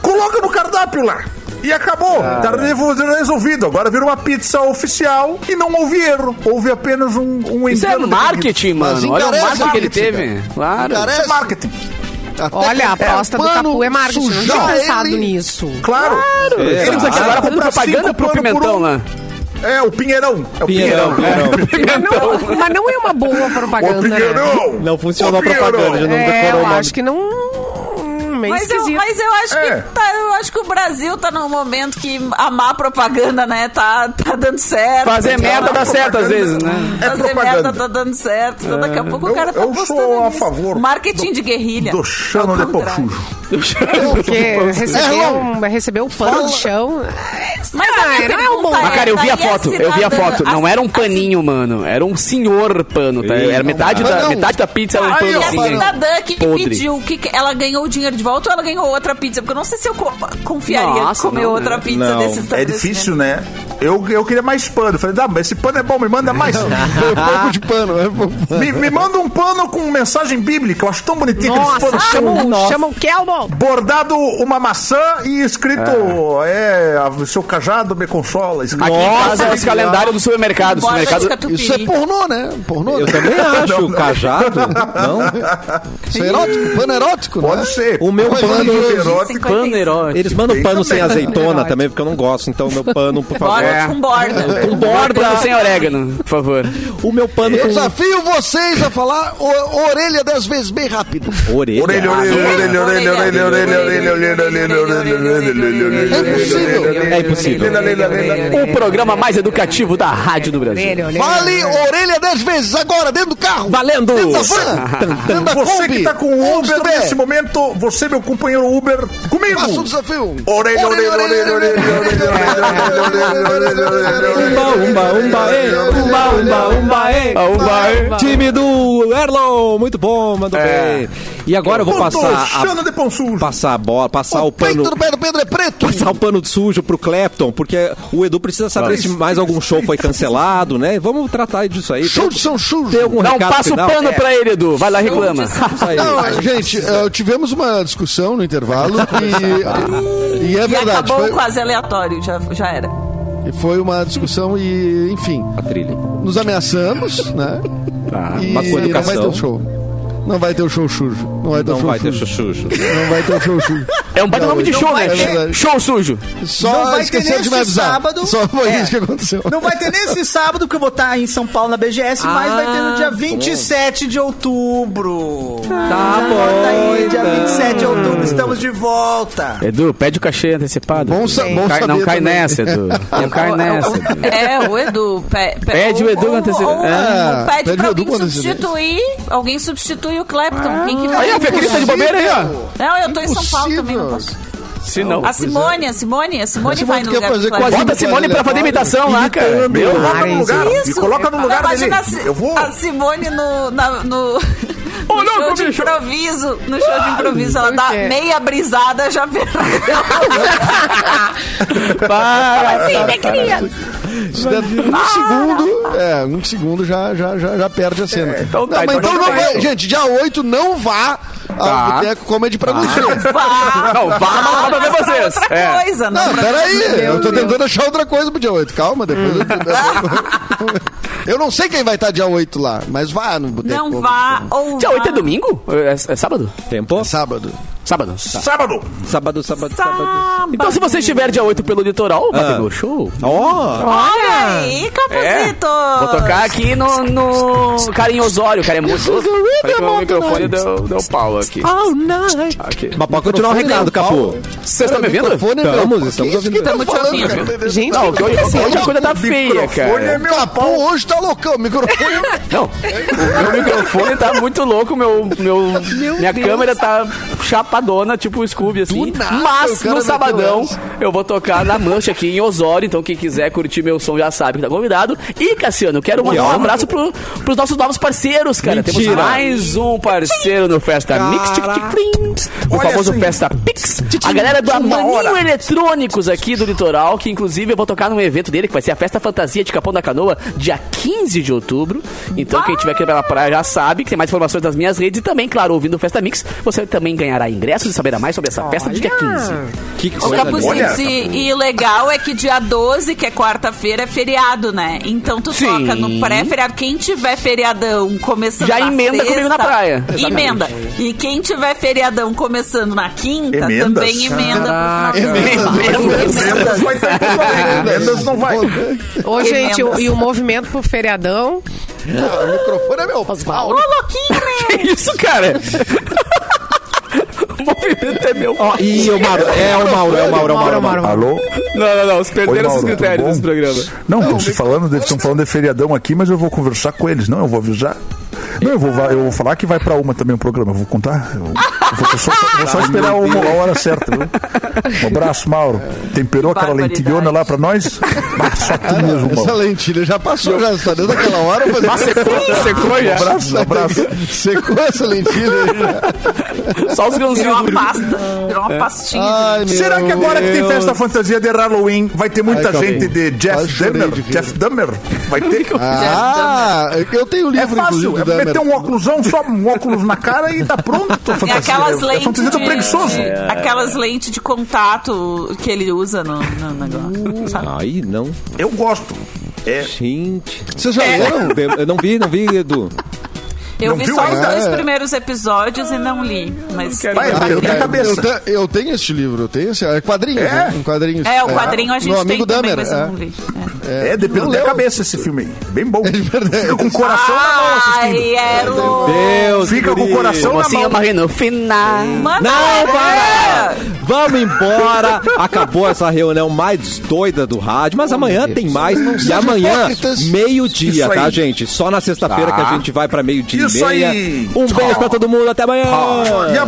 [SPEAKER 7] Coloca no cardápio lá. E acabou.
[SPEAKER 3] Ah.
[SPEAKER 7] Tá revo- resolvido. Agora vira uma pizza oficial e não houve erro. Houve apenas um, um
[SPEAKER 3] Isso é
[SPEAKER 7] engano de-
[SPEAKER 3] marketing,
[SPEAKER 4] Mas
[SPEAKER 3] mano. Olha o
[SPEAKER 4] encarece
[SPEAKER 3] marketing que ele
[SPEAKER 4] marketing,
[SPEAKER 3] teve. Claro.
[SPEAKER 4] Encarece.
[SPEAKER 7] Isso é marketing.
[SPEAKER 4] Até
[SPEAKER 10] Olha, a
[SPEAKER 4] que-
[SPEAKER 10] aposta do
[SPEAKER 4] um pano
[SPEAKER 10] Capu é marketing. Não tinha
[SPEAKER 4] sujar
[SPEAKER 10] pensado
[SPEAKER 4] ele.
[SPEAKER 10] nisso.
[SPEAKER 7] Claro.
[SPEAKER 3] É, Eles aqui
[SPEAKER 7] precisaram
[SPEAKER 3] agora fazendo
[SPEAKER 7] comprar
[SPEAKER 3] propaganda
[SPEAKER 7] cinco
[SPEAKER 3] pro
[SPEAKER 7] pano por
[SPEAKER 3] pimentão,
[SPEAKER 7] um.
[SPEAKER 3] né?
[SPEAKER 7] É, o Pinheirão. É o
[SPEAKER 2] Pinheirão, Pinheirão.
[SPEAKER 10] Mas não, mas não é uma boa
[SPEAKER 7] Ô,
[SPEAKER 10] propaganda, né?
[SPEAKER 7] Pinheirão!
[SPEAKER 2] Não funcionou
[SPEAKER 7] Ô,
[SPEAKER 2] a propaganda, já
[SPEAKER 7] Pinheirão!
[SPEAKER 2] não
[SPEAKER 10] É,
[SPEAKER 2] decorou
[SPEAKER 10] eu
[SPEAKER 2] o nome.
[SPEAKER 10] acho que não... hum, Meio
[SPEAKER 5] Mas eu,
[SPEAKER 10] esquisito.
[SPEAKER 5] mas eu acho
[SPEAKER 7] É.
[SPEAKER 5] que tá- eu acho que o Brasil tá num momento que a má propaganda, né, tá, tá dando certo.
[SPEAKER 3] Fazer
[SPEAKER 5] Então,
[SPEAKER 3] merda dá certo às vezes, né?
[SPEAKER 7] É
[SPEAKER 5] Fazer
[SPEAKER 7] propaganda.
[SPEAKER 5] merda tá dando certo. Então daqui a pouco
[SPEAKER 7] É. Eu-
[SPEAKER 5] o cara tá
[SPEAKER 7] eu sou
[SPEAKER 5] postando
[SPEAKER 7] a
[SPEAKER 5] nisso.
[SPEAKER 7] favor
[SPEAKER 5] Marketing de guerrilha.
[SPEAKER 7] Do chano
[SPEAKER 5] Ao
[SPEAKER 7] de pão
[SPEAKER 5] contrário.
[SPEAKER 7] sujo.
[SPEAKER 10] Porque recebeu, um, recebeu um pano de chão.
[SPEAKER 5] Mas
[SPEAKER 10] Ah,
[SPEAKER 5] a minha
[SPEAKER 10] não é um
[SPEAKER 5] pergunta
[SPEAKER 10] bom-
[SPEAKER 3] Mas, cara, eu vi a
[SPEAKER 5] daí
[SPEAKER 3] foto, eu vi a
[SPEAKER 5] cidadã-
[SPEAKER 3] foto. Não
[SPEAKER 5] a-
[SPEAKER 3] era um
[SPEAKER 5] a
[SPEAKER 3] paninho, mano. Era um senhor pano, tá? Era metade
[SPEAKER 4] mas
[SPEAKER 3] da,
[SPEAKER 4] não.
[SPEAKER 3] metade da pizza era um
[SPEAKER 7] Aí,
[SPEAKER 3] pano
[SPEAKER 7] ó,
[SPEAKER 5] E a
[SPEAKER 3] assim.
[SPEAKER 5] cidadã que
[SPEAKER 3] Podre.
[SPEAKER 5] pediu, que que- ela ganhou o dinheiro de volta ou ela ganhou outra pizza? Porque eu não sei se eu co- confiaria em
[SPEAKER 7] Nossa,
[SPEAKER 5] comer
[SPEAKER 7] não,
[SPEAKER 5] outra
[SPEAKER 7] né?
[SPEAKER 5] pizza
[SPEAKER 7] Não.
[SPEAKER 5] desses
[SPEAKER 7] É
[SPEAKER 5] estabelecimentos.
[SPEAKER 7] difícil, né? Eu, eu queria mais pano. Eu Falei, tá, mas esse pano é bom, me manda mais.
[SPEAKER 4] um pouco de pano, é pouco de pano.
[SPEAKER 7] Me, me manda um pano com mensagem bíblica. Eu acho tão bonitinho aqueles
[SPEAKER 10] Nossa,
[SPEAKER 7] panos.
[SPEAKER 10] chama
[SPEAKER 7] Chamam-
[SPEAKER 10] o- chama o Kelmo.
[SPEAKER 7] Bordado uma maçã e escrito é, a- seu cajado me consola. Escrito.
[SPEAKER 3] Aqui em casa é esse calendário do supermercado.
[SPEAKER 7] Borda de
[SPEAKER 3] supermercado...
[SPEAKER 7] catupiry. Isso é
[SPEAKER 4] pornô, né? Pornô.
[SPEAKER 2] Eu também acho,
[SPEAKER 7] Não, não.
[SPEAKER 2] cajado. Não?
[SPEAKER 4] Isso é erótico, pano erótico, né?
[SPEAKER 7] Pode ser.
[SPEAKER 2] O meu
[SPEAKER 4] Coisa
[SPEAKER 2] pano é
[SPEAKER 4] de
[SPEAKER 2] erótico.
[SPEAKER 3] Pano erótico.
[SPEAKER 2] Eles mandam
[SPEAKER 3] Tem
[SPEAKER 2] pano sem
[SPEAKER 3] também.
[SPEAKER 2] azeitona também, porque eu não gosto. Então, meu pano, por favor.
[SPEAKER 5] Borda com borda.
[SPEAKER 3] Um borda sem orégano, por favor.
[SPEAKER 2] O meu pano
[SPEAKER 4] Eu
[SPEAKER 2] com
[SPEAKER 4] desafio vocês a falar o- orelha dez vezes bem rápido.
[SPEAKER 2] orelha.
[SPEAKER 7] Orelha, orelha, orelha, orelha, orelha, orelha, orelha, orelha, orelha, orelha, orelha, orelha,
[SPEAKER 4] É impossível.
[SPEAKER 2] É impossível.
[SPEAKER 3] O programa mais educativo da rádio do Brasil.
[SPEAKER 2] É.
[SPEAKER 4] Fale orelha dez vezes agora, dentro do carro.
[SPEAKER 3] Valendo!
[SPEAKER 4] Dentro da van. dentro da
[SPEAKER 7] Você
[SPEAKER 4] Kombi.
[SPEAKER 7] que tá com o
[SPEAKER 4] Onde
[SPEAKER 7] Uber
[SPEAKER 4] tu é?
[SPEAKER 7] nesse momento, você, meu companheiro Uber, comigo.
[SPEAKER 4] Faça um desafio.
[SPEAKER 7] Orelha, orelha, orelha, orelha, orelha, orelha,
[SPEAKER 2] Umba, umba, umba, ei. Umba, umba, umba, É. ei. Time do Erlon, muito bom, mandou bem. E agora eu vou passar
[SPEAKER 7] Chana
[SPEAKER 2] a,
[SPEAKER 7] de pão sujo.
[SPEAKER 2] passar a bola, passar o,
[SPEAKER 4] O peito
[SPEAKER 2] pano,
[SPEAKER 4] do pé do Pedro é preto.
[SPEAKER 2] passar o pano de sujo pro Clapton, porque o Edu precisa saber se mais algum show foi cancelado, né? Vamos tratar disso aí. Tem,
[SPEAKER 4] Shows são shows.
[SPEAKER 2] tem algum
[SPEAKER 3] Não,
[SPEAKER 2] recado
[SPEAKER 3] passa o
[SPEAKER 2] final?
[SPEAKER 3] um pano
[SPEAKER 2] É,
[SPEAKER 3] pra ele, Edu. Vai lá, reclama.
[SPEAKER 2] isso aí.
[SPEAKER 4] Não, gente, eh, tivemos uma discussão no intervalo e, e é
[SPEAKER 5] E
[SPEAKER 4] verdade.
[SPEAKER 5] acabou
[SPEAKER 4] Foi,
[SPEAKER 5] o quase aleatório, já, já era.
[SPEAKER 4] foi uma discussão e, enfim,
[SPEAKER 2] A trilha.
[SPEAKER 4] nos ameaçamos, né?
[SPEAKER 2] Tá,
[SPEAKER 4] E
[SPEAKER 2] mas com
[SPEAKER 4] não vai ter
[SPEAKER 2] educação.
[SPEAKER 4] o show. Não vai ter o show sujo. Não vai ter o
[SPEAKER 2] Não
[SPEAKER 4] show
[SPEAKER 2] vai ter
[SPEAKER 4] sujo.
[SPEAKER 2] chuchu.
[SPEAKER 4] Não vai ter o show sujo.
[SPEAKER 3] É um baita
[SPEAKER 4] Não,
[SPEAKER 3] nome de
[SPEAKER 4] não
[SPEAKER 3] show,
[SPEAKER 4] vai ter.
[SPEAKER 3] né? Show sujo.
[SPEAKER 1] Não
[SPEAKER 4] Só
[SPEAKER 1] vai ter
[SPEAKER 4] esqueceram de me
[SPEAKER 1] nesse
[SPEAKER 4] avisar.
[SPEAKER 1] sábado.
[SPEAKER 4] Só foi
[SPEAKER 1] É.
[SPEAKER 4] isso que aconteceu.
[SPEAKER 1] Não vai ter nesse sábado que eu vou estar em São Paulo na BGS, mas vai ter no dia 27 de outubro.
[SPEAKER 2] Tá
[SPEAKER 1] Tá aí, dia
[SPEAKER 2] bom.
[SPEAKER 1] 27 de outubro, estamos de volta.
[SPEAKER 3] Edu, pede o cachê antecipado.
[SPEAKER 4] Bom sa- bom
[SPEAKER 3] Cai- Não
[SPEAKER 4] saber
[SPEAKER 3] cai
[SPEAKER 4] também.
[SPEAKER 3] nessa, Edu. Não cai nessa. Edu.
[SPEAKER 5] É, o Edu. pe- pe-
[SPEAKER 3] Pede o Edu
[SPEAKER 5] ou-
[SPEAKER 3] acontecer.
[SPEAKER 5] ou-
[SPEAKER 4] É,
[SPEAKER 5] Pede,
[SPEAKER 4] pede
[SPEAKER 5] pra
[SPEAKER 4] o Edu
[SPEAKER 5] alguém
[SPEAKER 4] acontecer.
[SPEAKER 5] substituir. Alguém substitui o Clapton. Quem que vai?
[SPEAKER 3] Aí, ó, Fê Cris tá de bobeira aí, ó.
[SPEAKER 5] Não, eu tô em São Paulo
[SPEAKER 4] Impossível. é.
[SPEAKER 5] também, não posso.
[SPEAKER 3] Se não.
[SPEAKER 5] A Simone, a Simone, a Simone
[SPEAKER 4] Simone
[SPEAKER 5] vai no
[SPEAKER 4] quer
[SPEAKER 5] lugar do
[SPEAKER 4] fazer
[SPEAKER 5] Clapton.
[SPEAKER 4] quase-
[SPEAKER 3] Bota a Simone pra fazer imitação lá, cara.
[SPEAKER 7] Me
[SPEAKER 3] Meu,
[SPEAKER 7] coloca no lugar, me
[SPEAKER 5] Isso.
[SPEAKER 7] coloca
[SPEAKER 4] Então,
[SPEAKER 7] no lugar dele.
[SPEAKER 5] Imagina a Si-
[SPEAKER 7] Eu vou...
[SPEAKER 5] a Simone no, na- no, no
[SPEAKER 3] louco,
[SPEAKER 5] show de
[SPEAKER 3] bicho.
[SPEAKER 5] improviso. No show de improviso, ela dá
[SPEAKER 10] quê?
[SPEAKER 5] meia brisada, já
[SPEAKER 3] para.
[SPEAKER 5] Sim, minha criança.
[SPEAKER 4] Se der um segundo, é, um segundo já, já, já, já perde a cena.
[SPEAKER 3] então tá,
[SPEAKER 4] não, mas
[SPEAKER 3] então
[SPEAKER 4] então
[SPEAKER 3] não
[SPEAKER 4] não
[SPEAKER 3] vai.
[SPEAKER 4] vai. Gente, dia 8 não vá
[SPEAKER 2] Tá.
[SPEAKER 4] ao Boteco Comedy pra você.
[SPEAKER 5] Vá.
[SPEAKER 3] Não, vá lá pra ver
[SPEAKER 5] Mas pra
[SPEAKER 3] vocês.
[SPEAKER 5] Outra
[SPEAKER 3] É.
[SPEAKER 5] coisa, não.
[SPEAKER 4] Não,
[SPEAKER 5] pra-
[SPEAKER 4] peraí, eu tô tentando achar outra coisa pro dia 8. Calma, depois eu... eu não sei quem vai estar dia 8 lá, mas vá no Boteco
[SPEAKER 5] Não
[SPEAKER 4] Comedy.
[SPEAKER 5] vá ou
[SPEAKER 3] Dia
[SPEAKER 5] vá.
[SPEAKER 3] 8 é domingo? É, é sábado?
[SPEAKER 2] Tempo?
[SPEAKER 4] Sábado.
[SPEAKER 3] Sábado. Tá.
[SPEAKER 7] Sábado.
[SPEAKER 2] Sábado, sábado, sábado.
[SPEAKER 5] Sábado.
[SPEAKER 3] Então, se você estiver dia 8 pelo litoral, vai ter meu show. É.
[SPEAKER 2] Ó,
[SPEAKER 5] Olha aí, É, Capuzito.
[SPEAKER 3] Vou tocar aqui no, no... cara em Osório, cara é muito louco. Falei que o microfone deu, deu pau aqui. Aqui.
[SPEAKER 2] mas pode continuar o recado, Capu.
[SPEAKER 3] Vocês estão me vendo?
[SPEAKER 4] Microfone,
[SPEAKER 2] Estamos,
[SPEAKER 4] é meu,
[SPEAKER 2] estamos
[SPEAKER 4] que isso que
[SPEAKER 2] ouvindo.
[SPEAKER 4] estamos falando,
[SPEAKER 5] ouvindo.
[SPEAKER 4] cara?
[SPEAKER 10] Gente,
[SPEAKER 3] Não, que hoje, hoje a coisa tá feia,
[SPEAKER 7] Microfone é
[SPEAKER 3] cara.
[SPEAKER 7] meu
[SPEAKER 4] Capu
[SPEAKER 7] pau.
[SPEAKER 4] hoje tá loucão, o microfone
[SPEAKER 3] Não, o meu microfone tá muito louco, meu, meu, minha câmera tá chapadona, tipo o Scooby, assim.
[SPEAKER 4] Do nada, o
[SPEAKER 3] Mas
[SPEAKER 4] cara
[SPEAKER 3] no
[SPEAKER 4] meteu
[SPEAKER 3] sabadão
[SPEAKER 4] essa.
[SPEAKER 3] eu vou tocar na mancha aqui em Osório, então quem quiser curtir meu som já sabe que tá convidado. E, Cassiano, eu quero mandar um
[SPEAKER 2] honra.
[SPEAKER 3] abraço pro, pros nossos novos parceiros, cara. Temos
[SPEAKER 2] Mentira.
[SPEAKER 3] mais um parceiro no Festa Mix, tic, tic, trim, o
[SPEAKER 7] Olha
[SPEAKER 3] famoso
[SPEAKER 7] assim.
[SPEAKER 3] Festa Pix. A galera do Amaninho Eletrônicos aqui do Litoral, que inclusive eu vou tocar num evento dele, que vai ser a Festa Fantasia de Capão da Canoa, dia 15 de outubro. Então quem tiver aqui pela praia já sabe que tem mais informações nas minhas redes e também, claro, ouvindo o Festa Mix, você também ganhará ingressos e saberá mais sobre essa festa do dia 15.
[SPEAKER 2] Que
[SPEAKER 5] Ô,
[SPEAKER 2] coisa
[SPEAKER 5] Capuzinho,
[SPEAKER 2] linda.
[SPEAKER 7] Olha,
[SPEAKER 5] e, e o legal é que dia 12, que é quarta-feira, é feriado, né? Então tu
[SPEAKER 3] Sim.
[SPEAKER 5] toca no pré-feriado. Quem tiver feriadão começando
[SPEAKER 3] Já
[SPEAKER 5] na
[SPEAKER 3] emenda
[SPEAKER 5] sexta,
[SPEAKER 3] comigo na praia.
[SPEAKER 5] Emenda. E quem tiver feriadão começando na quinta,
[SPEAKER 7] Emendas?
[SPEAKER 5] também emenda. pro final
[SPEAKER 7] É
[SPEAKER 5] de
[SPEAKER 4] Emendas.
[SPEAKER 5] semana.
[SPEAKER 7] Mendes vai estar em Porto Alegre. Mendes não vai.
[SPEAKER 10] Ô, gente, o-
[SPEAKER 5] Emendas.
[SPEAKER 10] e o movimento pro feriadão?
[SPEAKER 4] Ah, o microfone é meu
[SPEAKER 5] Ô,
[SPEAKER 4] pau.
[SPEAKER 5] louquinho, né?
[SPEAKER 3] Isso, cara! o movimento é meu.
[SPEAKER 2] Ó, Ih, o Mauro. É o Mauro, é o Mauro, é o Mauro. é o Mauro.
[SPEAKER 7] Alô?
[SPEAKER 3] Não, não, não, vocês
[SPEAKER 7] Oi,
[SPEAKER 3] perderam
[SPEAKER 7] Mauro,
[SPEAKER 3] esses
[SPEAKER 7] tudo
[SPEAKER 3] critérios
[SPEAKER 7] bom?
[SPEAKER 3] nesse programa.
[SPEAKER 7] Não, eles falando, eles estão falando de feriadão aqui, mas eu vou conversar com eles. Não, eu vou avisar. Não, eu vou, va- eu vou falar que vai pra uma também o programa. Eu vou contar. Eu... Vou só, vou só esperar uma, a hora certa. viu? Um abraço, Mauro. Temperou aquela
[SPEAKER 4] Barbaridade.
[SPEAKER 7] lentilhona lá pra nós? Ah, só tu mesmo, Mauro.
[SPEAKER 4] Essa lentilha já passou, já está dentro daquela hora. mas-
[SPEAKER 7] Ah, secou, secou, já. Um abraço.
[SPEAKER 4] Secou essa lentilha.
[SPEAKER 3] Só os grãozinhos
[SPEAKER 5] Virou uma pasta. Virou
[SPEAKER 3] É.
[SPEAKER 5] uma pastinha.
[SPEAKER 7] Ah, Será que agora que tem festa fantasia de Halloween vai ter muita
[SPEAKER 4] Ai, acabei.
[SPEAKER 7] gente de
[SPEAKER 4] Quase
[SPEAKER 7] Jeff
[SPEAKER 4] chorei
[SPEAKER 7] Dahmer?
[SPEAKER 4] de rir.
[SPEAKER 7] Jeff Dahmer? Vai ter?
[SPEAKER 4] Ah, eu tenho o livro,
[SPEAKER 7] É fácil,
[SPEAKER 4] inclusive,
[SPEAKER 7] é
[SPEAKER 4] do Dahmer.
[SPEAKER 7] meter um óculosão, só um óculos na cara e tá pronto. a
[SPEAKER 5] E
[SPEAKER 7] fantasia.
[SPEAKER 5] aquelas
[SPEAKER 7] É
[SPEAKER 5] lentes.
[SPEAKER 7] fantasia do
[SPEAKER 5] de- É.
[SPEAKER 7] preguiçoso. É.
[SPEAKER 5] Aquelas lentes de contato que ele usa no, no negócio. sabe?
[SPEAKER 2] Aí não.
[SPEAKER 7] Eu gosto. É.
[SPEAKER 2] Gente.
[SPEAKER 4] Vocês já
[SPEAKER 2] leram? Eu não vi, não vi, Edu.
[SPEAKER 5] Eu
[SPEAKER 2] Não
[SPEAKER 5] vi
[SPEAKER 2] viu
[SPEAKER 5] só os
[SPEAKER 2] ainda?
[SPEAKER 5] dois
[SPEAKER 2] É.
[SPEAKER 5] primeiros episódios e não li. Mas
[SPEAKER 7] é,
[SPEAKER 4] Ah,
[SPEAKER 5] Vai,
[SPEAKER 4] eu,
[SPEAKER 5] vai.
[SPEAKER 4] tenho- eu te- eu tenho este livro, eu tenho esse. É quadrinho,
[SPEAKER 5] É?
[SPEAKER 4] né? Um quadrinho.
[SPEAKER 5] É, o quadrinho a gente
[SPEAKER 4] Meu
[SPEAKER 5] tem
[SPEAKER 4] amigo
[SPEAKER 5] também,
[SPEAKER 4] Dahmer.
[SPEAKER 5] mas eu
[SPEAKER 4] é.
[SPEAKER 5] não li.
[SPEAKER 7] É, depende
[SPEAKER 4] Não É
[SPEAKER 7] da
[SPEAKER 4] leu.
[SPEAKER 7] cabeça esse filme aí. Bem bom. Fica com o coração
[SPEAKER 2] Tá
[SPEAKER 7] na mão assistindo.
[SPEAKER 2] Deus,
[SPEAKER 7] Fica com o
[SPEAKER 2] guri.
[SPEAKER 7] coração na
[SPEAKER 3] Mocinha
[SPEAKER 7] mão.
[SPEAKER 3] morre no final.
[SPEAKER 5] Mano,
[SPEAKER 2] Não, para! Vamos embora! Acabou essa reunião mais doida do rádio, mas amanhã tem mais. E amanhã, meio-dia,
[SPEAKER 7] Isso aí.
[SPEAKER 2] tá, gente? Só na sexta-feira
[SPEAKER 7] Tá.
[SPEAKER 2] que a gente vai pra meio-dia e
[SPEAKER 7] Isso
[SPEAKER 2] meia.
[SPEAKER 7] aí.
[SPEAKER 2] Um beijo pra todo mundo, até amanhã!
[SPEAKER 7] E a